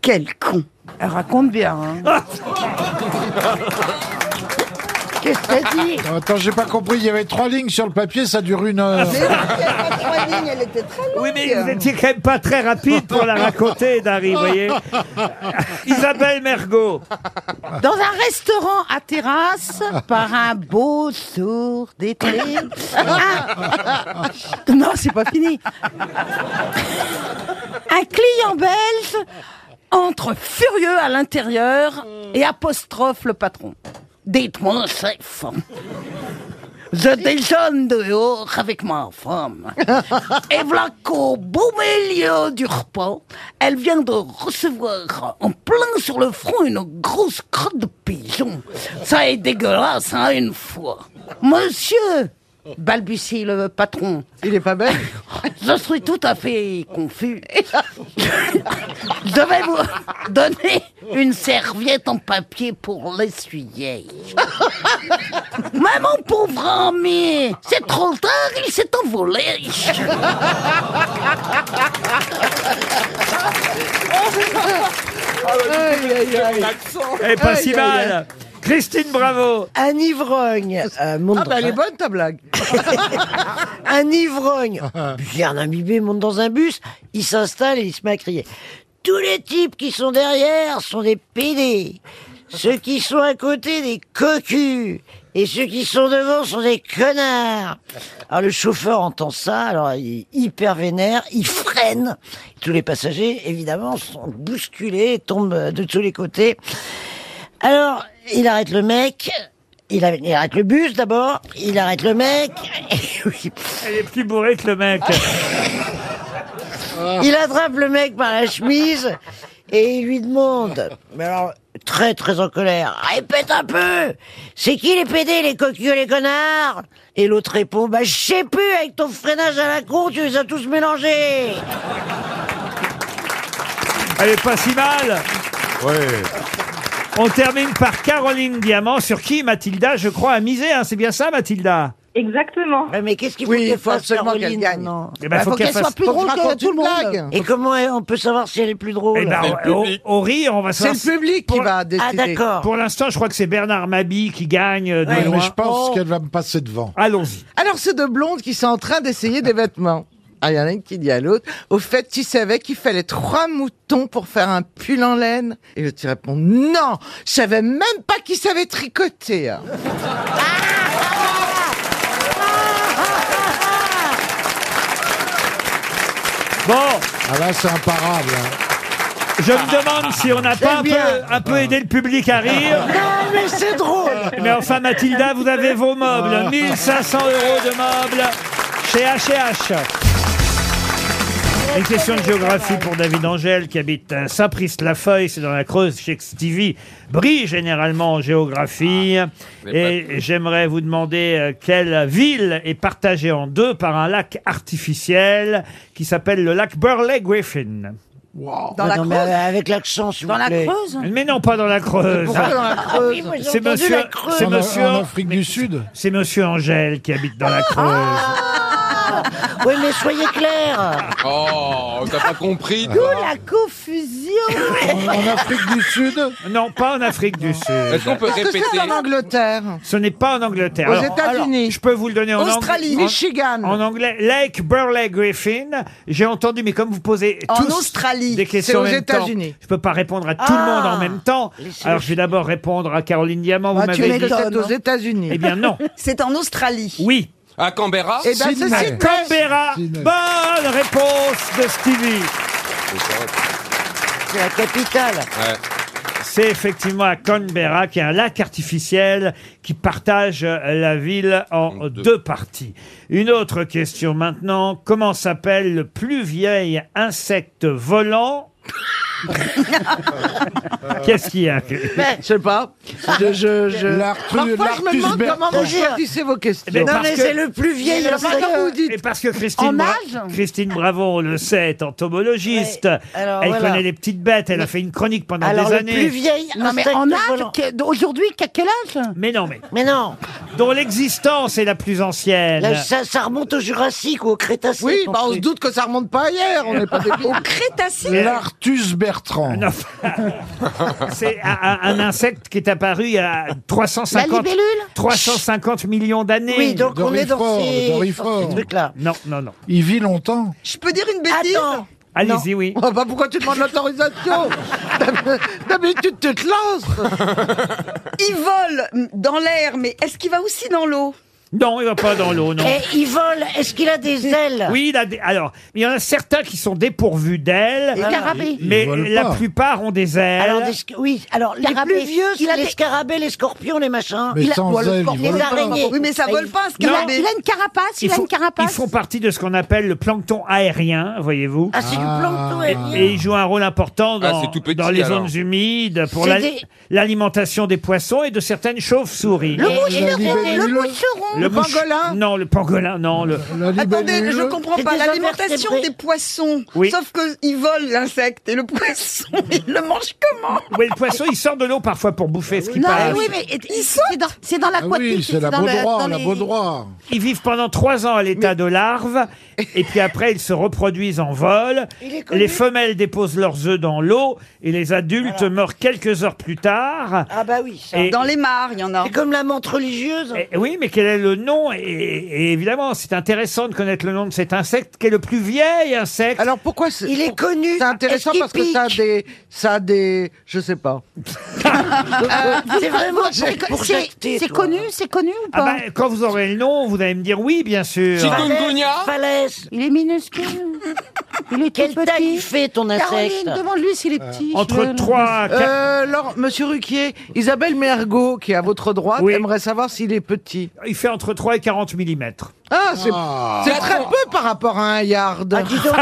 J: Quel con Elle raconte bien,
B: Ah,
H: Ah,
E: Qu'est-ce que t'as dit
F: Attends, j'ai pas compris. Il y avait trois lignes sur le papier, ça dure une
E: Ah,
F: heure.
J: elle était très
B: Oui, mais vous étiez quand même pas très rapide pour la raconter, Dari, vous voyez. Isabelle Mergot.
L: Dans un restaurant à terrasse, par un beau sourd d'été. Ah non, c'est pas fini. Un client belge entre furieux à l'intérieur et apostrophe le patron. Dites-moi, chef, je déjeune dehors avec ma femme. Et voilà qu'au beau milieu du repas, elle vient de recevoir en plein sur le front une grosse crotte de pigeon. Ça est dégueulasse, hein, une fois. Monsieur balbutie le patron.
R: Il est pas belle
L: Je suis tout à fait confus. Je vais vous donner une serviette en papier pour l'essuyer. Mais mon pauvre ami, c'est trop tard, il s'est envolé.
B: Elle est Eh, pas si mal. Christine Bravo.
G: Un ivrogne. euh, monte
R: Ah
G: dans
R: bah elle
G: un-
R: est bonne ta blague.
G: un ivrogne, bien imbibé, monte dans un bus, il s'installe et il se met à crier. Tous les types qui sont derrière sont des PD. Ceux qui sont à côté, des cocus. Et ceux qui sont devant sont des connards. Alors le chauffeur entend ça, alors il est hyper vénère, il freine. Tous les passagers, évidemment, sont bousculés, tombent de tous les côtés. Alors, il arrête le mec, il, a- il arrête le bus d'abord, il arrête le mec,
B: Elle est plus bourrée que le mec.
G: Il attrape le mec par la chemise et il lui demande, mais alors très très en colère, répète un peu, c'est qui les pédés, les cocus, les connards Et l'autre répond, bah je sais plus, avec ton freinage à la con, tu les as tous mélangés.
B: Elle est pas si mal.
F: Ouais.
B: On termine par Caroline Diamant, sur qui Mathilda, je crois, a misé. hein. C'est bien ça, Mathilda
S: Exactement.
G: mais qu'est-ce qu'il
B: faut Oui, qu'elle il faut fasse, absolument Caroline, qu'elle gagne.
G: Non.
B: Eh ben, Bah, faut faut qu'elle qu'elle fasse- soit plus drôle que tout le monde.
G: Et comment on peut savoir si elle est plus drôle
B: Eh ben, au, au rire, on va
G: C'est
B: savoir.
G: le
B: si-
G: public qui
B: pour-
G: va décider. Ah, d'accord.
B: Pour l'instant, je crois que c'est Bernard Mabi qui gagne euh, de
F: Ouais,
B: loin.
F: mais je pense
B: Oh.
F: qu'elle va me passer devant.
B: Allons-y.
R: Alors c'est deux blondes qui sont en train d'essayer des vêtements.
E: Ah, il y en a une qui dit à l'autre, au fait, tu savais qu'il fallait trois moutons pour faire un pull en laine Et l'autre, il répond, non, je savais même pas qu'il savait tricoter.
B: Bon.
F: Ah là, c'est imparable. hein.
B: Je me demande si on n'a
F: C'est
B: pas un peu,
F: bien.
B: un peu aidé le public à rire.
F: Non, mais c'est drôle. Ah.
B: Mais enfin, Mathilda, vous avez vos meubles. 1500 euros de meubles chez H&H. Une question de géographie pour David Angèle qui habite à Saint-Priest-la-Feuille, c'est dans la Creuse, chez Stevie brille généralement en géographie. Et j'aimerais vous demander euh, quelle ville est partagée en deux par un lac artificiel qui s'appelle le lac Burley Griffin.
G: Dans la non, mais Creuse avec l'accent, s'il Dans vous la plaît. Creuse
B: Mais non, pas dans la Creuse. Ah
G: Pourquoi dans la Creuse Oui, moi, j'ai
B: C'est
G: entendu
B: monsieur,
G: la Creuse.
B: c'est
G: En- en
B: monsieur,
F: Afrique
B: du Sud. C'est monsieur Angèle qui habite dans la Creuse.
G: Ah Oui, mais soyez clair.
C: Oh, t'as pas compris
L: D'où la confusion
B: Afrique du Sud Non, pas en Afrique du Sud.
C: Est-ce qu'on peut
E: Est-ce que c'est en Angleterre
B: Ce n'est pas en Angleterre.
E: Aux
B: Alors-
E: États-Unis.
B: alors, Je peux vous le donner en
E: Australie.
B: anglais. En-
E: Michigan.
B: En anglais, Lake Burley Griffin. J'ai entendu, mais comme vous posez
E: En
B: tous
E: Australie.
B: des
E: C'est
B: questions
E: aux
B: en même temps,
E: États-Unis.
B: je peux pas répondre à tout
E: Ah.
B: le monde en même temps.
E: Laissez-le.
B: Alors, je vais d'abord répondre à Caroline Diamant.
E: Ah,
B: vous
E: tu
B: m'avez dit
E: m'étonnes. hein. C'est aux États-Unis.
B: Eh bien, non.
J: C'est en Australie.
B: Oui.
C: À Canberra
B: Eh ben, c'est Sydney. Canberra. Bonne réponse de Stevie.
G: C'est la capitale.
B: C'est effectivement à Canberra qu'il y a un lac artificiel qui partage euh, la ville en deux. parties. Une autre question maintenant. Comment s'appelle le plus vieil insecte volant Qu'est-ce qu'il y a
E: Je sais pas. Je, je, je... Parfois, je me demande comment vous
B: Eh ben,
E: choisissez vos questions.
B: Et Eh, parce que Christine,
E: En
B: Bra-
E: âge
B: Christine Bravo, on le sait, est entomologiste.
L: alors
B: elle
L: voilà.
B: connaît les petites bêtes. Elle a fait une chronique pendant des années.
L: Non, mais en âge, que- aujourd'hui, qu'à quel âge
B: Mais non, mais.
G: Mais non.
B: Dont l'existence est la plus ancienne.
G: Là, ça, ça remonte au Jurassique ou au Crétacé.
E: Oui,
G: ton
E: bah, on se
G: truc.
E: doute que ça remonte pas hier. On n'est pas débiles.
G: Au
E: Crétacé.
F: L'Artus Bertrand.
B: C'est un, un- un insecte qui est apparu il y a 350,
G: La libellule
B: 350 millions d'années.
G: Oui, donc on est dans Dorifort, ces- Dorifort. ces
B: trucs-là. Non, non, non.
F: Il vit longtemps.
J: Je peux dire une bêtise
B: Allez-y, oui.
E: Oh, bah, pourquoi tu demandes l'autorisation D'habitude, Ah, tu te lances.
J: Il vole dans l'air, mais est-ce qu'il va aussi dans l'eau
B: Non, il va pas dans l'eau, non.
G: Et Eh, il vole. Est-ce qu'il a des ailes
J: Ah.
B: Oui, il a des- alors, il y en a certains qui sont dépourvus d'ailes,
L: Ah.
G: Des carabées. Ils- ils
B: mais
G: volent
B: la
G: pas.
B: plupart ont des ailes.
G: Alors, des sc- oui, alors
L: Scarabées.
G: les plus vieux,
L: Il
G: c'est
L: a
G: les
L: des-
G: scarabées, les scorpions, les machins.
B: Mais sans
G: Ou alors,
B: ailes, ils
G: les
B: volent pas.
G: araignées.
J: Oui, mais ça vole pas, un scarabée.
L: Il a une
G: Ah,
L: carapace, il,
B: Ils
L: a
B: font-
L: une carapace.
B: Ils font partie de ce qu'on appelle le plancton aérien, voyez-vous.
L: Ah, c'est du plancton
B: Et-
L: aérien.
B: Et, ils jouent un rôle important
C: Ah,
B: dans,
C: c'est tout petit,
B: dans les
C: alors.
B: zones humides pour
L: C'est
B: la-
L: des-
B: l'alimentation des poissons et de certaines chauves-souris.
L: Le moucheron, le moucheron.
B: Le mouche- Non, le pangolin, non. Le...
J: Attendez, je comprends
L: C'est
J: pas.
L: des
J: L'alimentation
L: invertébrés.
J: des poissons.
B: Oui.
J: Sauf qu'ils volent l'insecte et le poisson, il le mange comment
B: Oui, le poisson, il sort de l'eau parfois pour bouffer ce qui
L: Non,
B: passe.
L: oui, mais et- et- c'est dans, c'est dans
F: Ah
L: l'aquatique.
F: oui, c'est la
L: dans le-
F: Baudroie,
L: dans
F: la
L: les-
F: Baudroie.
B: Ils vivent pendant trois ans à l'état de larve, et puis après ils se reproduisent en vol.
G: Il est connu.
B: Les femelles déposent leurs œufs dans l'eau, et les adultes meurent quelques heures plus tard.
G: Ah bah oui, ça.
B: Et-
J: Dans les mares, il y en a.
G: C'est comme la menthe religieuse.
B: Eh Oui, mais quel est le nom et, et évidemment, c'est intéressant de connaître le nom de cet insecte qui est le plus vieil insecte.
E: Alors pourquoi c'est-
G: Il est connu.
E: C'est intéressant
G: Est-ce qu'il
E: parce que ça a
G: pique
E: des, ça a des, je sais pas.
G: C'est vraiment
L: C'est-
G: pour- pour
L: c'est-
G: jacter,
L: C'est
G: toi.
L: connu, c'est connu ou
B: Ah
L: pas
B: bah, euh, quand vous aurez le nom, vous allez me dire oui, bien sûr.
G: Chikungunya Falaise.
L: Il est minuscule. Il est tout
G: Quelle
L: petit.
G: taille il fait ton insecte
L: Caroline, demande-lui s'il est petit.
B: Entre trois, quatre-
E: Euh, Laure- Monsieur Ruquier, Isabelle Mergot, qui est à votre droite, aimerait savoir s'il est petit.
B: il fait entre 3 et 40 mm.
E: Ah, c'est c'est très peu par rapport à un yard.
G: Ah, dis donc.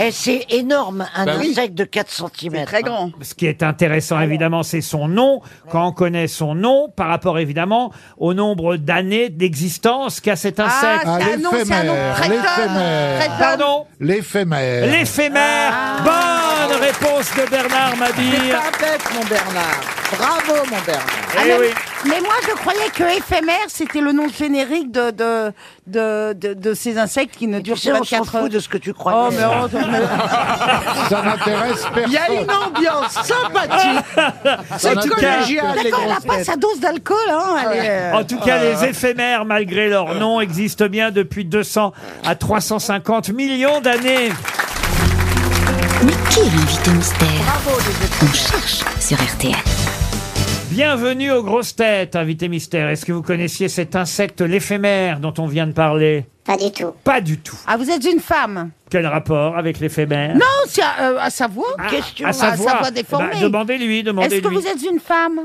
G: Eh, c'est énorme, un
B: Bah oui.
G: insecte de Hein, 4 cm.
J: C'est très grand.
B: Ce qui est intéressant, évidemment, c'est son nom. Quand on connaît son nom, par rapport, évidemment, au nombre d'années d'existence qu'a cet insecte.
F: Ah, l'éphémère, l'éphémère.
B: Pardon
F: L'éphémère.
B: L'éphémère. Bonne réponse de Bernard Mabille.
E: C'est pas bête, mon Bernard. Bravo, mon Bernard.
B: Eh oui.
L: Mais moi, je croyais que éphémère, c'était le nom générique de, de, de, de, de ces insectes qui ne durent que
G: sais, on s'en
L: 24 heures.
G: fout de ce que tu crois.
L: Oh, mais oh,
F: Ça n'intéresse personne.
L: Il y a une ambiance sympathique.
B: En tout cas-
L: D'accord, elle n'a pas sa dose d'alcool. Hein, elle est-
B: En tout cas, les éphémères, malgré leur nom, existent bien depuis 200 à 350 millions d'années.
T: Mais qui est l'invité mystère On cherche sur RTL.
B: Bienvenue aux grosses têtes, invité mystère. Est-ce que vous connaissiez cet insecte, l'éphémère, dont on vient de parler Pas du tout. Pas du tout.
L: Ah, vous êtes une femme
B: Quel rapport avec l'éphémère
L: Non, c'est à, euh, à sa voix. Question
B: Ah, à sa voix.
L: déformée.
B: Eh ben, demandez-lui, demandez-lui.
L: Est-ce que vous êtes une femme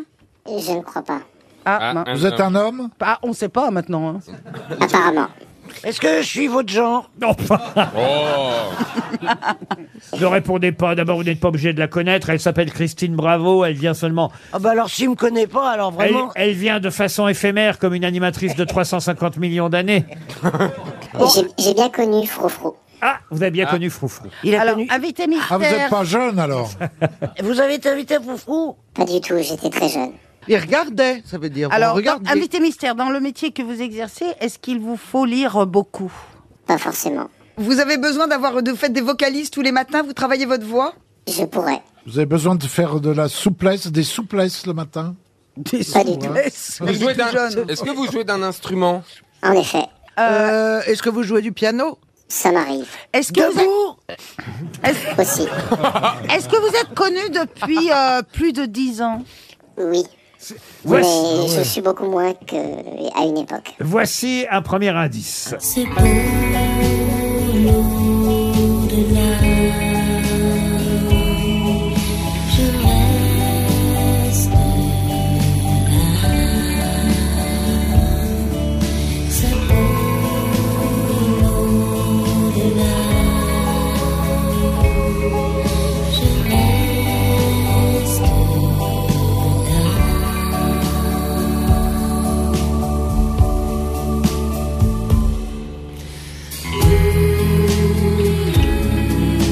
L: Je ne crois pas. Ah,
B: Ah,
L: non.
B: Vous êtes un
F: homme
L: ah, On ne sait pas maintenant. hein.
G: Apparemment. Est-ce que je suis votre genre
B: Non, pas.
J: Oh.
B: Ne répondez pas. D'abord, vous n'êtes pas obligé de la connaître. Elle s'appelle Christine Bravo. Elle vient seulement.
G: Ah bah alors s'il me connaît pas, alors
B: Elle,
G: vraiment.
B: elle vient de façon éphémère, comme une animatrice de 350 millions d'années.
I: J'ai- J'ai bien connu Frofro.
B: Ah, vous avez bien connu Froufrou.
G: Il a
L: Alors,
G: connu.
L: invité mystère.
F: Ah, vous n'êtes pas jeune alors
G: Vous avez été invité à Foufrou
I: Pas du tout, j'étais très jeune.
E: Il regardait, ça veut dire.
L: Alors,
E: bon, regarde,
L: dans- invité mystère, dans le métier que vous exercez, est-ce qu'il vous faut lire beaucoup
I: Pas forcément.
J: Vous avez besoin d'avoir de fait des vocalises tous les matins, vous travaillez votre voix
I: Je pourrais.
F: Vous avez besoin de faire de la souplesse, des souplesses le matin
L: Des
F: souplesses
U: Vous jouez d'un- Est-ce que vous jouez d'un instrument
I: En effet,
E: Euh, Est-ce que vous jouez du piano
I: ça m'arrive.
L: Est-ce que, vous êtes- est-ce-
I: Aussi.
L: est-ce que vous êtes connu depuis euh, plus de 10 ans
I: Oui. Mais
B: Voici,
I: je suis beaucoup moins qu'à une époque.
B: voici un premier indice.
E: Ah,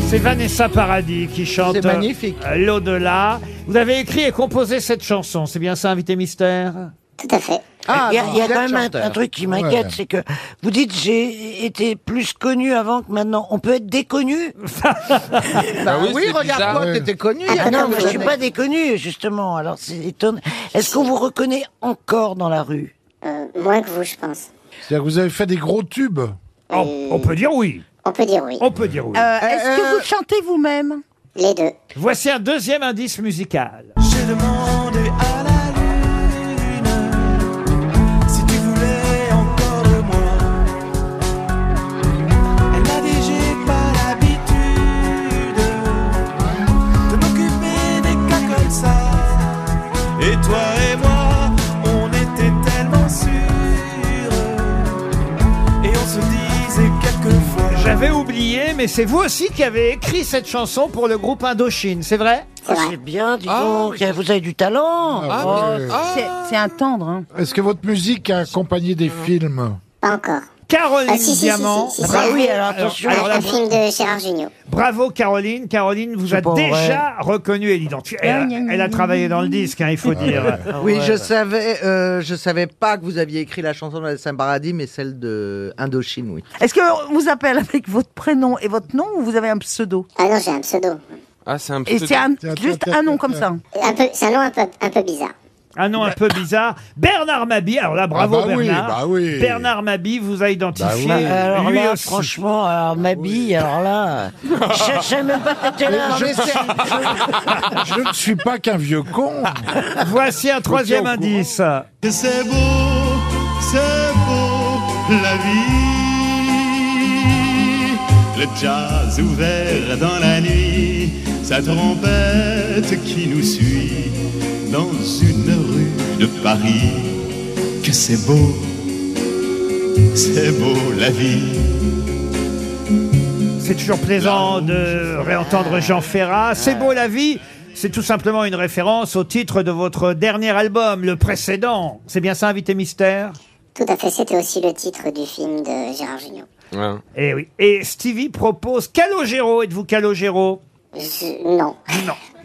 B: C'est Vanessa Paradis qui chante
E: C'est magnifique.
B: euh, L'au-delà. Vous avez écrit et composé cette chanson, c'est bien ça, invité mystère
I: Tout à fait.
E: Ah,
G: il y a,
E: bon,
G: il y a
E: vous
G: quand
E: êtes
G: même un,
E: chanteur.
G: un truc qui m'inquiète,
E: Ouais.
G: c'est que vous dites j'ai été plus connu avant que maintenant. On peut être déconnu
E: Bah oui,
G: oui, c'est bizarre.
E: regarde-toi,
G: Ouais.
E: t'étais connu. il y a
G: Ah non,
E: quelques
G: mais je suis
E: années.
G: pas déconnu justement. Alors c'est étonnant. Est-ce qu'on vous reconnaît encore dans la rue
I: Euh, moins que vous, je pense. Euh,
F: C'est-à-dire que vous avez fait des gros tubes
B: on, on peut dire oui.
I: On peut dire oui.
B: On peut dire oui.
L: Euh, Est-ce que vous chantez vous-même
I: Les deux.
B: Voici un deuxième indice musical.
H: J'ai demandé à la lune si tu voulais encore de moi. Elle m'a dit j'ai pas l'habitude de m'occuper des cas comme ça. Et toi et moi, on était tellement sûrs et on se disait quelquefois.
B: J'avais oublié, mais c'est vous aussi qui avez écrit cette chanson pour le groupe Indochine, c'est vrai
G: Ah, C'est bien, dis donc. Vous avez du talent.
F: Ah, oui.
L: C'est- C'est un tendre. hein.
F: Est-ce que votre musique a accompagné des films
I: Pas encore.
B: Caroline
I: Ah, si, si, si,
B: Diamant.
I: si, si, si. Ah oui, alors,
B: attention.
I: un film de Gérard Jugnot.
B: Bravo Caroline, Caroline vous a
G: pas
B: déjà reconnu et identifié. Elle, a- elle a travaillé dans le disque, hein, il faut dire.
E: Ah
U: Ah
E: Oui, je savais, euh, je savais pas que vous aviez écrit la chanson de Saint Paradis, mais celle de Indochine, oui.
L: Est-ce qu'on vous appelle avec votre prénom et votre nom ou vous avez un pseudo
I: Ah non, j'ai un pseudo.
U: Ah, c'est un
L: Et
U: pseudo.
L: c'est un- juste un nom comme ça.
I: Un peu, c'est un nom un peu, un peu bizarre.
B: Un nom Ah un peu bizarre. Bernard Mabie, alors là, bravo
F: bah oui,
B: Bernard.
F: bah oui.
B: Bernard Mabie vous a identifié.
G: Ma- alors
B: lui
G: là,
B: aussi.
G: franchement, alors ma bille, alors là, je sais même pas que t'étais là.
F: Mais Je ne suis pas qu'un vieux con.
B: Voici un troisième indice.
H: Que c'est beau, c'est beau la vie. Le jazz ouvert dans la nuit, sa trompette qui nous suit dans une rue de Paris. Que c'est beau, c'est beau la vie.
B: C'est toujours plaisant de réentendre Jean Ferrat. C'est beau la vie. C'est tout simplement une référence au titre de votre dernier album, le précédent. C'est bien ça, Invité Mystère
I: Tout à fait, c'était aussi le titre du film de Gérard Jugnot.
U: Ouais.
B: Eh oui. Et Stevie propose Calogero. Êtes-vous Calogero
I: Je- Non.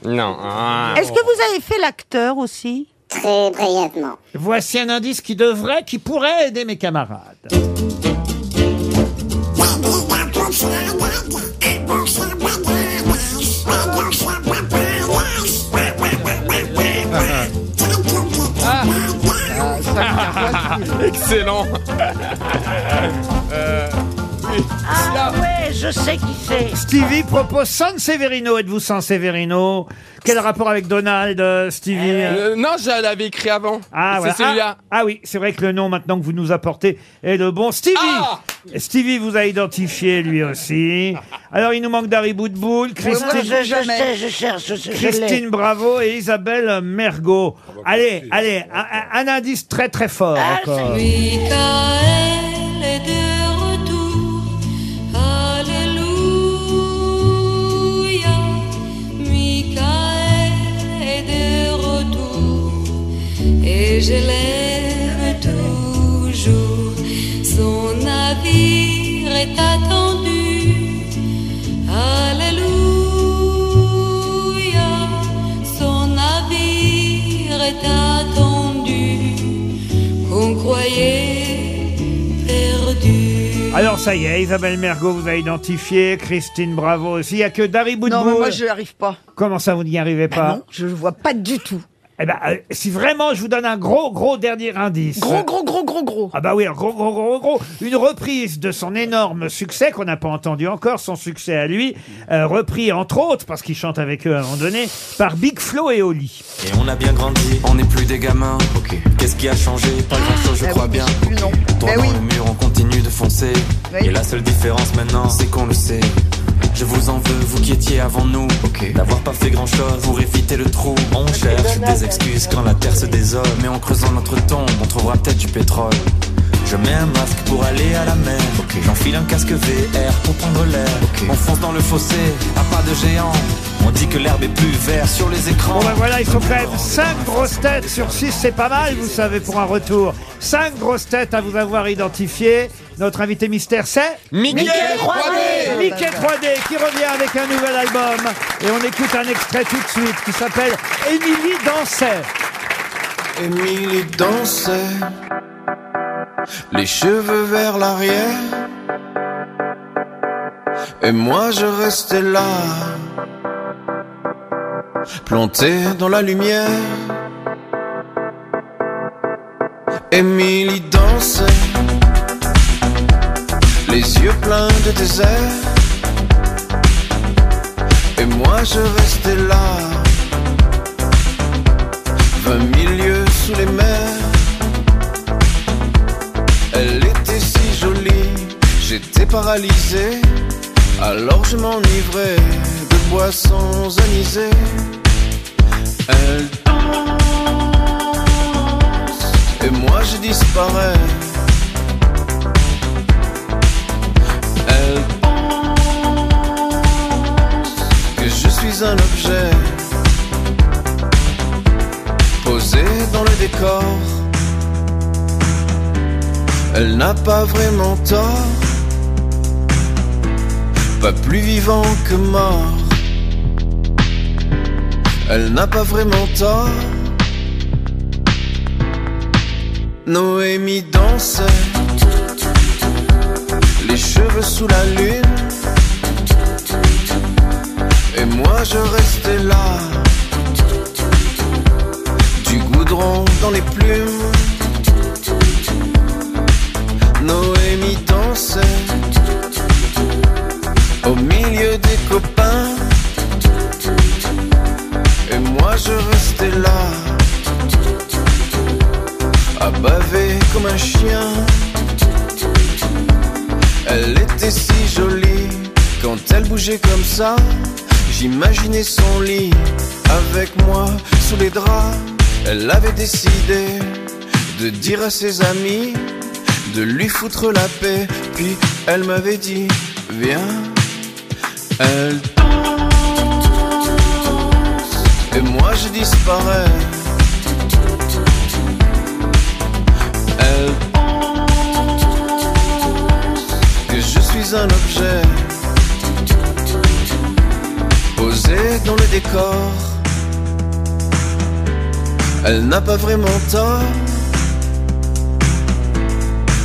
U: Non. Ah.
L: Ah. Est-ce que vous avez fait l'acteur aussi
V: très brièvement.
B: Voici un indice qui devrait, qui pourrait aider mes camarades.
C: Excellent.
H: Euh.
W: Ah ouais, je sais qui c'est.
B: Stevie propose San Severino. Êtes-vous San Severino Quel rapport avec Donald, euh, Stevie
C: Euh, non, je l'avais écrit avant.
B: Ah,
C: c'est
B: voilà.
C: celui-là.
B: Ah, ah oui, c'est vrai que le nom maintenant que vous nous apportez est le bon. Stevie
C: Ah
B: Stevie vous a identifié lui aussi. Alors il nous manque Dari Boudboul, Christine,
W: Ouais, moi, je, je sais, je cherche, je, je l'ai.
B: Christine Bravo et Isabelle Mergot. Allez, allez, un, un- un indice très très fort
I: Ah,
B: encore.
I: Michael est de retour. Alléluia. Michael est de retour. Et je l'aime toujours. Son navire est attendu. Alléluia. Son navire est attendu. Qu'on croyait perdu.
B: Alors ça y est, Isabelle Mergot vous a identifié, Christine Bravo aussi. Il n'y a que Dari Boudboul.
E: Non, mais moi, je n'arrive pas.
B: Comment ça, vous n'y arrivez pas
E: Bah non, je ne vois pas du tout.
B: Eh ben, euh, si vraiment je vous donne un gros, gros dernier indice.
E: Gros, gros, gros, gros, gros.
B: Ah bah oui, alors gros, gros, gros, gros. Une reprise de son énorme succès qu'on n'a pas entendu encore, son succès à lui, euh, repris entre autres, parce qu'il chante avec eux à un moment donné, par Big Flo et Oli.
X: Et on a bien grandi, on n'est plus des gamins. Ok. Qu'est-ce qui a changé Pas grand chose, je crois bien. Non. dans le mur, on continue de foncer.
I: Oui.
X: Et la seule différence maintenant, c'est qu'on le sait. Je vous en veux, vous qui étiez avant nous. Ok. D'avoir pas fait grand chose pour éviter le trou. On cherche des excuses quand la terre se désole. Mais en creusant notre tombe, on trouvera peut-être du pétrole. Je mets un masque pour aller à la mer. J'enfile un casque VR pour prendre l'air. On fonce dans le fossé à pas de géant. On dit que l'herbe est plus verte sur les écrans.
B: Bon ben voilà, ils sont quand même 5 grosses têtes sur 6, c'est pas mal, vous savez, pour un retour. 5 grosses têtes à vous avoir identifiées. Notre invité mystère, c'est
I: Mickaël Mickaël 3D.
B: Mickaël 3D qui revient avec un nouvel album. Et on écoute un extrait tout de suite qui s'appelle Émilie dansait.
Y: Émilie dansait, les cheveux vers l'arrière. Et moi je restais là, planté dans la lumière. Émilie dansait, les yeux pleins de désert. Et moi je restais là, vingt milieux sous les mers. Elle était si jolie, j'étais paralysé. Alors je m'enivrais de boissons anisées. Elle danse et moi je disparais. Elle pense que je suis un objet posé dans le décor. Elle n'a pas vraiment tort, pas plus vivant que mort. Elle n'a pas vraiment tort. Noémie dansait, les cheveux sous la lune. Et moi je restais là, du goudron dans les plumes. Noémie dansait au milieu des copains. Et moi je restais là, à baver comme un chien. Elle était si jolie quand elle bougeait comme ça. J'imaginais son lit avec moi sous les draps. Elle avait décidé de dire à ses amis de lui foutre la paix. Puis elle m'avait dit, viens, elle danse. Et moi je disparais. Elle pense que je suis un objet posé dans le décor.
H: elle n'a pas vraiment tort.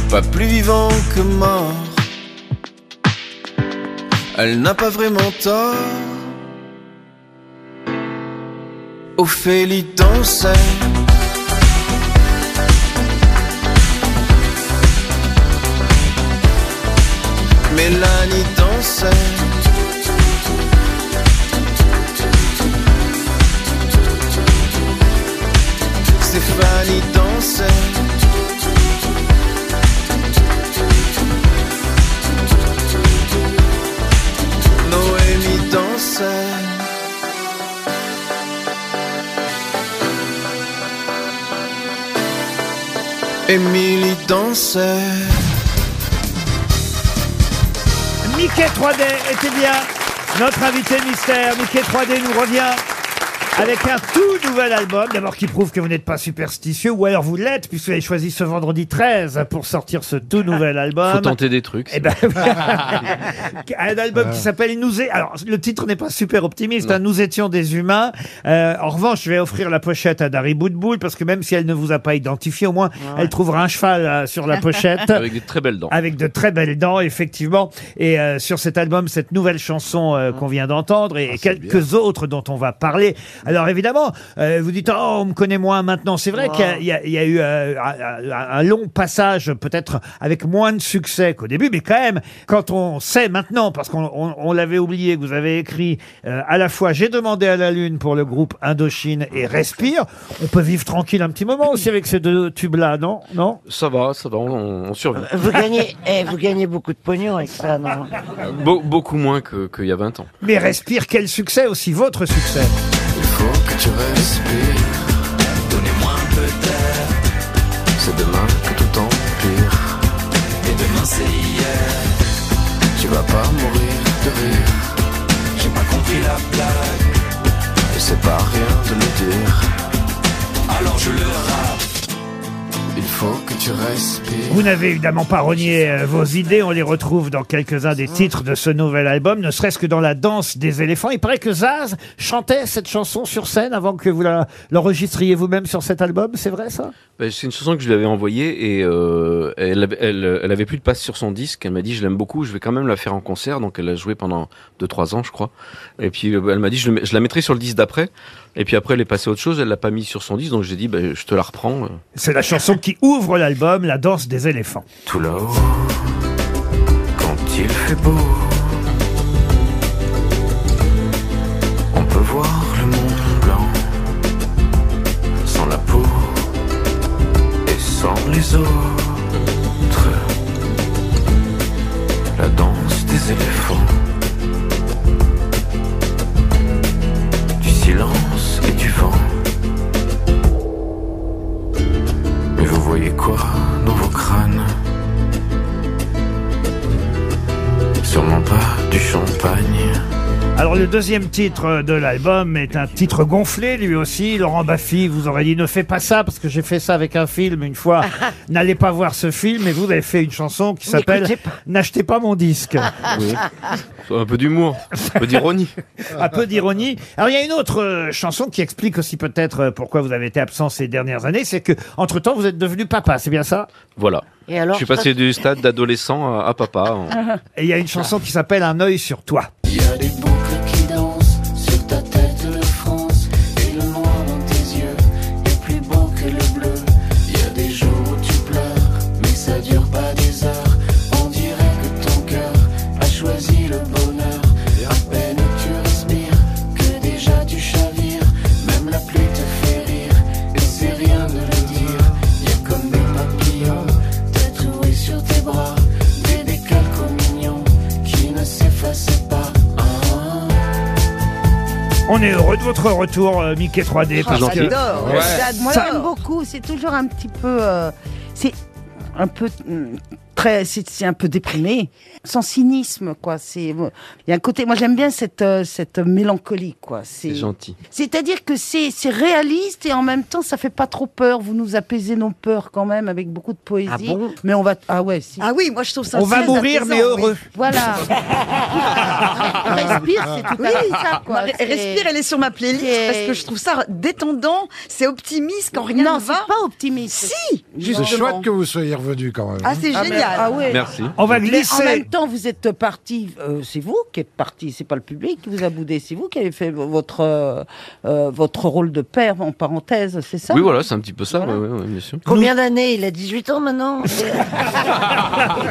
H: Pas plus vivant que mort. Elle n'a pas vraiment tort. Ophélie dansait. Mélanie dansait. Stéphanie dansait. Noémie dansait. Émilie dansait.
B: Mickey 3D était bien notre invité mystère. Mickey 3D nous revient avec un tout nouvel album. D'abord qui prouve que vous n'êtes pas superstitieux, ou alors vous l'êtes, puisque vous avez choisi ce vendredi 13 pour sortir ce tout nouvel album.
W: Faut tenter des trucs.
B: Eh ben, un album qui s'appelle Nous é- Alors, le titre n'est pas super optimiste. hein, Nous étions des humains. Euh, en revanche, je vais offrir la pochette à Dari Boudboul parce que même si elle ne vous a pas identifié, au moins, elle trouvera un cheval euh, sur la pochette.
W: Avec des très belles dents.
B: Avec de très belles dents, effectivement. Et euh, sur cet album, cette nouvelle chanson euh, qu'on vient d'entendre et quelques autres dont on va parler. Alors évidemment, euh, vous dites, oh, on me connaît moins maintenant. C'est vrai
Z: Ouais.
B: qu'il y a- il y, a- il y a eu euh, un- un, un long passage, peut-être avec moins de succès qu'au début, mais quand même, quand on sait maintenant, parce qu'on on- on l'avait oublié, que vous avez écrit euh, à la fois J'ai demandé à la Lune pour le groupe Indochine et Respire, on peut vivre tranquille un petit moment aussi avec ces deux tubes-là, non Non
W: Ça va, ça va, on, on survit.
G: Vous gagnez, eh, vous gagnez beaucoup de pognon avec ça, non
W: Be- beaucoup moins que- qu'il y a 20 ans.
B: Mais Respire, quel succès aussi, votre succès
H: faut que tu respires. Donnez-moi un peu d'air. C'est demain que tout empire. Et demain c'est hier. Tu vas pas mourir de rire. J'ai pas compris la blague. Et c'est pas rien de le dire. Alors je le rappe. Il faut que tu respires.
B: Vous n'avez évidemment pas renié euh, vos idées, on les retrouve dans quelques-uns des titres de ce nouvel album, ne serait-ce que dans la danse des éléphants. Il paraît que Zaz chantait cette chanson sur scène avant que vous la- l'enregistriez vous-même sur cet album, c'est vrai ça
W: Ben, C'est une chanson que je lui avais envoyée et euh, elle, avait- elle, elle avait plus de passe sur son disque. Elle m'a dit je l'aime beaucoup, je vais quand même la faire en concert. Donc elle a joué pendant 2-3 ans, je crois. Et puis euh, elle m'a dit je, le mets- je la mettrai sur le disque d'après. Et puis après elle est passée à autre chose, elle l'a pas mise sur son disque. Donc j'ai dit ben, je te la reprends.
B: C'est la chanson qui ouvre l'album, La danse des éléphants.
W: Tout là-haut,
H: quand il fait beau, on peut voir le Mont Blanc sans la peau et sans les autres. La danse des éléphants, du silence et du vent. Mais vous voyez quoi dans vos crânes Sûrement pas du champagne.
B: Alors le deuxième titre de l'album est un titre gonflé lui aussi. Laurent Baffy vous aurait dit ne fais pas ça parce que j'ai fait ça avec un film une fois. N'allez pas voir ce film et vous avez fait une chanson qui s'appelle
W: N'écoutez
B: N'achetez pas mon disque.
W: Un peu d'humour, un peu d'ironie.
B: un peu d'ironie. Alors il y a une autre euh, chanson qui explique aussi peut-être euh, pourquoi vous avez été absent ces dernières années, c'est que entre temps vous êtes devenu papa, c'est bien ça
W: Voilà.
B: Et alors,
W: je suis passé
B: ça-
W: du stade d'adolescent à, à papa. en-
N: hein.
B: Et il y a une chanson qui s'appelle Un œil sur toi.
H: Il y a des boucles qui dansent sur ta tête le France et le noir dans tes yeux est plus beau que le bleu. Il y a des jours où tu pleures, mais ça dure pas des heures. On dirait que ton cœur a choisi le bonheur. À peine tu respires, que déjà tu chavires. Même la pluie te fait rire, et c'est rien de le dire. Il y a comme des papillons tatoués sur tes bras, des décalques mignons qui ne s'effacent pas.
B: On est heureux de votre retour, euh, Mickey 3D.
L: Ah, j'adore.
B: Ouais.
L: J'adore. Moi,
B: Ça-
L: j'aime beaucoup. C'est toujours un petit peu. euh, c'est un peu. mm, très, c'est c'est un peu déprimé, sans cynisme, quoi. C'est, euh, il y a un côté, moi j'aime bien cette euh, cette mélancolie, quoi.
N: C'est gentil.
L: C'est-à-dire que c'est c'est réaliste et en même temps ça fait pas trop peur. Vous nous apaisez nos peurs quand même avec beaucoup de poésie.
B: Ah bon
L: mais on va ah ouais. Si.
J: Ah oui, moi je trouve
B: ça On va très mourir, apaisant, mais oui. heureux.
L: Voilà. Respire, c'est tout à fait
J: Oui,
L: ça, quoi.
J: Re-
L: C'est-
J: Respire, elle est sur ma playlist
L: c'est-
J: parce que je trouve ça détendant, c'est optimiste quand rien
L: Non,
J: ne va.
L: c'est pas optimiste.
J: Si,
F: C'est
J: justement.
F: chouette que vous soyez revenu quand même.
J: Ah, c'est
L: Ah, mais-
J: génial.
L: ah ouais.
N: Merci.
B: On va
L: Mais
B: glisser.
L: en même temps, vous êtes parti. euh, c'est vous qui êtes parti. C'est pas le public qui vous a boudé. C'est vous qui avez fait vo- votre euh, euh, votre rôle de père en parenthèse. C'est ça
N: Oui, voilà, c'est un petit peu ça, ouais, ouais, ouais, bien sûr.
W: Combien d'années Il a 18 ans maintenant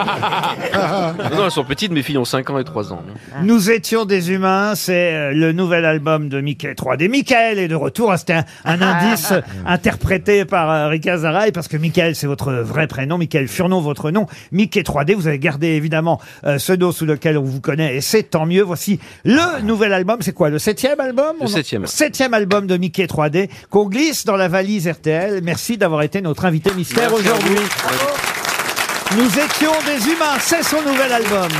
N: Non, non, elles sont petites, mes filles ont 5 ans et 3 ans.
B: Nous étions des humains, c'est euh, le nouvel album de Mickey 3D. Michael est de retour, Ah, c'était un, un indice euh, interprété par euh, Rika Zaraï, parce que Michael c'est votre vrai prénom, Michael Furnon votre nom, Mickey 3D, vous avez gardé évidemment euh, ce dos sous lequel on vous connaît, et c'est tant mieux, voici le nouvel album, c'est quoi, le septième album
N: Le septième.
B: Septième album de Mickey 3D, qu'on glisse dans la valise RTL, merci d'avoir été notre invité mystère
N: Merci à vous.
B: aujourd'hui. Nous étions des humains, c'est son nouvel album.